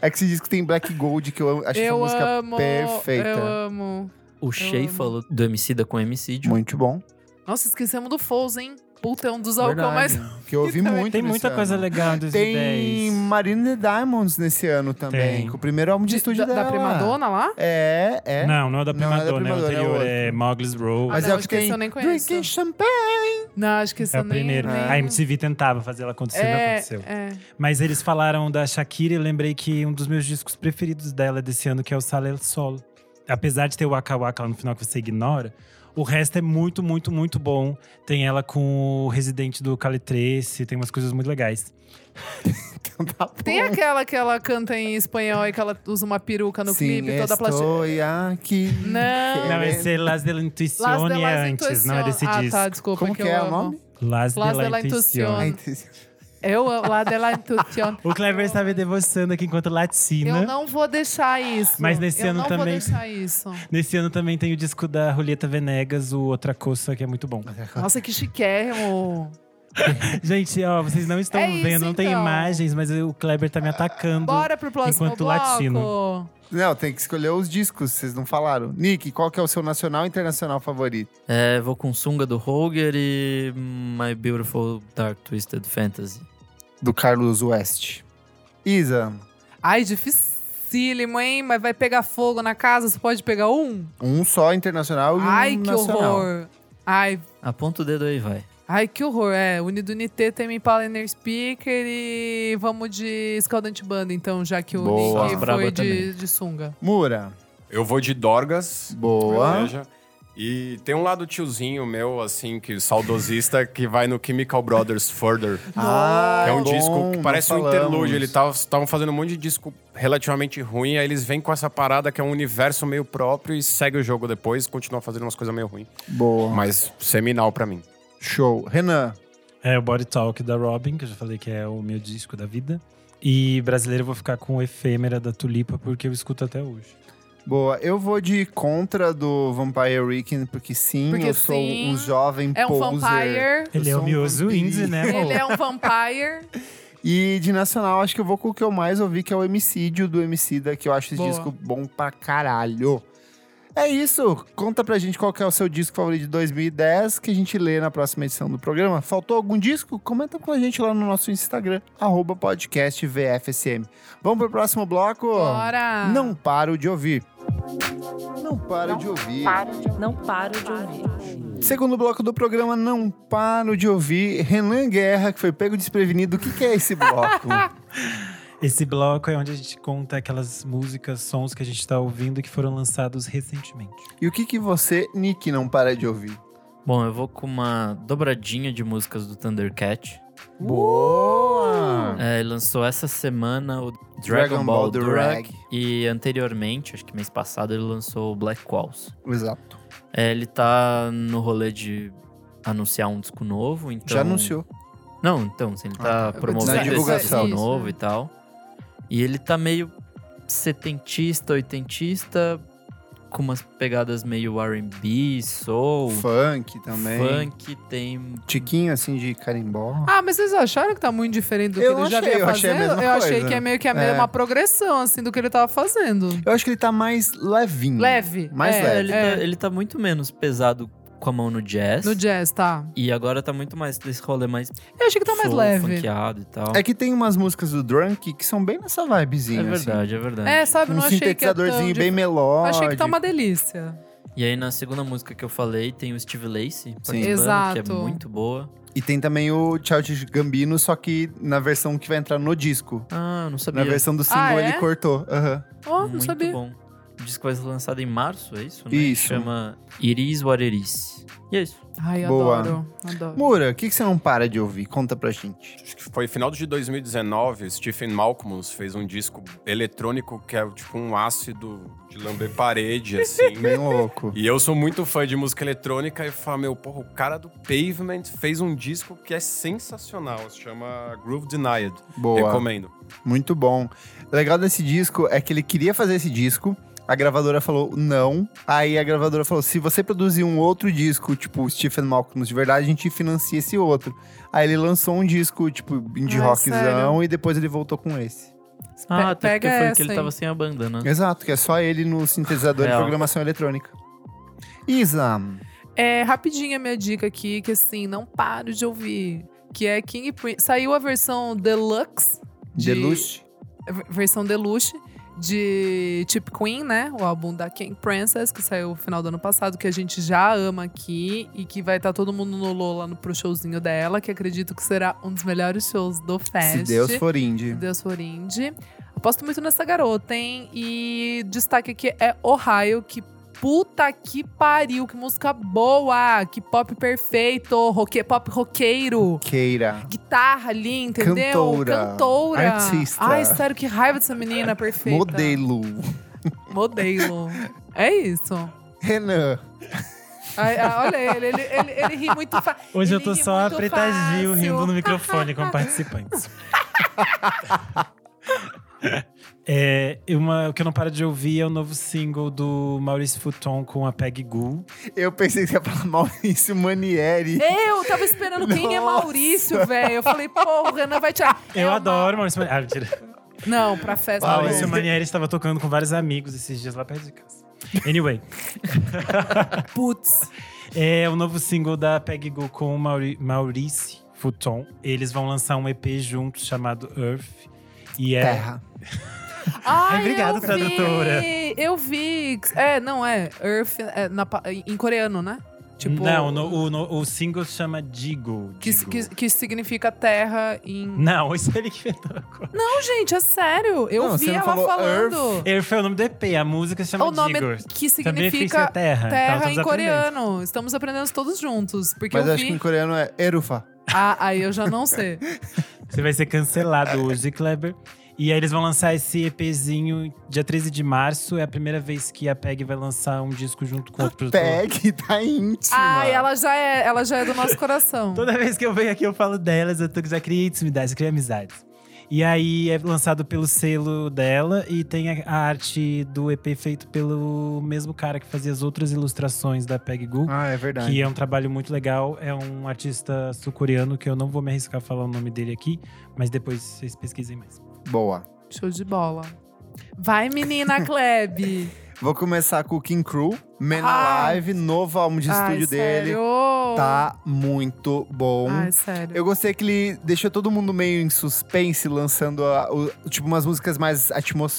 Speaker 1: É que esse disco tem Black Gold, que eu acho
Speaker 2: eu
Speaker 1: essa música
Speaker 2: amo,
Speaker 1: perfeita.
Speaker 2: Eu amo.
Speaker 3: O Shea
Speaker 2: amo.
Speaker 3: falou do Emicida com Emicídio.
Speaker 1: Muito bom.
Speaker 2: Nossa, esquecemos do Foles, hein? Puta, é um dos álbuns que eu mais.
Speaker 1: Verdade. Que eu ouvi
Speaker 2: também
Speaker 1: muito.
Speaker 4: Tem
Speaker 1: nesse
Speaker 4: muita coisa
Speaker 1: ano.
Speaker 4: legal em 2010.
Speaker 1: Tem Marina Diamonds nesse ano também,
Speaker 4: Tem.
Speaker 1: com o primeiro álbum de estúdio
Speaker 2: da,
Speaker 1: dela.
Speaker 2: da Primadona lá?
Speaker 1: É, é.
Speaker 4: Não, não é da
Speaker 1: Não, não é da
Speaker 4: Primadona, é o
Speaker 1: Primadona, é
Speaker 4: anterior,
Speaker 1: outro.
Speaker 4: é Moglis Road.
Speaker 1: Mas
Speaker 2: Ah, não,
Speaker 1: é o que
Speaker 2: acho que esse
Speaker 1: tem.
Speaker 2: eu nem conheço.
Speaker 1: Drinking Champagne.
Speaker 2: Não, acho que esse
Speaker 4: É
Speaker 2: eu
Speaker 4: o
Speaker 2: nem.
Speaker 4: primeiro.
Speaker 2: nem-
Speaker 4: A MTV tentava fazer ela acontecer, não
Speaker 2: é,
Speaker 4: aconteceu.
Speaker 2: é.
Speaker 4: Mas eles falaram da Shakira e lembrei que um dos meus discos preferidos dela desse ano, que é o Sale El Sol. Apesar de ter o Waka Waka lá no final que você ignora, o resto é muito, muito, muito bom. Tem ela com o residente do Caletrece, tem umas coisas muito legais.
Speaker 1: Então tá bom.
Speaker 2: Tem aquela que ela canta em espanhol e que ela usa uma peruca no
Speaker 1: Sim,
Speaker 2: clipe, toda plástica.
Speaker 1: estou aqui.
Speaker 2: Não.
Speaker 4: Não, esse é Las de
Speaker 2: né? Las de
Speaker 4: la Intuición
Speaker 2: las
Speaker 4: é antes, não é desse
Speaker 2: Intuición. Ah,
Speaker 4: disco.
Speaker 2: tá, desculpa.
Speaker 1: Como que
Speaker 2: eu
Speaker 1: é o
Speaker 2: amo.
Speaker 1: nome?
Speaker 4: Las,
Speaker 2: Las
Speaker 4: de la
Speaker 2: Intuición.
Speaker 4: Intuición.
Speaker 1: Ai, entendi.
Speaker 2: Eu, amo Lá de la Intuición.
Speaker 4: O Clever estava devoçando aqui enquanto latina.
Speaker 2: Eu não vou deixar isso.
Speaker 4: né? Mas nesse
Speaker 2: eu
Speaker 4: ano
Speaker 2: não vou
Speaker 4: também-
Speaker 2: deixar isso.
Speaker 4: Nesse ano também tem o disco da Julieta Venegas, o Outra Coça, que é muito bom.
Speaker 2: Nossa, que chiquérrimo.
Speaker 4: Gente, ó, vocês não estão
Speaker 2: É isso,
Speaker 4: vendo, não tem
Speaker 2: então.
Speaker 4: imagens, mas o Kleber tá me atacando.
Speaker 2: Bora pro próximo
Speaker 4: Enquanto
Speaker 2: bloco.
Speaker 4: latino.
Speaker 1: Não, tem que escolher os discos, vocês não falaram. Nick, qual que é o seu nacional e internacional favorito?
Speaker 3: É, vou com Sunga do Holger e My Beautiful Dark Twisted Fantasy.
Speaker 1: Do Carlos West. Isa,
Speaker 2: Ai, dificílimo, hein? Mas vai pegar fogo na casa, você pode pegar um?
Speaker 1: um só internacional e um
Speaker 2: Ai, que
Speaker 1: nacional.
Speaker 2: horror. Ai,
Speaker 3: Aponta o dedo aí, vai.
Speaker 2: Ai, que horror. É, Unido Unité tem Impala Inner Speaker e vamos de Escaldante Banda, então, já que o
Speaker 1: Boa.
Speaker 2: Nick
Speaker 3: Braba
Speaker 2: foi de,
Speaker 3: também.
Speaker 2: de sunga.
Speaker 1: Mura,
Speaker 5: Eu vou de Dorgas.
Speaker 1: boa.
Speaker 5: Veja. E tem um lado tiozinho meu, assim, que saudosista, que vai no Chemical Brothers Further.
Speaker 1: Ah,
Speaker 5: que é um
Speaker 1: bom,
Speaker 5: disco que
Speaker 1: não
Speaker 5: parece um
Speaker 1: falamos.
Speaker 5: interlúdio. Eles estavam fazendo um monte de disco relativamente ruim, aí eles vêm com essa parada que é um universo meio próprio e segue o jogo depois, continua fazendo umas coisas meio ruins.
Speaker 1: Boa.
Speaker 5: Mas seminal pra mim.
Speaker 1: Show. Renan,
Speaker 4: É o Body Talk da Robin, que eu já falei que é o meu disco da vida. E brasileiro eu vou ficar com o Efêmera da Tulipa, porque eu escuto até hoje.
Speaker 1: boa. Eu vou de contra do Vampire Weekend, porque sim,
Speaker 2: Porque
Speaker 1: eu sou
Speaker 2: sim.
Speaker 1: um jovem
Speaker 2: É um
Speaker 1: poser.
Speaker 2: vampire.
Speaker 1: Eu
Speaker 4: Ele é
Speaker 1: sou
Speaker 4: o
Speaker 1: um
Speaker 4: Mioso
Speaker 1: vampiro.
Speaker 4: Indie, né, amor?
Speaker 2: Ele é um vampire.
Speaker 1: E de nacional, acho que eu vou com o que eu mais ouvi, que é o Emicídio do Emicida, que eu acho esse
Speaker 2: Boa.
Speaker 1: disco bom pra caralho. É isso. Conta pra gente qual que é o seu disco favorito de 2010, que a gente lê na próxima edição do programa. Faltou algum disco? Comenta com a gente lá no nosso Instagram, arroba podcast VFSM. Vamos pro próximo bloco?
Speaker 2: Bora!
Speaker 1: Não paro de ouvir. Não paro de ouvir.
Speaker 6: Não paro de ouvir.
Speaker 1: Segundo bloco do programa, não paro de ouvir. Renan Guerra, que foi pego desprevenido. O que, que é esse bloco?
Speaker 4: Esse bloco é onde a gente conta aquelas músicas, sons que a gente tá ouvindo e que foram lançados recentemente.
Speaker 1: E o que que você, Nick, não para de ouvir?
Speaker 3: Bom, eu vou com uma dobradinha de músicas do Thundercat.
Speaker 1: Boa!
Speaker 3: É, ele lançou essa semana o Dragon,
Speaker 1: Dragon Ball
Speaker 3: Ball
Speaker 1: Durag.
Speaker 3: Durag. E anteriormente, acho que mês passado, ele lançou o Black Walls.
Speaker 1: Exato.
Speaker 3: É, ele tá no rolê de anunciar um disco novo, então...
Speaker 1: Já anunciou.
Speaker 3: Não, então, assim, ele tá
Speaker 1: Ah, tá.
Speaker 3: promovendo
Speaker 1: Na
Speaker 3: esse
Speaker 1: divulgação.
Speaker 3: disco
Speaker 2: Isso,
Speaker 3: novo
Speaker 2: é.
Speaker 3: e tal. E ele tá meio setentista, oitentista, com umas pegadas meio R&B, soul,
Speaker 1: Funk também.
Speaker 3: funk, tem
Speaker 1: Tiquinho, assim, de carimbó.
Speaker 2: Ah, mas vocês acharam que tá muito diferente do que
Speaker 1: Eu
Speaker 2: ele já
Speaker 1: achei,
Speaker 2: vinha
Speaker 1: eu achei a
Speaker 2: fazendo?
Speaker 1: mesma
Speaker 2: eu achei
Speaker 1: coisa.
Speaker 2: que é meio que a
Speaker 1: É.
Speaker 2: uma progressão, assim, do que ele tava fazendo.
Speaker 1: Eu acho que ele tá mais levinho.
Speaker 2: Leve.
Speaker 1: Mais
Speaker 2: é,
Speaker 1: leve.
Speaker 3: É, ele,
Speaker 2: é.
Speaker 3: Tá, ele tá muito menos pesado com a mão no jazz.
Speaker 2: No jazz, tá.
Speaker 3: E agora tá muito mais desse rolê mais soul,
Speaker 2: Eu achei que tá mais leve.
Speaker 3: funkeado e tal.
Speaker 1: É que tem umas músicas do Drunk que são bem nessa vibezinha,
Speaker 3: É
Speaker 1: assim.
Speaker 3: verdade, é verdade.
Speaker 2: É, sabe?
Speaker 1: Um
Speaker 2: não achei que é tão
Speaker 1: sintetizadorzinho bem
Speaker 2: dif-
Speaker 1: melódico.
Speaker 2: Achei que tá uma delícia.
Speaker 3: E aí na segunda música que eu falei tem o Steve Lacey, participando, que
Speaker 2: Exato.
Speaker 3: é muito boa.
Speaker 1: E tem também o Childish Gambino, só que na versão que vai entrar no disco.
Speaker 3: Ah, não sabia.
Speaker 1: Na versão do single
Speaker 2: Ah, é?
Speaker 1: ele cortou. Aham.
Speaker 2: Ó, não
Speaker 3: muito
Speaker 2: sabia.
Speaker 3: bom. O disco vai ser lançado em março, é isso? Né?
Speaker 1: Isso.
Speaker 3: Chama Iris Wareris. E é isso.
Speaker 2: Ai,
Speaker 1: Boa.
Speaker 2: adoro. Adoro.
Speaker 1: Mura, o que, que você não para de ouvir? Conta pra gente.
Speaker 5: Acho que foi final de 2019, Stephen Malcolmus fez um disco eletrônico que é tipo um ácido de lamber parede, assim.
Speaker 1: Bem louco.
Speaker 5: E eu sou muito fã de música eletrônica e eu falo, meu, porra, o cara do Pavement fez um disco que é sensacional, se chama Groove Denied.
Speaker 1: Boa.
Speaker 5: Recomendo.
Speaker 1: Muito bom. O legal desse disco é que ele queria fazer esse disco, a gravadora falou não. Aí a gravadora falou: se você produzir um outro disco, tipo Stephen Malcolm de verdade, a gente financia esse outro. Aí ele lançou um disco, tipo, indie
Speaker 2: Ai,
Speaker 1: rockzão,
Speaker 2: sério?
Speaker 1: e depois ele voltou com esse.
Speaker 3: Ah, até
Speaker 2: pega
Speaker 3: porque foi
Speaker 2: essa,
Speaker 3: que ele
Speaker 2: hein?
Speaker 3: tava sem a banda, né?
Speaker 1: Exato, que é só ele no sintetizador de
Speaker 3: Real.
Speaker 1: programação eletrônica. Isa,
Speaker 2: É rapidinha a minha dica aqui, que assim, não paro de ouvir. Que é King Prince. Saiu a versão deluxe. De-
Speaker 1: Deluxe.
Speaker 2: v- versão deluxe de Tip Queen, né? O álbum da King Princess, que saiu no final do ano passado, que a gente já ama aqui e que vai estar todo mundo no Lola no, pro showzinho dela, que acredito que será um dos melhores shows do Fest.
Speaker 1: Se Deus for
Speaker 2: Se
Speaker 1: indie.
Speaker 2: Deus for indie. Aposto muito nessa garota, hein? E destaque aqui é Ohio, que puta que pariu, que música boa, que pop perfeito, roque, pop roqueiro
Speaker 1: Queira.
Speaker 2: guitarra ali, entendeu?
Speaker 1: Cantora.
Speaker 2: Cantora.
Speaker 1: Artista.
Speaker 2: Ai, sério, que raiva dessa menina, perfeita.
Speaker 1: Modelo.
Speaker 2: Modelo. É isso.
Speaker 1: Renan.
Speaker 2: Ai, ai, olha ele, ele, ele, ele ri muito fácil.
Speaker 4: Hoje eu
Speaker 2: Ele
Speaker 4: tô
Speaker 2: ri
Speaker 4: só a
Speaker 2: muito
Speaker 4: Preta
Speaker 2: fácil.
Speaker 4: Gil rindo no microfone como participantes. É, e uma, o que eu não paro de ouvir é o novo single do Maurício Futon com a Peg Gu.
Speaker 1: Eu pensei que você ia falar Maurício Manieri.
Speaker 2: Eu tava esperando quem é
Speaker 1: Nossa.
Speaker 2: Maurício, velho. Eu falei, pô, o Renan vai tirar. É
Speaker 4: Eu
Speaker 2: uma-
Speaker 4: adoro Maurício Manieri. Ah, mentira.
Speaker 2: Não, pra festa. não.
Speaker 4: Maurício Manieri estava tocando com vários amigos esses dias lá perto de casa. Anyway,
Speaker 2: Putz.
Speaker 4: é o novo single da Peg Gu com o Mauri, Maurício Futon. Eles vão lançar um EP juntos chamado Earth. E é
Speaker 1: Terra.
Speaker 2: Ai,
Speaker 4: obrigado,
Speaker 2: eu vi,
Speaker 4: tradutora.
Speaker 2: Eu vi. É, não, é. Earth é, na pa- em coreano, né? Tipo.
Speaker 4: Não, no- o, no- o single se chama Digo.
Speaker 2: que,
Speaker 4: Digo.
Speaker 1: Tipo-
Speaker 2: que, que significa terra em
Speaker 1: Hum?
Speaker 4: Não, isso é ele que inventou agora.
Speaker 2: Não, gente, é sério. Eu
Speaker 1: Não,
Speaker 2: vi
Speaker 1: você não
Speaker 2: ela
Speaker 1: falou é
Speaker 2: falando.
Speaker 4: Ele foi é o nome do EP, a música se chama
Speaker 2: É o nome
Speaker 4: Digor.
Speaker 2: que
Speaker 4: Também fiz na
Speaker 2: significa
Speaker 4: terra. Então,
Speaker 2: terra
Speaker 4: estamos
Speaker 2: em
Speaker 4: aprendendo.
Speaker 2: coreano. Estamos aprendendo todos juntos. Porque
Speaker 1: Mas
Speaker 2: eu
Speaker 1: acho que
Speaker 2: vi.
Speaker 1: em coreano é Erufa.
Speaker 2: Ah, aí eu já não sei.
Speaker 4: Você vai ser cancelado hoje, Kleber. E aí eles vão lançar esse EPzinho dia 13 de março. É a primeira vez que a PEG vai lançar um disco junto com outro produtor.
Speaker 1: Peg tá íntima.
Speaker 2: ah, ela já é, ela já é do nosso coração.
Speaker 4: Toda vez que eu venho aqui, eu falo delas, eu tô, já criei intimidades, eu criei amizades. E aí é lançado pelo selo dela e tem a, a arte do EP feito pelo mesmo cara que fazia as outras ilustrações da Peg Gu.
Speaker 1: Ah, é verdade.
Speaker 4: Que é um trabalho muito legal. É um artista sul-coreano que eu não vou me arriscar a falar o nome dele aqui, mas depois vocês pesquisem mais.
Speaker 1: Boa.
Speaker 2: Show de bola. Vai, menina Kleb.
Speaker 1: Vou começar com o King Crew, Men
Speaker 2: Ai.
Speaker 1: Alive, novo álbum de
Speaker 2: Ai,
Speaker 1: estúdio dele.
Speaker 2: sério?
Speaker 1: Tá muito bom.
Speaker 2: Ai, sério.
Speaker 1: Eu gostei que ele deixou todo mundo meio em suspense, lançando a- o- tipo umas músicas mais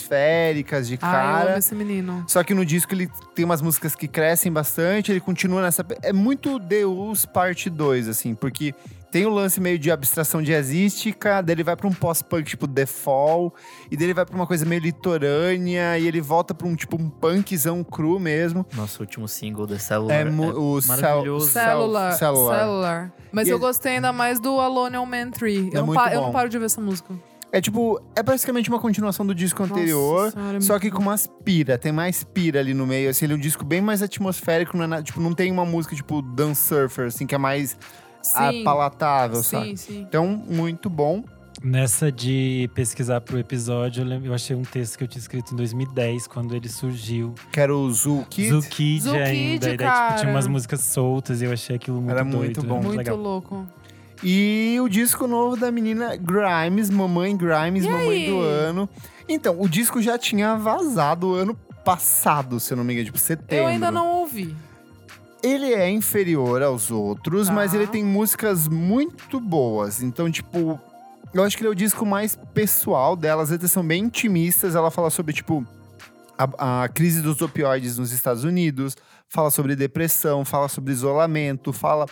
Speaker 1: atmosféricas de
Speaker 2: Ai, Ah, eu amo
Speaker 1: cara.
Speaker 2: esse menino.
Speaker 1: Só que no disco ele tem umas músicas que crescem bastante, ele continua nessa. É muito Deus parte 2, assim, porque tem o lance meio de abstração jazzística, daí ele vai pra um pós-punk tipo The Fall, e daí ele vai pra uma coisa meio litorânea, e ele volta pra um tipo um punkzão cru mesmo.
Speaker 3: Nosso último single da Cellular.
Speaker 1: É, mu- o
Speaker 3: maravilhoso.
Speaker 2: Celular,
Speaker 1: celular. celular.
Speaker 2: celular. Mas
Speaker 1: E
Speaker 2: eu
Speaker 1: ele-
Speaker 2: gostei ainda mais do Alone on Man 3.
Speaker 1: É
Speaker 2: eu, não
Speaker 1: muito
Speaker 2: pa- eu
Speaker 1: bom.
Speaker 2: não paro de ver essa música.
Speaker 1: É tipo, é basicamente uma continuação do disco anterior.
Speaker 2: Nossa senhora, é
Speaker 1: Só
Speaker 2: muito
Speaker 1: que com umas pira, tem mais pira ali no meio, assim, ele é um disco bem mais atmosférico, não é nada- tipo, não tem uma música tipo Dance Surfer, assim, que é mais ah,
Speaker 2: Sim,
Speaker 1: palatável, sabe?
Speaker 2: sim, sim.
Speaker 1: Então, muito bom.
Speaker 4: Nessa de pesquisar pro episódio, eu lem- eu achei um texto que eu tinha escrito em 2010, quando ele surgiu.
Speaker 1: Que era o Zoo Kid.
Speaker 4: Zoo Kid
Speaker 2: Zoo Kid,
Speaker 4: ainda. e daí,
Speaker 2: cara.
Speaker 4: tipo, tinha umas músicas soltas e eu achei aquilo muito
Speaker 1: Era
Speaker 4: doido.
Speaker 1: muito bom.
Speaker 2: Muito
Speaker 4: legal.
Speaker 2: louco.
Speaker 1: E o disco novo da menina Grimes, Mamãe Grimes,
Speaker 2: E
Speaker 1: Mamãe
Speaker 2: aí?
Speaker 1: do Ano. Então, o disco já tinha vazado ano passado, se eu não me engano, tipo setembro.
Speaker 2: Eu ainda não ouvi.
Speaker 1: Ele é inferior aos outros,
Speaker 2: Tá.
Speaker 1: mas ele tem músicas muito boas. Então, tipo, eu acho que ele é o disco mais pessoal dela. As letras são bem intimistas. Ela fala sobre, tipo, a, a crise dos opioides nos Estados Unidos, fala sobre depressão, fala sobre isolamento, fala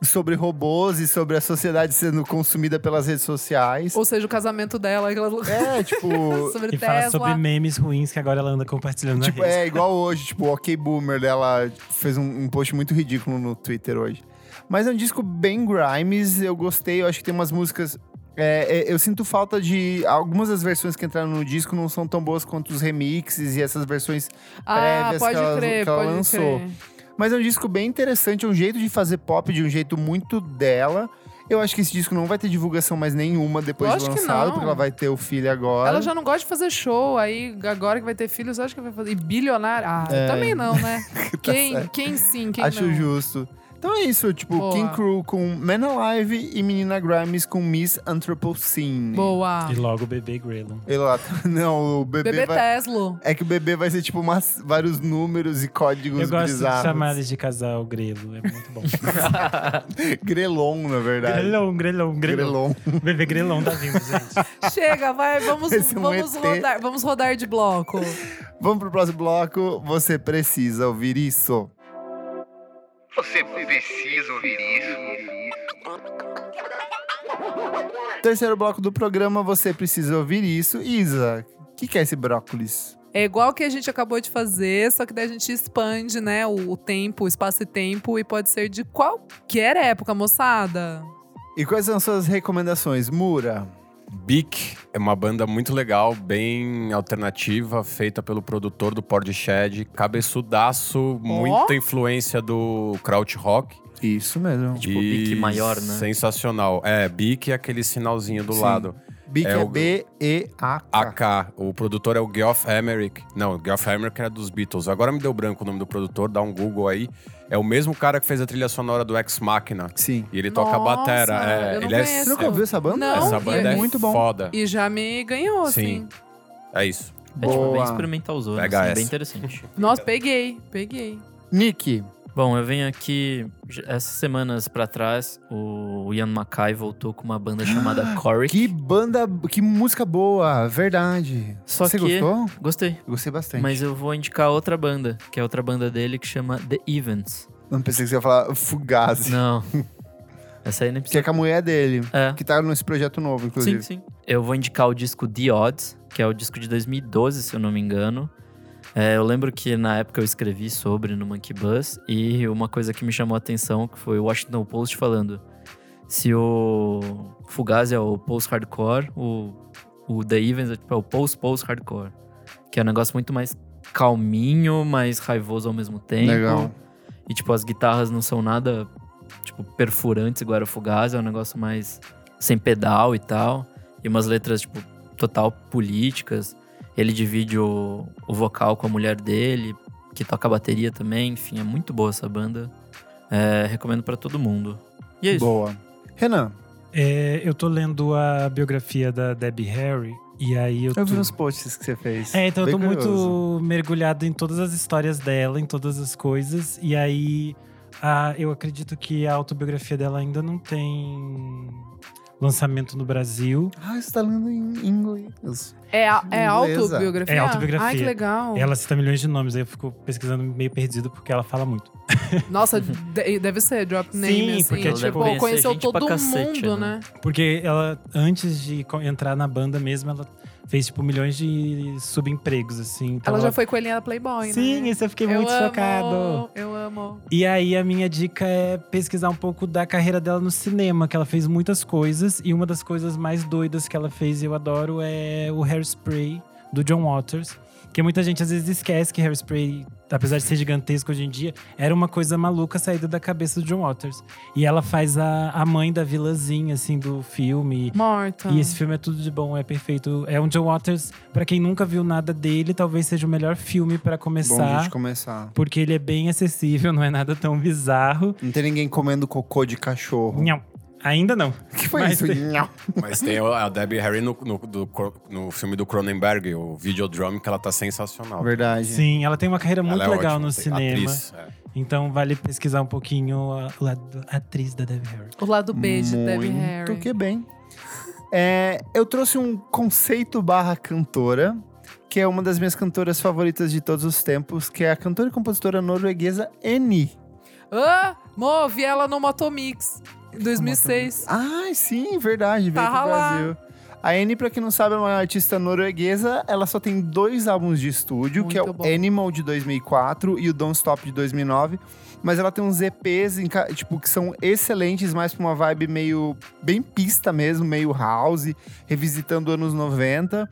Speaker 1: sobre robôs e sobre a sociedade sendo consumida pelas redes sociais.
Speaker 2: Ou seja, o casamento dela, aquela
Speaker 1: É, tipo.
Speaker 2: sobre
Speaker 4: E
Speaker 2: Tesla.
Speaker 4: fala sobre memes ruins que agora ela anda compartilhando
Speaker 1: Tipo,
Speaker 4: na rede.
Speaker 1: é igual hoje, tipo, o Ok Boomer dela fez um, um post muito ridículo no Twitter hoje. Mas é um disco bem Grimes, eu gostei, eu acho que tem umas músicas. é, é, eu sinto falta de. Algumas das versões que entraram no disco não são tão boas quanto os remixes e essas versões.
Speaker 2: ah,
Speaker 1: prévias que
Speaker 2: pode
Speaker 1: ela-
Speaker 2: crer,
Speaker 1: que ela
Speaker 2: pode
Speaker 1: lançou.
Speaker 2: crer.
Speaker 1: Mas é um disco bem interessante, é um jeito de fazer pop de um jeito muito dela. Eu acho que esse disco não vai ter divulgação mais nenhuma depois
Speaker 2: Lógico
Speaker 1: de
Speaker 2: que
Speaker 1: lançado,
Speaker 2: não.
Speaker 1: porque ela vai ter o filho agora.
Speaker 2: Ela já não gosta de fazer show, aí agora que vai ter filhos, acho que vai fazer. E bilionário? Ah, também não, né? quem, quem sim, quem
Speaker 1: É. Tá Acho
Speaker 2: não.
Speaker 1: justo. Então é isso, tipo,
Speaker 2: Boa.
Speaker 1: King Crew com Man Alive e Menina Grimes com Miss Anthropocene.
Speaker 2: Boa.
Speaker 1: é.
Speaker 4: E logo o bebê Grelon.
Speaker 1: Ele lá, não, o bebê,
Speaker 2: Bebê
Speaker 1: vai...
Speaker 2: Tesla.
Speaker 1: É que o bebê vai ser, tipo, umas- vários números e códigos
Speaker 4: Eu gosto
Speaker 1: bizarros.
Speaker 4: de chamar eles de casal grelo, é muito bom.
Speaker 1: Grelon, na verdade.
Speaker 4: grelon, grelon, grelon.
Speaker 1: Grelon.
Speaker 4: Bebê grelon tá vindo, gente.
Speaker 2: Chega, vai, vamos,
Speaker 1: Esse é um
Speaker 2: vamos
Speaker 1: ET.
Speaker 2: rodar. Vamos rodar de bloco.
Speaker 1: Vamos pro próximo bloco. Você precisa ouvir isso.
Speaker 7: Você precisa ouvir isso.
Speaker 1: Terceiro bloco do programa, você precisa ouvir isso. Isa, o que, que é esse brócolis?
Speaker 2: É igual que a gente acabou de fazer, só que daí a gente expande, né, o, o tempo, o espaço e tempo, e pode ser de qualquer época, moçada.
Speaker 1: E quais são suas recomendações, Mura?
Speaker 5: Beak é uma banda muito legal, bem alternativa, feita pelo produtor do Portishead, cabeçudaço, muita influência do krautrock.
Speaker 1: Isso mesmo.
Speaker 3: Tipo, Beak maior, né?
Speaker 5: Sensacional. É, Beak é aquele sinalzinho do
Speaker 1: Sim.
Speaker 5: lado.
Speaker 1: Big
Speaker 5: É
Speaker 1: é,
Speaker 5: o-
Speaker 2: Ah.
Speaker 1: B-E-A-K.
Speaker 5: AK, o produtor é o Geoff Emerick. Não, o Geoff Emerick era dos Beatles. Agora me deu branco o nome do produtor, dá um Google aí. É o mesmo cara que fez a trilha sonora do Ex Machina.
Speaker 1: Sim.
Speaker 5: E ele toca
Speaker 2: Nossa,
Speaker 5: batera. É,
Speaker 2: eu não
Speaker 5: ele é,
Speaker 2: conheço.
Speaker 1: Você nunca ouviu essa banda?
Speaker 2: Não,
Speaker 5: Essa
Speaker 2: e-
Speaker 5: banda é,
Speaker 1: muito bom.
Speaker 5: foda.
Speaker 2: E já me ganhou,
Speaker 5: Sim.
Speaker 2: assim.
Speaker 5: É isso.
Speaker 3: É tipo bem
Speaker 1: Boa.
Speaker 3: experimentalzona,
Speaker 5: Pega
Speaker 3: assim,
Speaker 5: essa.
Speaker 3: bem interessante.
Speaker 2: Nossa, peguei, peguei.
Speaker 1: Nick.
Speaker 3: Bom, eu venho aqui j- essas semanas pra trás, o Ian Mackay voltou com uma banda chamada Coric.
Speaker 1: Que banda, que música boa, verdade.
Speaker 3: Só
Speaker 1: Você
Speaker 3: que-
Speaker 1: gostou?
Speaker 3: Gostei.
Speaker 1: Eu Gostei bastante.
Speaker 3: Mas eu vou indicar outra banda, que é outra banda dele que chama The Events.
Speaker 1: Não pensei que você ia falar Fugazi.
Speaker 3: Não. Essa aí nem
Speaker 1: Ah, Que
Speaker 3: precisa.
Speaker 1: é com a mulher dele,
Speaker 3: É.
Speaker 1: que tá nesse projeto novo,
Speaker 3: Sim,
Speaker 1: inclusive.
Speaker 3: sim. Eu vou indicar o disco The Odds, que é o disco de 2012, se eu não me engano. É, eu lembro que na época eu escrevi sobre no Monkey Bus e uma coisa que me chamou a atenção que foi o Washington Post falando se o Fugazi é o post-hardcore, o, o The Evans é, tipo, é o post-post-hardcore, que é um negócio muito mais calminho, mais raivoso ao mesmo tempo.
Speaker 1: Legal.
Speaker 3: E, tipo, as guitarras não são nada, tipo, perfurantes igual era o Fugazi, é um negócio mais sem pedal e tal. E umas letras, tipo, total políticas. Ele divide o, o vocal com a mulher dele, que toca a bateria também. Enfim, é muito boa essa banda. É, recomendo pra todo mundo. E é isso.
Speaker 1: Boa. Renan,
Speaker 4: É, eu tô lendo a biografia da Debbie Harry, e aí eu,
Speaker 1: eu vi
Speaker 4: tô...
Speaker 1: uns posts que você fez.
Speaker 4: É, então eu
Speaker 1: Bem
Speaker 4: tô
Speaker 1: curioso.
Speaker 4: muito mergulhado em todas as histórias dela, em todas as coisas. E aí, a- eu acredito que a autobiografia dela ainda não tem lançamento no Brasil.
Speaker 1: Ah, você tá lendo em inglês.
Speaker 2: É, a- é
Speaker 1: Beleza.
Speaker 2: autobiografia?
Speaker 4: É autobiografia.
Speaker 2: Ai, que legal.
Speaker 4: Ela cita milhões de nomes, aí eu fico pesquisando meio perdido porque ela fala muito.
Speaker 2: Nossa, de- deve ser drop
Speaker 4: Sim,
Speaker 2: name, assim.
Speaker 4: porque,
Speaker 2: tipo,
Speaker 4: tipo,
Speaker 3: conhecer
Speaker 2: conheceu
Speaker 3: gente pra
Speaker 2: todo
Speaker 3: cacete,
Speaker 2: mundo,
Speaker 3: né?
Speaker 2: né?
Speaker 4: Porque ela, antes de co- entrar na banda mesmo, ela fez, tipo, milhões de subempregos, assim. Então
Speaker 2: Ela já foi coelhinha da Playboy,
Speaker 4: Sim,
Speaker 2: né?
Speaker 4: isso eu fiquei
Speaker 2: eu
Speaker 4: muito
Speaker 2: amo,
Speaker 4: chocado.
Speaker 2: Eu amo.
Speaker 4: E aí a minha dica é pesquisar um pouco da carreira dela no cinema, que ela fez muitas coisas e uma das coisas mais doidas que ela fez e eu adoro é o Hairspray do John Waters, que muita gente às vezes esquece que Hairspray apesar de ser gigantesco hoje em dia, era uma coisa maluca saída da cabeça do John Waters. E ela faz a, a mãe da vilazinha, assim, do filme.
Speaker 2: Morta.
Speaker 4: E esse filme é tudo de bom, é perfeito. É um John Waters, pra quem nunca viu nada dele, talvez seja o melhor filme pra
Speaker 1: Bom a
Speaker 4: começar.
Speaker 1: gente começar.
Speaker 4: porque ele é bem acessível, não é nada tão bizarro.
Speaker 1: Não tem ninguém comendo cocô de cachorro.
Speaker 4: Não, ainda não.
Speaker 1: O que foi
Speaker 4: Mas
Speaker 1: isso?
Speaker 4: tem-
Speaker 1: Nham.
Speaker 5: Mas tem a Debbie Harry no, no, do Cro- no filme do Cronenberg, o Videodrome, que ela tá sensacional.
Speaker 1: Verdade.
Speaker 4: Sim, ela tem uma carreira
Speaker 5: Ela
Speaker 4: muito
Speaker 5: é
Speaker 4: legal
Speaker 5: ótima,
Speaker 4: no
Speaker 5: tem-
Speaker 4: cinema.
Speaker 5: Atriz, é.
Speaker 4: Então vale pesquisar um pouquinho a, o lado da atriz da Debbie Harry.
Speaker 2: O lado B de Debbie
Speaker 1: Muito
Speaker 2: Harry.
Speaker 1: que bem. É, eu trouxe um conceito barra cantora, que é uma das minhas cantoras favoritas de todos os tempos, que é a cantora e compositora norueguesa Eni.
Speaker 2: Ah, move ela no Motomix. em 2006.
Speaker 1: Ai, sim, verdade, veio
Speaker 2: Tava
Speaker 1: pro
Speaker 2: lá.
Speaker 1: Brasil. A Anne, pra quem não sabe, é uma artista norueguesa. Ela só tem dois álbuns de estúdio, que é
Speaker 2: Muito
Speaker 1: o
Speaker 2: bom.
Speaker 1: Animal de 2004 e o Don't Stop de 2009. Mas ela tem uns EPs, em ca- tipo, que são excelentes, mais pra uma vibe meio... Bem pista mesmo, meio house, revisitando anos 90.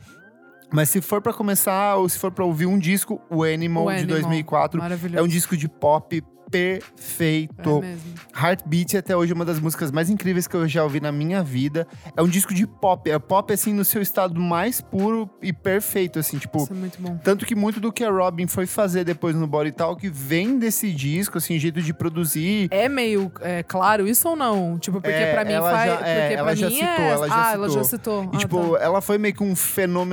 Speaker 1: Mas se for pra começar, ou se for pra ouvir um disco, o Animal,
Speaker 2: O
Speaker 1: de
Speaker 2: Animal.
Speaker 1: 2004 é um
Speaker 2: Maravilhoso.
Speaker 1: disco de pop perfeito.
Speaker 2: É mesmo.
Speaker 1: Heartbeat é até hoje uma das músicas mais incríveis que eu já ouvi na minha vida. É um disco de pop, é pop assim no seu estado mais puro e perfeito, assim, tipo,
Speaker 2: Isso é muito bom.
Speaker 1: tanto que muito do que a Robin foi fazer depois no Body Talk vem desse disco, assim, jeito de produzir.
Speaker 2: É meio é, claro isso ou não? Tipo, porque
Speaker 1: É,
Speaker 2: pra mim
Speaker 1: ela
Speaker 2: faz.
Speaker 1: já-
Speaker 2: porque
Speaker 1: é,
Speaker 2: pra
Speaker 1: ela
Speaker 2: mim
Speaker 1: já
Speaker 2: é.
Speaker 1: citou, ela já
Speaker 2: ah, ela já citou.
Speaker 1: E
Speaker 2: Ah,
Speaker 1: tipo,
Speaker 2: tá.
Speaker 1: ela foi meio que um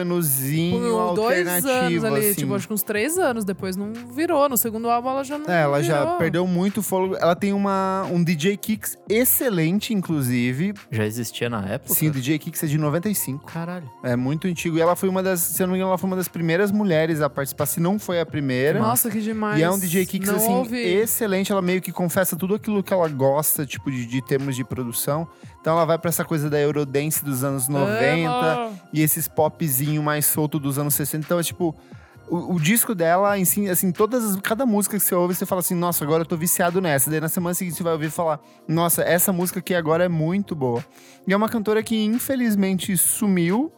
Speaker 1: fenômenozinho
Speaker 2: Por um dois anos
Speaker 1: alternativo,
Speaker 2: ali,
Speaker 1: assim.
Speaker 2: tipo, acho que uns três anos depois não virou. No segundo álbum ela já não.
Speaker 1: É, ela
Speaker 2: virou.
Speaker 1: já perdeu muito fôlego. Ela tem uma, um DJ Kicks excelente, inclusive.
Speaker 3: Já existia na época?
Speaker 1: Sim, o DJ Kicks é de 95.
Speaker 3: Caralho.
Speaker 1: É muito antigo. E ela foi uma das, se eu não me engano, ela foi uma das primeiras mulheres a participar, se não foi a primeira.
Speaker 2: Nossa, que demais.
Speaker 1: E é um DJ Kicks,
Speaker 2: não
Speaker 1: assim,
Speaker 2: ouvi.
Speaker 1: excelente. Ela meio que confessa tudo aquilo que ela gosta, tipo, de, de termos de produção. Então ela vai pra essa coisa da Eurodance dos anos 90
Speaker 2: Amo.
Speaker 1: e esses popzinho mais solto dos anos 60. Então é tipo. O, o disco dela, em si, assim, todas as- cada música que você ouve, você fala assim, nossa, agora eu tô viciado nessa. Daí na semana seguinte você vai ouvir e falar, nossa, essa música aqui agora é muito boa. E é uma cantora que infelizmente sumiu.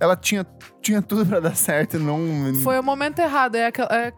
Speaker 1: Ela tinha, tinha tudo pra dar certo, não.
Speaker 2: Foi o momento errado. É aquel- é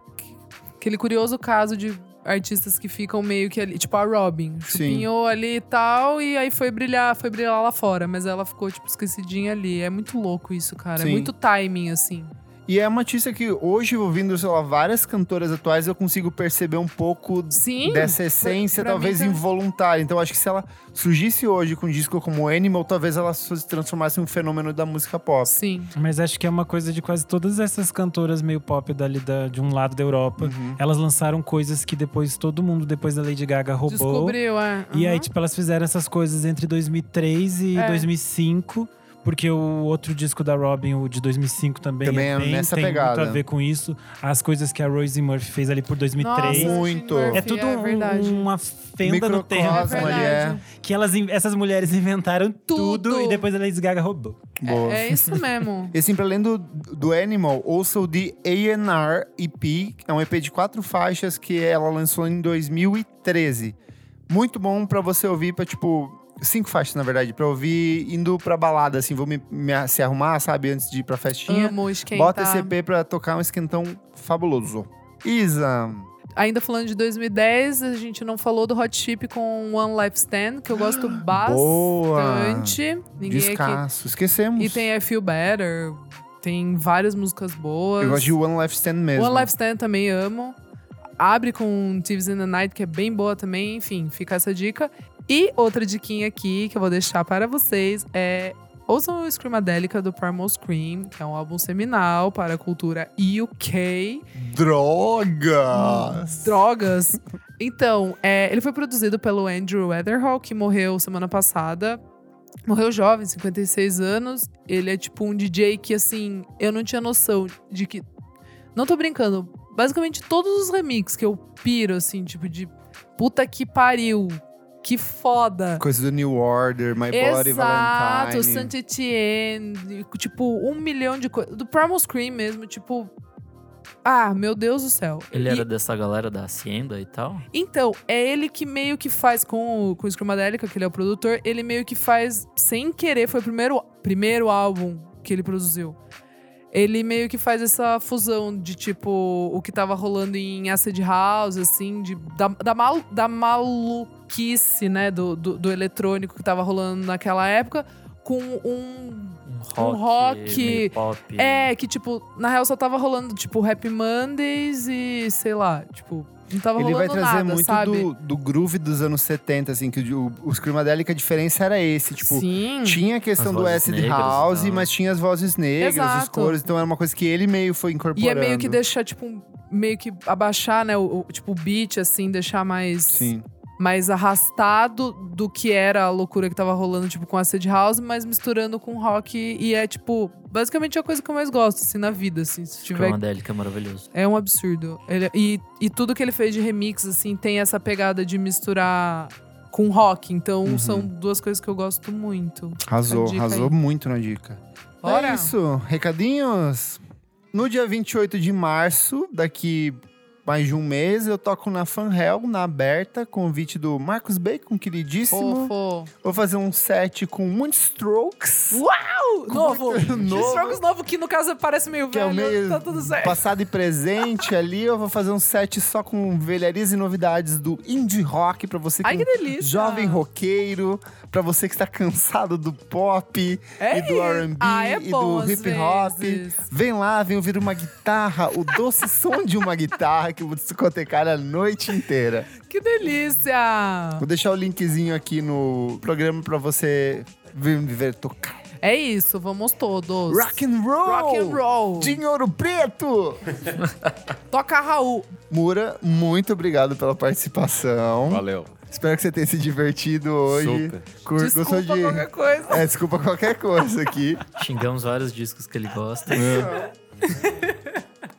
Speaker 2: aquele, curioso caso de artistas que ficam meio que ali. Tipo a Robin. Chupinhou ali e tal, e aí foi brilhar, foi brilhar lá fora. Mas ela ficou, tipo, esquecidinha ali. É muito louco isso, cara.
Speaker 1: Sim.
Speaker 2: É muito timing, assim.
Speaker 1: E é uma artista que hoje, ouvindo, sei lá, várias cantoras atuais, eu consigo perceber um pouco
Speaker 2: Sim.
Speaker 1: dessa essência,
Speaker 2: pra mim tá-
Speaker 1: talvez
Speaker 2: também.
Speaker 1: involuntária. Então, acho que se ela surgisse hoje com um disco como Animal, talvez ela se transformasse em um fenômeno da música pop.
Speaker 2: Sim.
Speaker 4: Mas acho que é uma coisa de quase todas essas cantoras meio pop dali da, de um lado da Europa.
Speaker 1: Uhum.
Speaker 4: Elas lançaram coisas que depois todo mundo, depois da Lady Gaga, roubou.
Speaker 2: Descobriu, é.
Speaker 4: E aí,
Speaker 2: Uhum.
Speaker 4: tipo, elas fizeram essas coisas entre 2003 e
Speaker 2: É.
Speaker 4: 2005. Porque o outro disco da Robin, o de 2005 também,
Speaker 1: Também é
Speaker 4: é bem,
Speaker 1: nessa
Speaker 4: tem
Speaker 1: pegada.
Speaker 4: muito a ver com isso. As coisas que a Rosie Murphy fez ali por 2003.
Speaker 2: Nossa,
Speaker 1: Muito.
Speaker 2: Gene Murphy,
Speaker 4: é tudo um-
Speaker 2: verdade.
Speaker 4: uma fenda no tempo
Speaker 2: É
Speaker 1: Microcosmo ali, é.
Speaker 2: verdade.
Speaker 4: que elas, in- essas mulheres inventaram tudo,
Speaker 2: Tudo.
Speaker 4: e depois a Lady Gaga roubou.
Speaker 1: Boa.
Speaker 2: É isso mesmo.
Speaker 1: E assim, pra além do, do Animal, ouça o The A&R EP. É um EP de quatro faixas que ela lançou em 2013. Muito bom pra você ouvir, pra tipo... Cinco faixas, na verdade, pra ouvir indo pra balada, assim. Vou me, me- se arrumar, sabe, antes de ir pra festinha.
Speaker 2: Amo tá. esquentar.
Speaker 1: Bota esse EP pra tocar um esquentão fabuloso. Isa,
Speaker 2: Ainda falando de 2010, a gente não falou do Hot Chip com One Life Stand, que eu gosto bastante. Ninguém aqui.
Speaker 1: descasso. Esquecemos.
Speaker 2: E tem I Feel Better, tem várias músicas boas.
Speaker 1: Eu gosto de One Life Stand mesmo.
Speaker 2: One Life Stand também amo. Abre com Thieves in the Night, que é bem boa também. Enfim, fica essa dica. E outra diquinha aqui que eu vou deixar para vocês é... Ouçam o Screamadelica do Primal Scream, que é um álbum seminal para a cultura UK.
Speaker 1: Drogas!
Speaker 2: Drogas. Então, é, ele foi produzido pelo Andrew Weatherall, que morreu semana passada. Morreu jovem, 56 anos. Ele é tipo um DJ que, assim, eu não tinha noção de que. Não tô brincando. Basicamente, todos os remixes que eu piro, assim, tipo, de puta que pariu. Que foda.
Speaker 1: Coisa do New Order, My Body
Speaker 2: Hum. Exato,
Speaker 1: Valentine.
Speaker 2: Saint Etienne, tipo, um milhão de coisas. Do Primal Scream mesmo, tipo. Ah, meu Deus do céu.
Speaker 3: Ele
Speaker 2: E-
Speaker 3: era dessa galera da Hacienda e tal?
Speaker 2: então, é ele que meio que faz com o, com o Screamadelica, que ele é o produtor, ele meio que faz sem querer, foi o primeiro, primeiro álbum que ele produziu. ele meio que faz essa fusão de tipo o que tava rolando em Acid House, assim, de, da, da, mal, da maluquice, né, do, do, do eletrônico que tava rolando naquela época, com um.
Speaker 3: Um rock,
Speaker 2: rock,
Speaker 3: meio pop.
Speaker 2: É, que tipo, na real só tava rolando, tipo, Happy Mondays e sei lá, tipo, não tava
Speaker 1: Ele vai
Speaker 2: rolando
Speaker 1: trazer
Speaker 2: nada,
Speaker 1: muito
Speaker 2: sabe?
Speaker 1: do, do groove dos anos 70, assim, que o, os Climadélica, a diferença era esse, tipo...
Speaker 2: Sim.
Speaker 1: Tinha a questão
Speaker 3: As
Speaker 1: do
Speaker 3: vozes
Speaker 1: acid
Speaker 3: negras e
Speaker 1: house,
Speaker 3: tal. né?
Speaker 1: mas tinha as vozes negras, os
Speaker 2: Exato.
Speaker 1: cores, então era uma coisa que ele meio foi incorporando.
Speaker 2: E é meio que deixar, tipo, um- meio que abaixar, né? O, o- tipo, o beat, assim, deixar mais,
Speaker 1: Sim.
Speaker 2: mais arrastado do que era a loucura que tava rolando, tipo, com a Acid House, mas misturando com rock. E é, tipo, basicamente a coisa que eu mais gosto, assim, na vida, assim. Se tiver.
Speaker 3: Cromadélica, maravilhoso.
Speaker 2: É um absurdo. Ele- e, e tudo que ele fez de remix, assim, tem essa pegada de misturar com rock. Então,
Speaker 1: Uhum.
Speaker 2: são duas coisas que eu gosto muito.
Speaker 1: Arrasou,
Speaker 2: dica
Speaker 1: arrasou
Speaker 2: aí.
Speaker 1: muito na dica.
Speaker 2: Bora.
Speaker 1: É isso, recadinhos. No dia 28 de março, daqui mais de um mês, eu toco na Fan Hell, na aberta, convite do Marcos Bacon, queridíssimo.
Speaker 2: Fofo.
Speaker 1: Vou fazer um set com muitos strokes.
Speaker 2: Novo!
Speaker 1: Novo.
Speaker 2: Strokes novo, que no caso parece meio
Speaker 1: Que é
Speaker 2: velho.
Speaker 1: o meio-
Speaker 2: Tá tudo certo.
Speaker 1: Passado e presente ali, eu vou fazer um set só com velharias e novidades do indie rock pra você que
Speaker 2: Ai, que delícia.
Speaker 1: jovem roqueiro, pra você que está cansado do pop
Speaker 2: É
Speaker 1: e do
Speaker 2: isso.
Speaker 1: R&B
Speaker 2: Ah, é
Speaker 1: e
Speaker 2: bom
Speaker 1: do
Speaker 2: às
Speaker 1: hip hop.
Speaker 2: vezes.
Speaker 1: Vem lá, vem ouvir uma guitarra, o doce som de uma guitarra que eu vou discotecar a noite inteira.
Speaker 2: Que delícia.
Speaker 1: Vou deixar o linkzinho aqui no programa pra você vir me ver tocar.
Speaker 2: É isso, vamos todos.
Speaker 1: Rock and roll!
Speaker 2: Rock and roll.
Speaker 1: De ouro preto!
Speaker 2: Toca Raul.
Speaker 1: Mura, muito obrigado pela participação.
Speaker 5: Valeu.
Speaker 1: Espero que você tenha se divertido hoje.
Speaker 5: Super.
Speaker 1: Cur-
Speaker 2: Desculpa qualquer coisa.
Speaker 1: É, desculpa qualquer coisa aqui.
Speaker 3: Xingamos vários discos que ele gosta.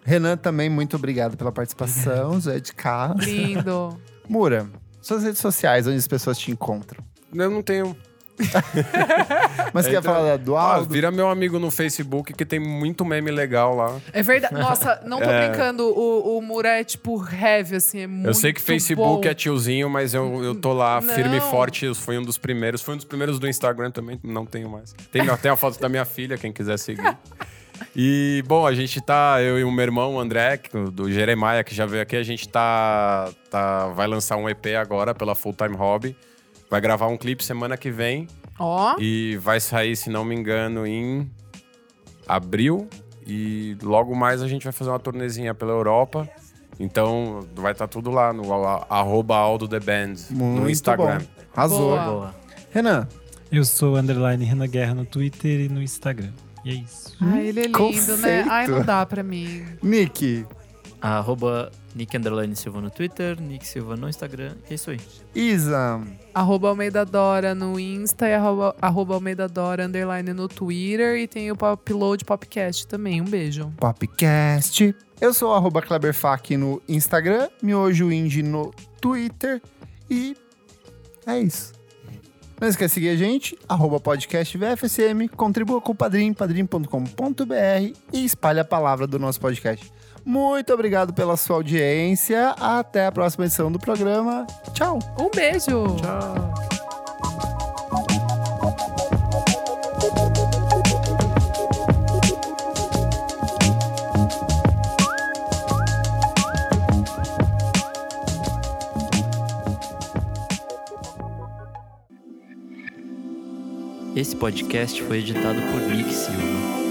Speaker 1: Renan, também muito obrigado pela participação. Zé de cá.
Speaker 2: Lindo.
Speaker 1: Mura, suas redes sociais, onde as pessoas te encontram.
Speaker 5: Eu não tenho.
Speaker 1: Mas quer
Speaker 5: Então,
Speaker 1: falar do
Speaker 5: Ah,
Speaker 1: Aldo?
Speaker 5: vira meu amigo no Facebook que tem muito meme legal lá.
Speaker 2: É verdade. Nossa, não tô
Speaker 5: É.
Speaker 2: brincando. O, o Mura é tipo heavy, assim, é muito
Speaker 5: eu sei que Facebook
Speaker 2: bom.
Speaker 5: é tiozinho, mas eu, eu tô lá firme e
Speaker 2: Não.
Speaker 5: forte. Eu fui um dos primeiros. Fui um dos primeiros do Instagram também, não tenho mais. Tem até a foto da minha filha, quem quiser seguir. E, bom, a gente tá, eu e o meu irmão, o André, que- do Jeremiah, que já veio aqui, a gente tá, tá vai lançar um EP agora pela Full Time Hobby. Vai gravar um clipe semana que vem.
Speaker 2: Ó,
Speaker 5: E vai sair, se não me engano, em abril. E logo mais a gente vai fazer uma turnezinha pela Europa. Então vai estar tudo lá no a- arroba Aldo The Band
Speaker 1: Muito
Speaker 5: no Instagram.
Speaker 1: bom. Arrasou.
Speaker 2: Boa.
Speaker 3: Boa.
Speaker 1: Renan,
Speaker 4: Eu sou underline Renan Guerra no Twitter e no Instagram. E é isso.
Speaker 2: ai, ele é lindo, né?
Speaker 1: conceito.
Speaker 2: Ai, não dá pra mim.
Speaker 1: Nick,
Speaker 3: Arroba Nick Underline Silva no Twitter, Nick Silva no Instagram. E é isso aí.
Speaker 1: Isa,
Speaker 2: Arroba Almeida Dora no Insta e arroba, arroba Almeida Dora underline no Twitter. E tem o upload podcast também. Um beijo.
Speaker 1: Popcast. Eu sou o arroba Kleberfac no Instagram, Miojo Indie no Twitter e é isso. Não esquece de seguir a gente, arroba podcast VFSM, contribua com o padrim, padrim.com.br e espalha a palavra do nosso podcast. Muito obrigado pela sua audiência, até a próxima edição do programa. Tchau!
Speaker 2: Um beijo. Tchau.
Speaker 3: Esse podcast foi editado por Nick Silva.